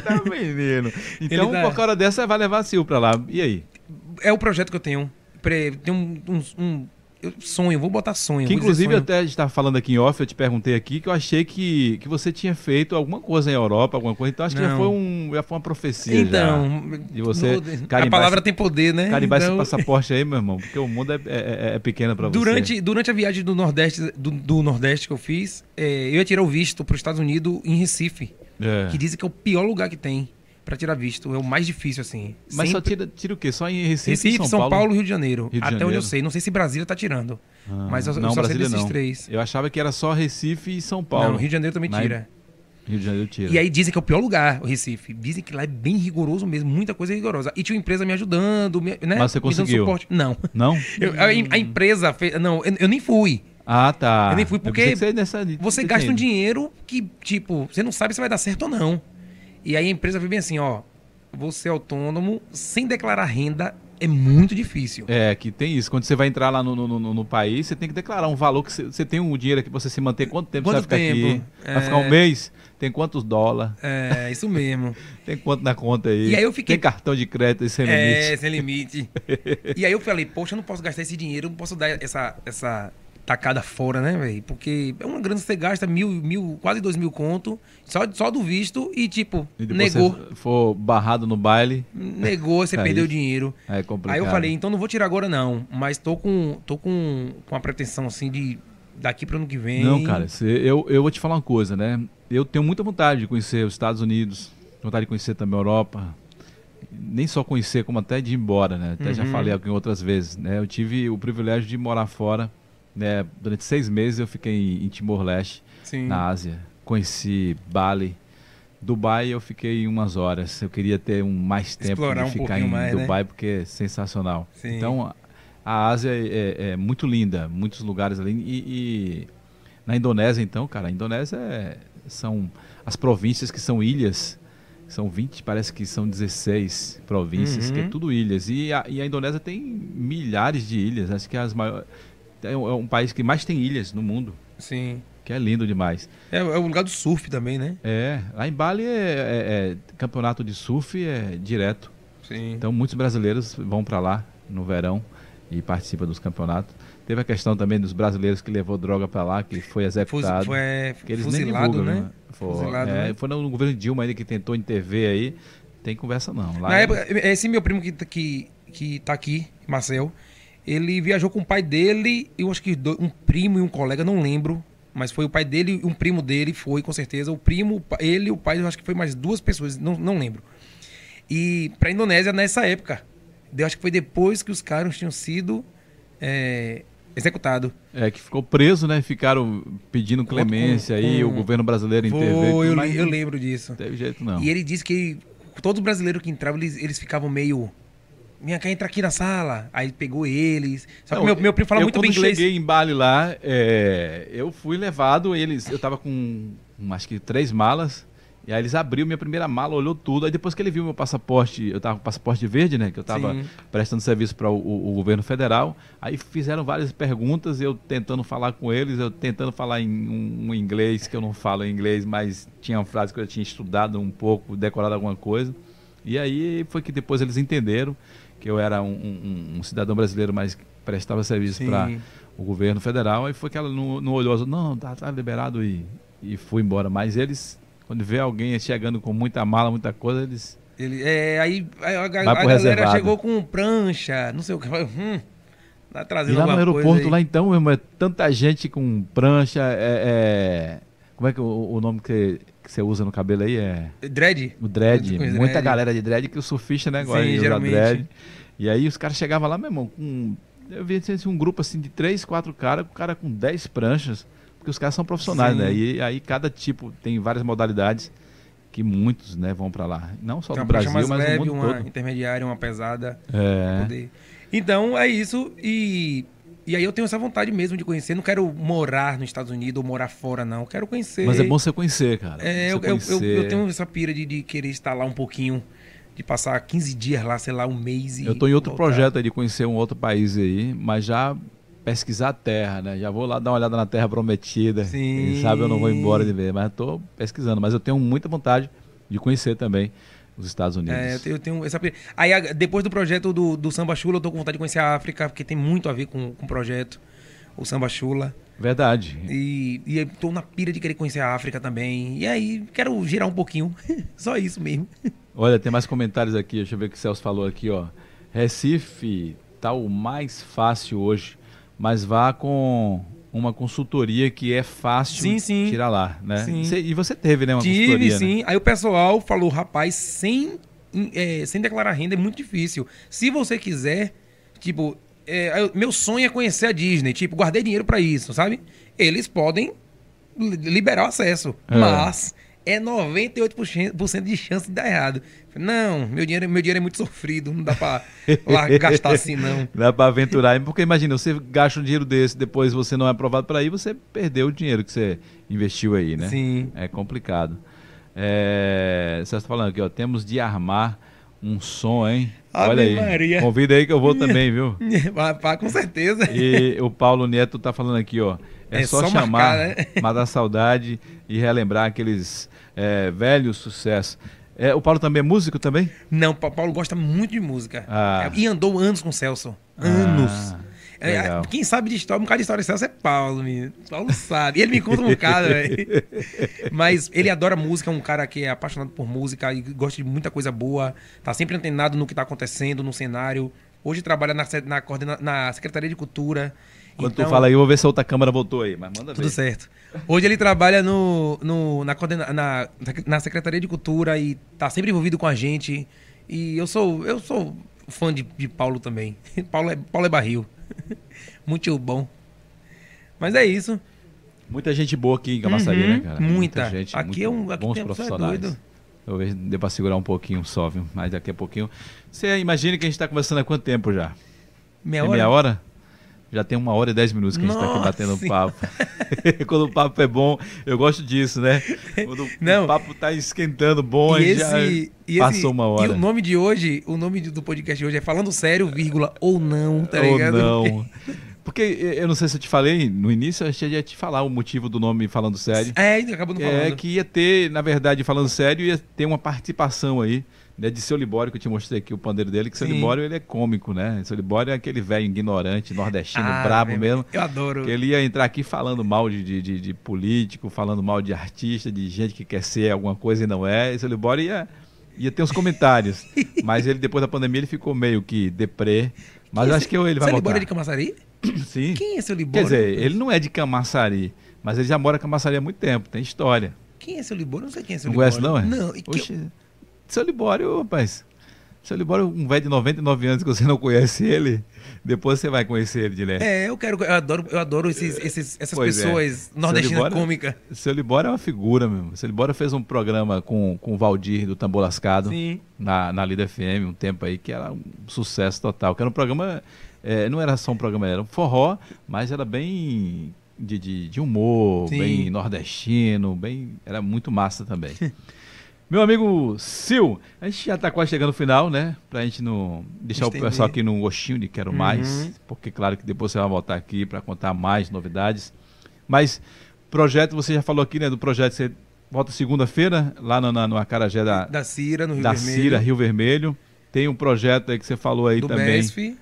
[SPEAKER 1] Tá, menino. Então,
[SPEAKER 2] tá-
[SPEAKER 1] por causa dessa, vai levar a Sil pra lá. E aí?
[SPEAKER 2] É o projeto que eu tenho. Pre- Tem um, um- um- eu- sonho, vou botar sonho.
[SPEAKER 1] Que
[SPEAKER 2] vou dizer
[SPEAKER 1] inclusive
[SPEAKER 2] sonho.
[SPEAKER 1] até a gente tava falando aqui em off, eu te perguntei aqui, que eu achei que, que você tinha feito alguma coisa na Europa, alguma coisa, então acho que já
[SPEAKER 2] Não.
[SPEAKER 1] foi, um, já foi uma profecia. já.
[SPEAKER 2] Então,
[SPEAKER 1] E você
[SPEAKER 2] a
[SPEAKER 1] carimbar
[SPEAKER 2] palavra
[SPEAKER 1] esse-
[SPEAKER 2] tem poder, né?
[SPEAKER 1] Carimbar
[SPEAKER 2] Então,
[SPEAKER 1] esse passaporte aí, meu irmão, porque o mundo é, é, é- é pequeno pra você.
[SPEAKER 2] Durante, durante a viagem do Nordeste, do, do Nordeste que eu fiz, eh, eu ia tirar o visto para os Estados Unidos em Recife.
[SPEAKER 1] É.
[SPEAKER 2] Que dizem que é o pior lugar que tem pra tirar visto. É o mais difícil, assim.
[SPEAKER 1] Mas só
[SPEAKER 2] Sempre-
[SPEAKER 1] tira, tira o quê? Só em Recife,
[SPEAKER 2] Recife,
[SPEAKER 1] São,
[SPEAKER 2] São, Paulo,
[SPEAKER 1] Paulo?
[SPEAKER 2] Rio de Janeiro.
[SPEAKER 1] Rio de
[SPEAKER 2] Até onde eu
[SPEAKER 1] Janeiro.
[SPEAKER 2] sei. Não sei se Brasília tá tirando.
[SPEAKER 1] Ah,
[SPEAKER 2] mas eu, eu
[SPEAKER 1] não,
[SPEAKER 2] só sei
[SPEAKER 1] Brasília
[SPEAKER 2] desses
[SPEAKER 1] não.
[SPEAKER 2] três.
[SPEAKER 1] Eu achava que era só Recife e São Paulo.
[SPEAKER 2] Não, Rio de Janeiro também
[SPEAKER 1] Mas-
[SPEAKER 2] tira.
[SPEAKER 1] Rio de Janeiro tira.
[SPEAKER 2] E aí dizem que é o pior lugar, o Recife. Dizem que lá é bem rigoroso mesmo, muita coisa é rigorosa. E tinha uma empresa me ajudando, me- né?
[SPEAKER 1] Mas você
[SPEAKER 2] me dando
[SPEAKER 1] conseguiu?
[SPEAKER 2] suporte. Não.
[SPEAKER 1] Não?
[SPEAKER 2] Eu- a, a empresa fez. Não, eu, eu nem fui.
[SPEAKER 1] Ah, tá.
[SPEAKER 2] Eu nem fui, porque
[SPEAKER 1] pensei que você, ia nessa,
[SPEAKER 2] Você
[SPEAKER 1] nesse
[SPEAKER 2] gasta um
[SPEAKER 1] aí.
[SPEAKER 2] dinheiro que, tipo, você não sabe se vai dar certo ou não. E aí a empresa vem bem assim, ó. Você é autônomo, sem declarar renda, é muito difícil.
[SPEAKER 1] É, que tem isso. Quando você vai entrar lá no, no, no- no país, você tem que declarar um valor que você, você tem um dinheiro aqui pra você se manter. Quanto tempo
[SPEAKER 2] Quanto
[SPEAKER 1] você vai ficar
[SPEAKER 2] tempo?
[SPEAKER 1] aqui? Vai ficar um mês? Tem quantos dólares?
[SPEAKER 2] É, isso mesmo.
[SPEAKER 1] Tem quanto na conta aí?
[SPEAKER 2] E aí eu fiquei-
[SPEAKER 1] Tem cartão de crédito e sem
[SPEAKER 2] É,
[SPEAKER 1] limite.
[SPEAKER 2] sem limite. e aí eu falei, poxa, eu não posso gastar esse dinheiro, eu não posso dar essa, essa tacada fora, né, velho? Porque é uma grana que você gasta mil, mil, quase dois mil conto, só, só do visto, e tipo,
[SPEAKER 1] E depois
[SPEAKER 2] negou.
[SPEAKER 1] você for barrado no baile,
[SPEAKER 2] Negou, você
[SPEAKER 1] Aí-
[SPEAKER 2] perdeu o dinheiro.
[SPEAKER 1] aí é complicado.
[SPEAKER 2] Aí eu falei, então não vou tirar agora não, mas tô com tô com, com uma pretensão assim de daqui para ano que vem.
[SPEAKER 1] Não, cara, cê- eu, eu vou te falar uma coisa, né? Eu tenho muita vontade de conhecer os Estados Unidos, vontade de conhecer também a Europa. Nem só conhecer, como até de ir embora, né? Até já falei aqui outras vezes, né? Eu tive o privilégio de morar fora, né? Durante seis meses eu fiquei em, em Timor-Leste,
[SPEAKER 2] Sim.
[SPEAKER 1] na Ásia. Conheci Bali. Dubai eu fiquei umas horas. Eu queria ter um mais tempo
[SPEAKER 2] Explorar um
[SPEAKER 1] de ficar
[SPEAKER 2] pouquinho
[SPEAKER 1] em
[SPEAKER 2] mais, né?
[SPEAKER 1] Dubai porque é sensacional.
[SPEAKER 2] Sim.
[SPEAKER 1] Então a- a Ásia é, é muito linda, muitos lugares ali e, e na Indonésia então, cara, a Indonésia é- são as províncias que são ilhas. São 20, parece que são 16 províncias, que é
[SPEAKER 2] Uhum.
[SPEAKER 1] tudo ilhas. E a, e a Indonésia tem milhares de ilhas. Acho que é, as maiores, é, um, é um país que mais tem ilhas no mundo,
[SPEAKER 2] Sim.
[SPEAKER 1] que é lindo demais.
[SPEAKER 2] É, é o lugar do surf também, né?
[SPEAKER 1] É, lá em Bali é, é- é campeonato de surf é direto.
[SPEAKER 2] Sim.
[SPEAKER 1] Então muitos brasileiros vão para lá no verão e participam dos campeonatos. Teve a questão também dos brasileiros que levou droga para lá, que foi
[SPEAKER 2] Fuz,
[SPEAKER 1] executado.
[SPEAKER 2] foi é,
[SPEAKER 1] Então, que eles
[SPEAKER 2] fuzilado,
[SPEAKER 1] nem divulgam,
[SPEAKER 2] né?
[SPEAKER 1] né? Foi,
[SPEAKER 2] Fuzilado,
[SPEAKER 1] é,
[SPEAKER 2] né?
[SPEAKER 1] foi no governo Dilma ainda que tentou em TV aí. Tem conversa não. Lá
[SPEAKER 2] Na
[SPEAKER 1] é-
[SPEAKER 2] época, esse meu primo que, tá- que, que tá aqui, Marcel, ele viajou com o pai dele, eu acho que do- um primo e um colega, não lembro. Mas foi o pai dele e um primo dele, foi com certeza. O primo, o pa- ele e o pai, eu acho que foi mais duas pessoas, não, não lembro. E pra Indonésia nessa época. Eu acho que foi depois que os caras tinham sido é, executado.
[SPEAKER 1] É, que ficou preso, né? Ficaram pedindo clemência aí,
[SPEAKER 2] com-
[SPEAKER 1] o governo brasileiro interveio.
[SPEAKER 2] Foi, eu,
[SPEAKER 1] tudo, né? mas
[SPEAKER 2] eu lembro disso.
[SPEAKER 1] Não teve jeito, não.
[SPEAKER 2] E ele disse que todos os brasileiros que entravam, eles, eles ficavam meio. Minha, quer entrar aqui na sala? Aí pegou eles. Só que
[SPEAKER 1] Não,
[SPEAKER 2] meu, meu primo fala
[SPEAKER 1] eu
[SPEAKER 2] muito bem
[SPEAKER 1] quando
[SPEAKER 2] inglês.
[SPEAKER 1] cheguei em Bali lá, é, eu fui levado, eles, eu tava com hum, acho que três malas, e aí eles abriram minha primeira mala, olhou tudo, aí depois que ele viu meu passaporte, eu tava com passaporte verde, né, que eu tava
[SPEAKER 2] Sim.
[SPEAKER 1] prestando serviço para o, o- o governo federal, aí fizeram várias perguntas, eu tentando falar com eles, eu tentando falar em um, um inglês, que eu não falo inglês, mas tinha uma frase que eu tinha estudado um pouco, decorado alguma coisa, e aí foi que depois eles entenderam que eu era um, um- um cidadão brasileiro, mas que prestava serviço
[SPEAKER 2] Sim.
[SPEAKER 1] para o governo federal. Aí foi que ela não, não olhou, ela falou, não, tá, tá liberado e, e foi embora. Mas eles, quando vê alguém chegando com muita mala, muita coisa, eles.
[SPEAKER 2] Ele, é, aí aí a, a
[SPEAKER 1] pro
[SPEAKER 2] galera
[SPEAKER 1] reservado.
[SPEAKER 2] chegou com prancha, não sei o que. Falei, hum, tá
[SPEAKER 1] E
[SPEAKER 2] trazendo
[SPEAKER 1] lá no
[SPEAKER 2] alguma coisa
[SPEAKER 1] aeroporto,
[SPEAKER 2] aí.
[SPEAKER 1] lá então, meu irmão, é tanta gente com prancha, é. é- como é que o, o nome que, que você usa no cabelo aí é.
[SPEAKER 2] Dread?
[SPEAKER 1] O dread,
[SPEAKER 2] Com os
[SPEAKER 1] muita
[SPEAKER 2] dread.
[SPEAKER 1] galera de dread que o surfista, né, gosta
[SPEAKER 2] né? Sim,
[SPEAKER 1] de usar
[SPEAKER 2] geralmente.
[SPEAKER 1] dread. E aí os caras chegavam lá, meu irmão, com. Eu vi assim, um grupo assim de três, quatro caras, o cara com 10 pranchas, porque os caras são profissionais,
[SPEAKER 2] Sim.
[SPEAKER 1] né? E aí cada tipo tem várias modalidades que muitos, né, vão pra lá. Não só no
[SPEAKER 2] Tem uma prancha
[SPEAKER 1] Brasil,
[SPEAKER 2] mais
[SPEAKER 1] mas
[SPEAKER 2] leve,
[SPEAKER 1] no mundo
[SPEAKER 2] uma
[SPEAKER 1] todo.
[SPEAKER 2] intermediária, uma pesada.
[SPEAKER 1] É.
[SPEAKER 2] Poder. Então é isso e e aí eu tenho essa vontade mesmo de conhecer. Não quero morar nos Estados Unidos ou morar fora não. Eu Quero conhecer.
[SPEAKER 1] Mas é bom você conhecer, cara.
[SPEAKER 2] É, eu,
[SPEAKER 1] Você
[SPEAKER 2] eu- eu-
[SPEAKER 1] conhecer.
[SPEAKER 2] eu tenho essa pira de, de querer estar lá um pouquinho, de passar 15 dias lá, sei lá, um mês e
[SPEAKER 1] Eu tô em outro
[SPEAKER 2] voltar.
[SPEAKER 1] projeto aí de conhecer um outro país aí, mas já pesquisar a terra, né? Já vou lá dar uma olhada na terra prometida.
[SPEAKER 2] Sim.
[SPEAKER 1] Quem sabe eu não vou embora de ver, mas eu tô pesquisando. Mas eu tenho muita vontade de conhecer também os Estados Unidos.
[SPEAKER 2] É, eu tenho- eu tenho essa pira. Aí a- depois do projeto do, do Samba Chula, eu tô com vontade de conhecer a África, porque tem muito a ver com, com o projeto, o Samba Chula.
[SPEAKER 1] Verdade.
[SPEAKER 2] E, e eu tô na pira de querer conhecer a África também. E aí, quero girar um pouquinho. Só isso mesmo.
[SPEAKER 1] Olha, tem mais comentários aqui. Deixa eu ver o que o Celso falou aqui, ó. Recife tá o mais fácil hoje, mas vá com uma consultoria que é fácil
[SPEAKER 2] Sim, sim.
[SPEAKER 1] tirar lá, né?
[SPEAKER 2] Sim.
[SPEAKER 1] Cê- e você teve, né, uma
[SPEAKER 2] Tive,
[SPEAKER 1] consultoria, né?
[SPEAKER 2] sim. Aí o pessoal falou, rapaz, sem, em, é, sem declarar renda é muito difícil. Se você quiser, tipo, é, eu- meu sonho é conhecer a Disney. Tipo, guardei dinheiro pra isso, sabe? Eles podem li- liberar o acesso,
[SPEAKER 1] É.
[SPEAKER 2] mas é 98% de chance de dar errado. Não, meu dinheiro, meu dinheiro é muito sofrido, não dá pra lá gastar assim, não.
[SPEAKER 1] Dá pra aventurar, porque imagina, você gasta um dinheiro desse, depois você não é aprovado para ir, você perdeu o dinheiro que você investiu aí, né?
[SPEAKER 2] Sim.
[SPEAKER 1] É complicado. É, você está falando aqui, ó, temos de armar um som, hein?
[SPEAKER 2] Ave
[SPEAKER 1] Olha aí.
[SPEAKER 2] Maria.
[SPEAKER 1] Convida aí que eu vou também, viu?
[SPEAKER 2] Pá, pá, com certeza.
[SPEAKER 1] E o Paulo Neto tá falando aqui, ó. É,
[SPEAKER 2] É
[SPEAKER 1] só,
[SPEAKER 2] só
[SPEAKER 1] chamar,
[SPEAKER 2] marcar, né?
[SPEAKER 1] matar saudade e relembrar aqueles é, velhos sucessos. É, o Paulo também é músico também?
[SPEAKER 2] Não, Pa- Paulo gosta muito de música.
[SPEAKER 1] Ah.
[SPEAKER 2] E andou anos com o Celso. Anos.
[SPEAKER 1] Ah,
[SPEAKER 2] É,
[SPEAKER 1] legal.
[SPEAKER 2] Quem sabe de história, um cara de história de Celso é Paulo, menino. Paulo sabe. E ele me conta um cara, velho. Mas ele adora música, é um cara que é apaixonado por música e gosta de muita coisa boa. Tá sempre antenado no que tá acontecendo, no cenário. Hoje trabalha na, se- na, coordena- na Secretaria de Cultura. Então,
[SPEAKER 1] Quando tu fala aí, eu vou ver se a outra câmera voltou aí, mas manda
[SPEAKER 2] Tudo
[SPEAKER 1] ver.
[SPEAKER 2] certo. Hoje ele trabalha no, no- na, coordena- na, na Secretaria de Cultura e tá sempre envolvido com a gente. E eu sou, eu sou fã de, de Paulo também. Paulo é, Paulo é barril. Muito bom. Mas é isso.
[SPEAKER 1] Muita gente boa aqui em Camaçari,
[SPEAKER 2] Uhum,
[SPEAKER 1] né, cara?
[SPEAKER 2] muita. Aqui é um- aqui
[SPEAKER 1] bons
[SPEAKER 2] tem- você é
[SPEAKER 1] profissionais.
[SPEAKER 2] doido.
[SPEAKER 1] Talvez dê pra segurar um pouquinho só, viu? Mas daqui a pouquinho. Você imagina que a gente tá conversando há quanto tempo já? Tem
[SPEAKER 2] Meia É hora.
[SPEAKER 1] É meia hora? Já tem uma hora e dez minutos que a gente tá aqui
[SPEAKER 2] Nossa
[SPEAKER 1] batendo um
[SPEAKER 2] Senhora.
[SPEAKER 1] papo. Quando o papo é bom, eu gosto disso, né? Quando o
[SPEAKER 2] Não.
[SPEAKER 1] papo tá esquentando bom,
[SPEAKER 2] E
[SPEAKER 1] aí já
[SPEAKER 2] esse- e
[SPEAKER 1] passou
[SPEAKER 2] esse-
[SPEAKER 1] uma hora.
[SPEAKER 2] E o nome de hoje, o nome de- do podcast de hoje é Falando Sério, vírgula, ou não, tá
[SPEAKER 1] Ou
[SPEAKER 2] ligado?
[SPEAKER 1] não. Porque eh, eu não sei se eu te falei, no início eu cheguei a te falar o motivo do nome falando sério.
[SPEAKER 2] É, acabou não falando.
[SPEAKER 1] É que ia ter, na verdade, falando sério, ia ter uma participação aí, né, de seu Libório, que eu te mostrei aqui o pandeiro dele, que seu
[SPEAKER 2] Sim.
[SPEAKER 1] Libório ele é cômico, né? Seu Libório é aquele velho ignorante, nordestino,
[SPEAKER 2] Ah,
[SPEAKER 1] brabo
[SPEAKER 2] velho,
[SPEAKER 1] mesmo.
[SPEAKER 2] Eu adoro.
[SPEAKER 1] Que ele ia entrar aqui falando mal de, de, de- de político, falando mal de artista, de gente que quer ser alguma coisa e não é. E seu Libório ia, ia ter uns comentários. Mas ele, depois da pandemia, ele ficou meio que deprê. Mas acho que ele vai
[SPEAKER 2] Seu
[SPEAKER 1] voltar.
[SPEAKER 2] Libório é de Camaçari?
[SPEAKER 1] Sim.
[SPEAKER 2] Quem é seu
[SPEAKER 1] Quer
[SPEAKER 2] Libório?
[SPEAKER 1] dizer, ele não é de Camaçari, mas ele já mora em Camaçari há muito tempo, tem história.
[SPEAKER 2] Quem é seu Libório? Eu Não sei quem é seu
[SPEAKER 1] Não conhece, não, é?
[SPEAKER 2] Não, e que-
[SPEAKER 1] Oxe, Seu Libório, rapaz. Seu Libório, um velho de 99 anos que você não conhece ele, depois você vai conhecer ele direto.
[SPEAKER 2] É, eu quero. Eu adoro, eu adoro esses, esses- essas
[SPEAKER 1] Pois é.
[SPEAKER 2] pessoas nordestinas
[SPEAKER 1] Libório-
[SPEAKER 2] cômicas.
[SPEAKER 1] Seu Libório é uma figura mesmo. Seu Libório fez um programa com, com o Valdir do Tambor Lascado
[SPEAKER 2] Sim.
[SPEAKER 1] na, na Lida FM, um tempo aí, que era um sucesso total. Que era um programa. eh, não era só um programa, era um forró, mas era bem de, de, de humor,
[SPEAKER 2] Sim.
[SPEAKER 1] bem nordestino, bem. Era muito massa também. Meu amigo Sil, a gente já está quase chegando no final, né? Pra gente não deixar
[SPEAKER 2] Estender.
[SPEAKER 1] o pessoal aqui num gostinho de quero mais,
[SPEAKER 2] Uhum.
[SPEAKER 1] porque claro que depois você vai voltar aqui para contar mais novidades. Mas projeto, você já falou aqui, né, do projeto que você volta segunda-feira lá no, na- no Acarajé da,
[SPEAKER 2] Da Cira, no Rio
[SPEAKER 1] da
[SPEAKER 2] Vermelho.
[SPEAKER 1] Cira, Rio Vermelho. Tem um projeto aí que você falou aí
[SPEAKER 2] do um
[SPEAKER 1] também,
[SPEAKER 2] BESF,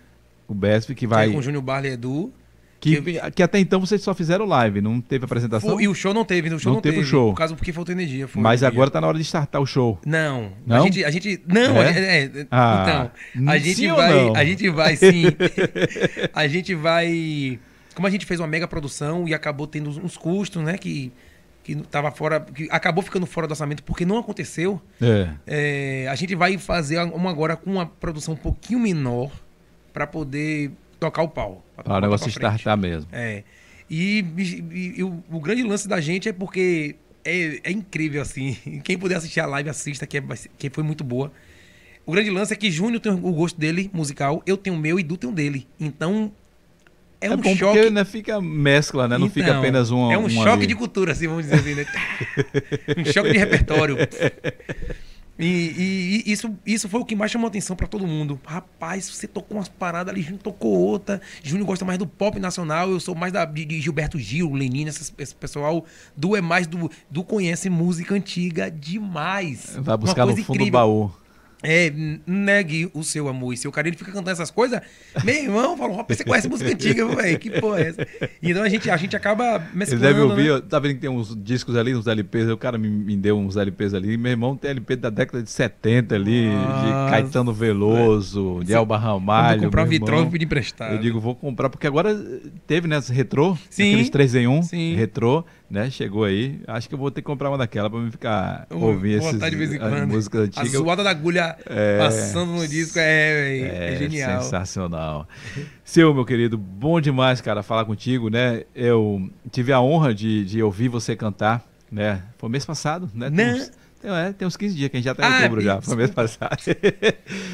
[SPEAKER 1] o BESP, que
[SPEAKER 2] vai.
[SPEAKER 1] vai
[SPEAKER 2] com o Júnior Barley e Edu.
[SPEAKER 1] que, que até então vocês só fizeram live, não teve apresentação,
[SPEAKER 2] Foi- e o show não teve, né? o show
[SPEAKER 1] Não
[SPEAKER 2] não,
[SPEAKER 1] teve
[SPEAKER 2] teve.
[SPEAKER 1] o show.
[SPEAKER 2] Por causa porque faltou energia. foi
[SPEAKER 1] mas
[SPEAKER 2] energia.
[SPEAKER 1] agora tá na hora de startar o show.
[SPEAKER 2] Não,
[SPEAKER 1] Não?
[SPEAKER 2] A gente, a gente não,
[SPEAKER 1] É?
[SPEAKER 2] a gente- é,
[SPEAKER 1] Ah,
[SPEAKER 2] então, a
[SPEAKER 1] sim
[SPEAKER 2] gente
[SPEAKER 1] ou
[SPEAKER 2] vai,
[SPEAKER 1] não?
[SPEAKER 2] a gente vai sim. a gente vai, como a gente fez uma mega produção e acabou tendo uns- uns custos, né, que que não- tava fora, que acabou ficando fora do orçamento porque não aconteceu.
[SPEAKER 1] É.
[SPEAKER 2] É, a gente vai fazer uma agora com uma produção um pouquinho menor para poder tocar o pau.
[SPEAKER 1] Para Ah, o
[SPEAKER 2] botar
[SPEAKER 1] negócio
[SPEAKER 2] pra frente.
[SPEAKER 1] startar mesmo.
[SPEAKER 2] É. E, e- e o, o grande lance da gente é porque é, é incrível, assim. Quem puder assistir a live, assista, que, é- vai ser- que foi muito boa. O grande lance é que Júnior tem o gosto dele, musical, eu tenho o meu e Du tem o dele. Então, é, um
[SPEAKER 1] bom
[SPEAKER 2] choque.
[SPEAKER 1] porque né, fica mescla, né? Não fica
[SPEAKER 2] Então,
[SPEAKER 1] apenas um.
[SPEAKER 2] É um,
[SPEAKER 1] um
[SPEAKER 2] choque
[SPEAKER 1] ali.
[SPEAKER 2] de cultura, assim, vamos dizer assim, né? um choque de repertório. E, e- e isso, isso foi o que mais chamou atenção pra todo mundo. Rapaz, você tocou umas paradas ali, Júnior tocou outra. Júnior gosta mais do pop nacional, eu sou mais da, de, de Gilberto Gil, Lenine, essas- esse pessoal. Du é mais do. Du conhece música antiga demais.
[SPEAKER 1] Vai buscar no
[SPEAKER 2] Uma coisa
[SPEAKER 1] fundo do
[SPEAKER 2] incrível.
[SPEAKER 1] baú.
[SPEAKER 2] É, n- negue o seu amor e seu carinho. Ele fica cantando essas coisas. Meu irmão falou, rapaz, você conhece música antiga, velho. Que porra é essa? Então a gente, a gente acaba
[SPEAKER 1] Ele
[SPEAKER 2] mesclando,
[SPEAKER 1] deve ouvir,
[SPEAKER 2] né?
[SPEAKER 1] ó, tá vendo que tem uns discos ali, uns LPs, o cara me, me deu uns LPs ali. Meu irmão tem LP da década de 70 ali, de
[SPEAKER 2] Nossa.
[SPEAKER 1] Caetano Veloso, de Elba
[SPEAKER 2] Ah, é. Quando
[SPEAKER 1] Ramalho.
[SPEAKER 2] eu comprar
[SPEAKER 1] meu
[SPEAKER 2] um
[SPEAKER 1] irmão.
[SPEAKER 2] vitrol, eu vou pedir emprestado.
[SPEAKER 1] Eu digo, vou comprar, porque agora eh, teve, né, as retrô,
[SPEAKER 2] Sim.
[SPEAKER 1] aqueles 3 em 1,
[SPEAKER 2] Sim.
[SPEAKER 1] retrô, né, chegou aí. Acho que eu vou ter que comprar uma daquela pra me ficar
[SPEAKER 2] Eu
[SPEAKER 1] ouvindo
[SPEAKER 2] vou botar
[SPEAKER 1] essas
[SPEAKER 2] de vez em
[SPEAKER 1] as
[SPEAKER 2] quando.
[SPEAKER 1] músicas
[SPEAKER 2] A
[SPEAKER 1] antigas.
[SPEAKER 2] zoada da agulha
[SPEAKER 1] É.
[SPEAKER 2] passando no disco é, véi,
[SPEAKER 1] É,
[SPEAKER 2] é genial.
[SPEAKER 1] sensacional. Seu, meu querido, bom demais, cara, falar contigo, né? Eu tive a honra de, de ouvir você cantar, né? Foi mês passado, né? Tem
[SPEAKER 2] Né?
[SPEAKER 1] uns, tem, é, tem uns 15 dias que a gente já tá em
[SPEAKER 2] Ah,
[SPEAKER 1] outubro já,
[SPEAKER 2] isso.
[SPEAKER 1] foi mês passado.
[SPEAKER 2] É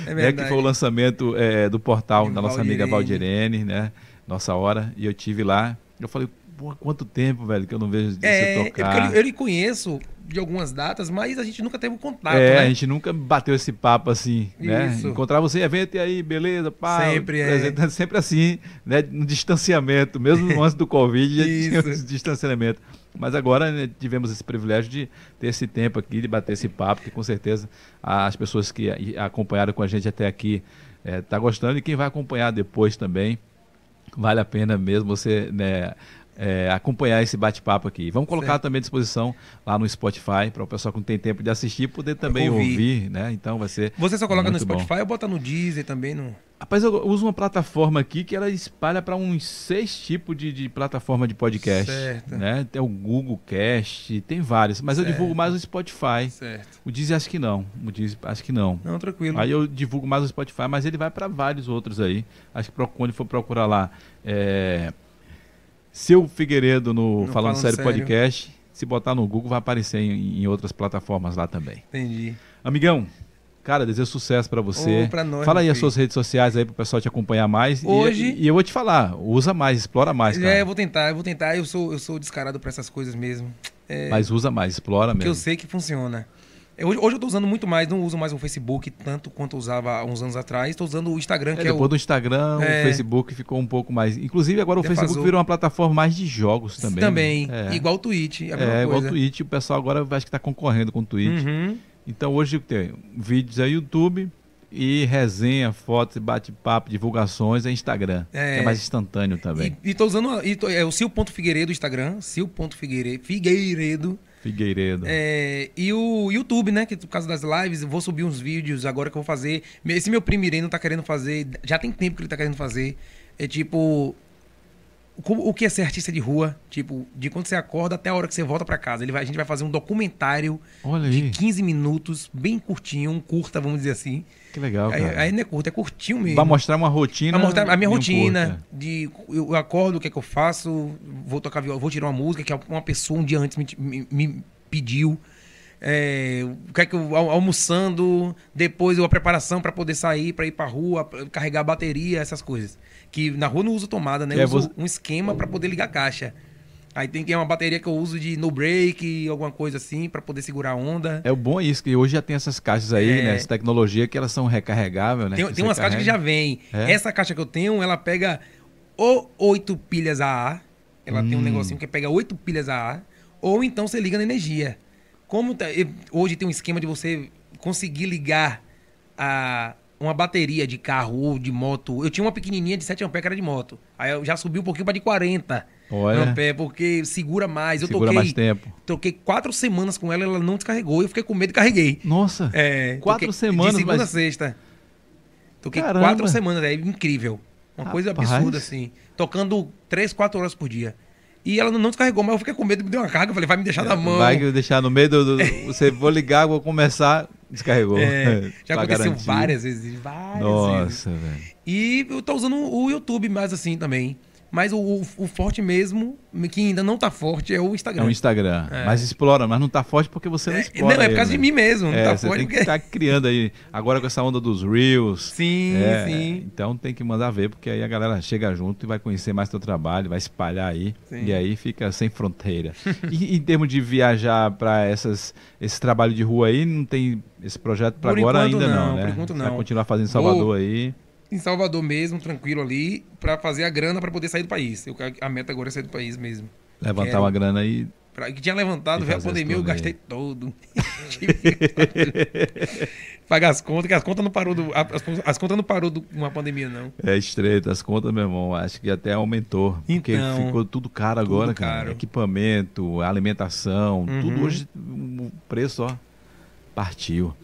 [SPEAKER 1] né?
[SPEAKER 2] verdade.
[SPEAKER 1] Que foi o lançamento é, do portal
[SPEAKER 2] De
[SPEAKER 1] da nossa
[SPEAKER 2] Valdirene.
[SPEAKER 1] amiga Valdirene, né? Nossa Hora, e eu tive lá, eu falei, pô, quanto tempo, velho, que eu não vejo
[SPEAKER 2] É,
[SPEAKER 1] você
[SPEAKER 2] é porque eu,
[SPEAKER 1] tocar.
[SPEAKER 2] lhe- eu lhe conheço de algumas datas, mas a gente nunca teve um contato,
[SPEAKER 1] É,
[SPEAKER 2] né?
[SPEAKER 1] a gente nunca bateu esse papo assim, né?
[SPEAKER 2] Isso.
[SPEAKER 1] Encontrar você em evento e aí, beleza, pá.
[SPEAKER 2] Sempre, é.
[SPEAKER 1] apresenta- Sempre assim, né? No distanciamento, mesmo antes do Covid, já tinha
[SPEAKER 2] Isso.
[SPEAKER 1] esse distanciamento. Mas agora né, tivemos esse privilégio de ter esse tempo aqui, de bater esse papo, que com certeza as pessoas que a- acompanharam com a gente até aqui eh, tá gostando e quem vai acompanhar depois também vale a pena mesmo você né, é, acompanhar esse bate-papo aqui. Vamos colocar
[SPEAKER 2] Certo.
[SPEAKER 1] também à disposição lá no Spotify para o pessoal que não tem tempo de assistir poder também ouvir,
[SPEAKER 2] Ouvir.
[SPEAKER 1] né? Então vai ser.
[SPEAKER 2] Você só coloca
[SPEAKER 1] muito
[SPEAKER 2] no
[SPEAKER 1] bom.
[SPEAKER 2] Spotify ou bota no Deezer também? No...
[SPEAKER 1] Rapaz, eu uso uma plataforma aqui que ela espalha para uns seis tipos de, de plataforma de podcast.
[SPEAKER 2] Certo.
[SPEAKER 1] Né? Tem o Google Cast, tem vários, mas eu
[SPEAKER 2] Certo.
[SPEAKER 1] divulgo mais o Spotify.
[SPEAKER 2] Certo.
[SPEAKER 1] O Deezer acho que não. O Deezer acho que não.
[SPEAKER 2] Não, tranquilo.
[SPEAKER 1] Aí eu divulgo mais o Spotify, mas ele vai para vários outros aí. Acho que pro- quando for procurar lá, é... Seu Figueiredo no,
[SPEAKER 2] No
[SPEAKER 1] Falando,
[SPEAKER 2] Falando
[SPEAKER 1] Sério,
[SPEAKER 2] Sério.
[SPEAKER 1] Podcast, se botar no Google vai aparecer em, em outras plataformas lá também.
[SPEAKER 2] Entendi.
[SPEAKER 1] Amigão, cara, desejo sucesso para você.
[SPEAKER 2] Ô, pra nós,
[SPEAKER 1] Fala aí
[SPEAKER 2] meu
[SPEAKER 1] as suas redes sociais aí pro pessoal te acompanhar mais. E-
[SPEAKER 2] Hoje-
[SPEAKER 1] E, eu vou te falar, usa mais, explora mais, cara.
[SPEAKER 2] É, eu vou tentar, eu vou tentar. Eu sou, eu sou descarado pra essas coisas mesmo. É,
[SPEAKER 1] Mas usa mais, explora
[SPEAKER 2] porque eu
[SPEAKER 1] mesmo.
[SPEAKER 2] sei que funciona. É, Hoje, hoje eu tô usando muito mais, não uso mais o Facebook tanto quanto eu usava há uns anos atrás. Tô usando o Instagram,
[SPEAKER 1] É,
[SPEAKER 2] que é,
[SPEAKER 1] depois
[SPEAKER 2] o.
[SPEAKER 1] do Instagram,
[SPEAKER 2] É.
[SPEAKER 1] o Facebook ficou um pouco mais. Inclusive, agora o
[SPEAKER 2] Defasou.
[SPEAKER 1] Facebook virou uma plataforma mais de jogos também. né? É.
[SPEAKER 2] Igual o Twitch, é a mesma
[SPEAKER 1] É, igual o
[SPEAKER 2] coisa.
[SPEAKER 1] Twitch, o pessoal agora acho que está concorrendo com o Twitch.
[SPEAKER 2] Uhum.
[SPEAKER 1] Então hoje tem vídeos aí YouTube e resenha, fotos, bate-papo, divulgações é Instagram.
[SPEAKER 2] É.
[SPEAKER 1] que é mais instantâneo também.
[SPEAKER 2] E, e tô usando. a- E tô- é o Sil.Figueiredo do Instagram, Sil.Figueiredo. Figueiredo.
[SPEAKER 1] Figueiredo.
[SPEAKER 2] É, e o YouTube, né? Que por causa das lives, eu vou subir uns vídeos agora que eu vou fazer. Esse meu primo Ireno tá querendo fazer. Já tem tempo que ele tá querendo fazer. É tipo. como- o que é ser artista de rua, tipo, de quando você acorda até a hora que você volta pra casa. Ele vai- a gente vai fazer um documentário
[SPEAKER 1] Olha
[SPEAKER 2] de
[SPEAKER 1] aí.
[SPEAKER 2] 15 minutos, bem curtinho, um curta, vamos dizer assim.
[SPEAKER 1] Que legal,
[SPEAKER 2] Aí,
[SPEAKER 1] cara.
[SPEAKER 2] aí não é curto, é curtinho mesmo.
[SPEAKER 1] Vai mostrar uma rotina.
[SPEAKER 2] Vai mostrar a minha
[SPEAKER 1] e um
[SPEAKER 2] rotina
[SPEAKER 1] curta.
[SPEAKER 2] de eu acordo, o que é que eu faço, vou tocar viola, vou tirar uma música que uma pessoa um dia antes me, me- me pediu. É, o que é que eu al- almoçando, depois a preparação pra poder sair, pra ir pra rua, pra carregar a bateria, essas coisas. Que na rua não uso tomada, né?
[SPEAKER 1] Que é
[SPEAKER 2] Eu uso
[SPEAKER 1] você-
[SPEAKER 2] um esquema pra poder ligar a caixa. Aí tem que é uma bateria que eu uso de no break, alguma coisa assim, pra poder segurar a onda.
[SPEAKER 1] É o bom é isso, que hoje já tem essas caixas aí,
[SPEAKER 2] É.
[SPEAKER 1] né? Essa tecnologia que elas são recarregáveis, né?
[SPEAKER 2] Tem, tem umas caixas que já vêm.
[SPEAKER 1] É?
[SPEAKER 2] Essa caixa que eu tenho, ela pega ou oito pilhas AA, ela tem um
[SPEAKER 1] Hum.
[SPEAKER 2] negocinho que pega oito pilhas AA, ou então você liga na energia. Como tá- e- hoje tem um esquema de você conseguir ligar a uma bateria de carro ou de moto. Eu tinha uma pequenininha de 7 ampere que era de moto. Aí eu já subi um pouquinho pra de 40
[SPEAKER 1] Olha.
[SPEAKER 2] ampere, porque segura mais. Eu
[SPEAKER 1] Segura
[SPEAKER 2] toquei,
[SPEAKER 1] mais tempo.
[SPEAKER 2] Troquei quatro semanas com ela, ela não descarregou. Eu fiquei com medo e carreguei.
[SPEAKER 1] Nossa.
[SPEAKER 2] É,
[SPEAKER 1] Quatro
[SPEAKER 2] toquei
[SPEAKER 1] semanas,
[SPEAKER 2] De segunda
[SPEAKER 1] mas-
[SPEAKER 2] a sexta. Toquei
[SPEAKER 1] Caramba.
[SPEAKER 2] quatro semanas, é incrível. Uma coisa
[SPEAKER 1] Rapaz.
[SPEAKER 2] absurda, assim. Tocando três, quatro horas por dia. E ela não descarregou, mas eu fiquei com medo, me deu uma carga, eu falei, vai me deixar tá na mão.
[SPEAKER 1] Vai que deixar no meio do. do- você vou ligar, vou começar. Descarregou. Tá
[SPEAKER 2] É, já
[SPEAKER 1] Pra
[SPEAKER 2] aconteceu
[SPEAKER 1] garantir.
[SPEAKER 2] várias vezes, várias vezes.
[SPEAKER 1] Nossa, velho.
[SPEAKER 2] E eu tô usando o YouTube mais assim também. Mas o, o- o forte mesmo, que ainda não tá forte, é o
[SPEAKER 1] É
[SPEAKER 2] Instagram.
[SPEAKER 1] um Instagram. Mas explora, mas não tá forte porque você não
[SPEAKER 2] É,
[SPEAKER 1] explora.
[SPEAKER 2] não, é por causa
[SPEAKER 1] ele,
[SPEAKER 2] de mim mesmo, não
[SPEAKER 1] É,
[SPEAKER 2] tá
[SPEAKER 1] você
[SPEAKER 2] forte.
[SPEAKER 1] tem que
[SPEAKER 2] porque-
[SPEAKER 1] estar criando aí. Agora com essa onda dos Reels.
[SPEAKER 2] Sim,
[SPEAKER 1] É,
[SPEAKER 2] sim.
[SPEAKER 1] Então tem que mandar ver, porque aí a galera chega junto e vai conhecer mais teu trabalho, vai espalhar aí.
[SPEAKER 2] Sim.
[SPEAKER 1] E aí fica sem fronteira. e em termos de viajar para essas esse trabalho de rua aí, não tem esse projeto para
[SPEAKER 2] Por
[SPEAKER 1] agora
[SPEAKER 2] enquanto
[SPEAKER 1] ainda não,
[SPEAKER 2] não,
[SPEAKER 1] né?
[SPEAKER 2] por enquanto
[SPEAKER 1] Você
[SPEAKER 2] não.
[SPEAKER 1] Vai continuar fazendo em Salvador
[SPEAKER 2] Vou-
[SPEAKER 1] aí.
[SPEAKER 2] em Salvador mesmo, tranquilo ali, pra fazer a grana pra poder sair do país. Eu, quero- a meta agora é sair do país mesmo.
[SPEAKER 1] Levantar
[SPEAKER 2] Quero.
[SPEAKER 1] uma grana aí.
[SPEAKER 2] Pra, que tinha levantado,
[SPEAKER 1] E
[SPEAKER 2] veio a
[SPEAKER 1] fazer
[SPEAKER 2] pandemia,
[SPEAKER 1] as
[SPEAKER 2] eu
[SPEAKER 1] turnê.
[SPEAKER 2] gastei todo. Tive que Pagar as contas, que as contas não parou do, as, as contas não parou do- com a pandemia não.
[SPEAKER 1] É estreito, as contas, meu irmão, acho que até aumentou. Porque
[SPEAKER 2] Então,
[SPEAKER 1] ficou tudo caro
[SPEAKER 2] tudo
[SPEAKER 1] agora, cara.
[SPEAKER 2] caro.
[SPEAKER 1] Equipamento, alimentação, tudo
[SPEAKER 2] Uhum.
[SPEAKER 1] hoje, o preço, ó, partiu.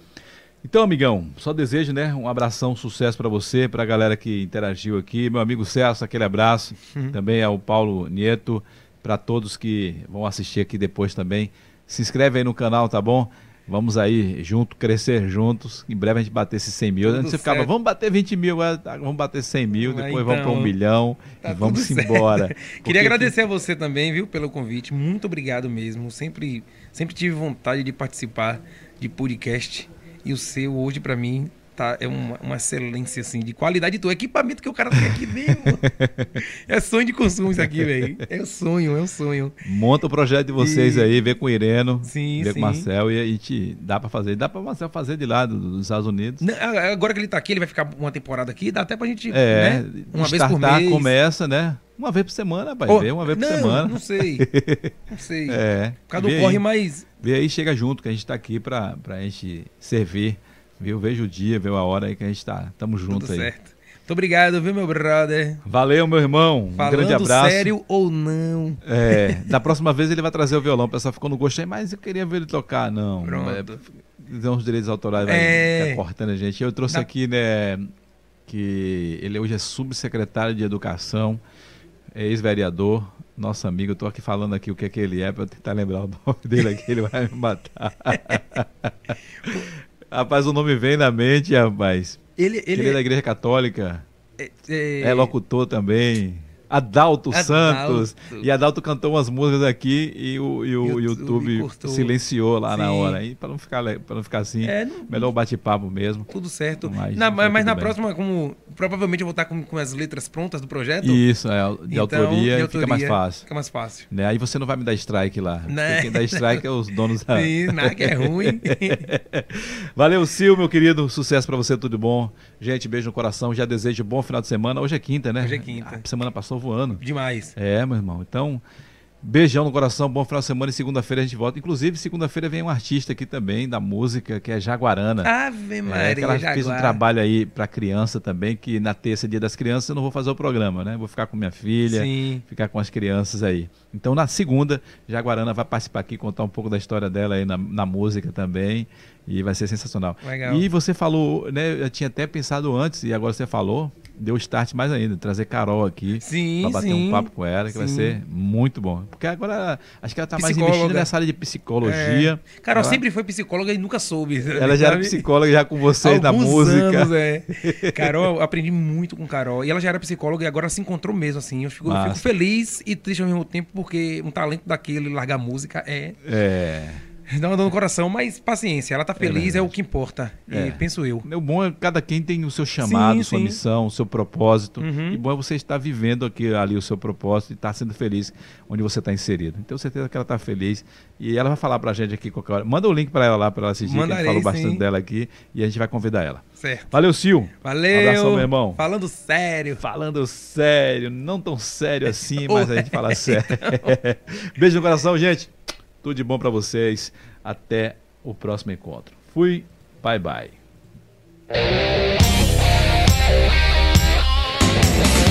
[SPEAKER 1] Então, amigão, só desejo, né, um abração, um sucesso pra você, pra galera que interagiu aqui. Meu amigo Celso, aquele abraço.
[SPEAKER 2] Uhum.
[SPEAKER 1] Também ao Paulo Nieto, pra todos que vão assistir aqui depois também. Se inscreve aí no canal, tá bom? Vamos aí, junto, crescer juntos. Em breve a gente bater esses 100 mil.
[SPEAKER 2] Tudo
[SPEAKER 1] Antes você ficava,
[SPEAKER 2] certo.
[SPEAKER 1] vamos bater 20 mil, agora tá, vamos bater 100 mil,
[SPEAKER 2] Ah,
[SPEAKER 1] depois
[SPEAKER 2] então,
[SPEAKER 1] vamos pra um milhão
[SPEAKER 2] tá
[SPEAKER 1] e vamos
[SPEAKER 2] tudo certo.
[SPEAKER 1] embora. Porque
[SPEAKER 2] Queria agradecer a você também, viu, pelo convite. Muito obrigado mesmo. Sempre, sempre tive vontade de participar de podcast. E o seu hoje, pra mim, tá, é uma, uma excelência, assim, de qualidade do equipamento que o cara tem aqui mesmo. é sonho de consumo isso aqui, velho. É um sonho, é um sonho.
[SPEAKER 1] Monta o projeto de vocês
[SPEAKER 2] E-
[SPEAKER 1] aí, vê com o Ireno,
[SPEAKER 2] Sim,
[SPEAKER 1] vê com
[SPEAKER 2] sim.
[SPEAKER 1] o Marcel e, e te dá pra fazer. Dá pra Marcel fazer de lá do- dos Estados Unidos.
[SPEAKER 2] Não, a- Agora que ele tá aqui, ele vai ficar uma temporada aqui, dá até pra gente,
[SPEAKER 1] É,
[SPEAKER 2] né? Uma vez por
[SPEAKER 1] startar
[SPEAKER 2] mês.
[SPEAKER 1] começa, né? Uma vez por semana, rapaz.
[SPEAKER 2] Ou-
[SPEAKER 1] vê uma vez por
[SPEAKER 2] não,
[SPEAKER 1] semana.
[SPEAKER 2] Não sei. Não sei.
[SPEAKER 1] É.
[SPEAKER 2] Por causa
[SPEAKER 1] vê
[SPEAKER 2] do
[SPEAKER 1] aí.
[SPEAKER 2] corre, mas
[SPEAKER 1] Vê aí, chega junto, que a gente tá aqui pra, pra gente servir. Viu? Vejo o dia, viu a hora aí que a gente tá. Tamo junto
[SPEAKER 2] tudo
[SPEAKER 1] aí.
[SPEAKER 2] certo. Muito obrigado, viu, meu brother?
[SPEAKER 1] Valeu, meu irmão. Um
[SPEAKER 2] Falando
[SPEAKER 1] grande abraço.
[SPEAKER 2] sério ou não.
[SPEAKER 1] É, da próxima vez ele vai trazer o violão. O pessoal ficou no gosto aí, mas eu queria ver ele tocar. Não, é,
[SPEAKER 2] Pronto.
[SPEAKER 1] deu uns direitos autorais, vai
[SPEAKER 2] É.
[SPEAKER 1] ficar cortando a gente. Eu trouxe
[SPEAKER 2] Dá-
[SPEAKER 1] aqui, né, que ele hoje é subsecretário de Educação, é ex-vereador, nosso amigo. Eu tô aqui falando aqui o que é que ele é, pra eu tentar lembrar o nome dele aqui, ele vai me matar. rapaz, o nome vem na mente, rapaz.
[SPEAKER 2] Ele,
[SPEAKER 1] Ele,
[SPEAKER 2] ele
[SPEAKER 1] é da Igreja Católica,
[SPEAKER 2] é, é-
[SPEAKER 1] é locutor também. Adalto,
[SPEAKER 2] Adalto.
[SPEAKER 1] Santos. E Adalto cantou umas músicas aqui e o, e o
[SPEAKER 2] YouTube
[SPEAKER 1] YouTube
[SPEAKER 2] cortou.
[SPEAKER 1] silenciou lá na
[SPEAKER 2] Sim.
[SPEAKER 1] hora. E para não ficar, le- pra não ficar assim,
[SPEAKER 2] É, não-
[SPEAKER 1] melhor o bate-papo mesmo.
[SPEAKER 2] tudo certo.
[SPEAKER 1] Mas
[SPEAKER 2] Na-
[SPEAKER 1] foi
[SPEAKER 2] mas
[SPEAKER 1] tudo
[SPEAKER 2] na
[SPEAKER 1] bem.
[SPEAKER 2] próxima, como provavelmente eu vou estar com, com as letras prontas do projeto.
[SPEAKER 1] Isso, é, de,
[SPEAKER 2] então,
[SPEAKER 1] autoria,
[SPEAKER 2] de
[SPEAKER 1] fica mais fácil.
[SPEAKER 2] Fica mais fácil.
[SPEAKER 1] Né? Aí você não vai me dar strike lá.
[SPEAKER 2] Né?
[SPEAKER 1] Porque Quem dá strike é os donos da.
[SPEAKER 2] Sim, nada que é ruim.
[SPEAKER 1] Valeu, Sil, meu querido. Sucesso pra você, tudo bom. Gente, beijo no coração. Já desejo bom final de semana. Hoje é quinta, né?
[SPEAKER 2] Hoje é quinta.
[SPEAKER 1] A semana passou voando.
[SPEAKER 2] Demais.
[SPEAKER 1] É, meu irmão. Então, beijão no coração, bom final de semana e segunda-feira a gente volta. Inclusive, segunda-feira vem um artista aqui também da música, que é Jaguarana.
[SPEAKER 2] Ave Ah, Maria,
[SPEAKER 1] é, que ela fez um
[SPEAKER 2] Jaguar.
[SPEAKER 1] trabalho aí pra criança também, que na terça, é dia das crianças, eu não vou fazer o programa, né? Vou ficar com minha filha,
[SPEAKER 2] Sim.
[SPEAKER 1] ficar com as crianças aí. Então, na segunda, Jaguarana vai participar aqui, contar um pouco da história dela aí na, na música também, e vai ser sensacional.
[SPEAKER 2] Legal.
[SPEAKER 1] E você falou, né? Eu tinha até pensado antes, e agora você falou, deu start mais ainda, trazer Carol aqui
[SPEAKER 2] Sim,
[SPEAKER 1] para bater
[SPEAKER 2] sim.
[SPEAKER 1] um papo com ela, que vai
[SPEAKER 2] Sim.
[SPEAKER 1] ser muito bom. Porque agora acho que ela tá mais
[SPEAKER 2] Psicóloga.
[SPEAKER 1] investindo nessa área de psicologia. ela,
[SPEAKER 2] Cara, ela... sempre foi psicóloga e nunca soube.
[SPEAKER 1] ela já era
[SPEAKER 2] sabe?
[SPEAKER 1] psicóloga já com vocês na
[SPEAKER 2] É. Alguns
[SPEAKER 1] música.
[SPEAKER 2] anos, é. Carol, eu aprendi muito com Carol. E ela já era psicóloga e agora se encontrou mesmo, assim. Eu fico, eu fico
[SPEAKER 1] Massa.
[SPEAKER 2] feliz e triste ao mesmo tempo, porque um talento daquele, largar música, é.
[SPEAKER 1] É.
[SPEAKER 2] Dá uma dor no coração, mas paciência. Ela tá feliz, é, o que importa.
[SPEAKER 1] É.
[SPEAKER 2] E penso eu.
[SPEAKER 1] O bom é cada quem tem o seu chamado,
[SPEAKER 2] Sim,
[SPEAKER 1] sua
[SPEAKER 2] sim.
[SPEAKER 1] missão, o seu propósito.
[SPEAKER 2] Uhum.
[SPEAKER 1] E bom é você estar vivendo aqui ali o seu propósito e estar sendo feliz onde você está inserido. Então certeza que ela está feliz e ela vai falar para a gente aqui qualquer hora. Manda o link para ela lá para ela assistir. que a gente
[SPEAKER 2] Mandarei,
[SPEAKER 1] falou bastante
[SPEAKER 2] sim.
[SPEAKER 1] dela aqui e a gente vai convidar ela.
[SPEAKER 2] Certo.
[SPEAKER 1] Valeu, Sil.
[SPEAKER 2] Valeu.
[SPEAKER 1] Abração, meu irmão.
[SPEAKER 2] Falando sério.
[SPEAKER 1] Falando sério, não tão sério assim,
[SPEAKER 2] Ou
[SPEAKER 1] mas a gente fala sério. Beijo no coração, gente. Tudo de bom para vocês. Até o próximo encontro. Fui. Bye bye.
[SPEAKER 3] Thank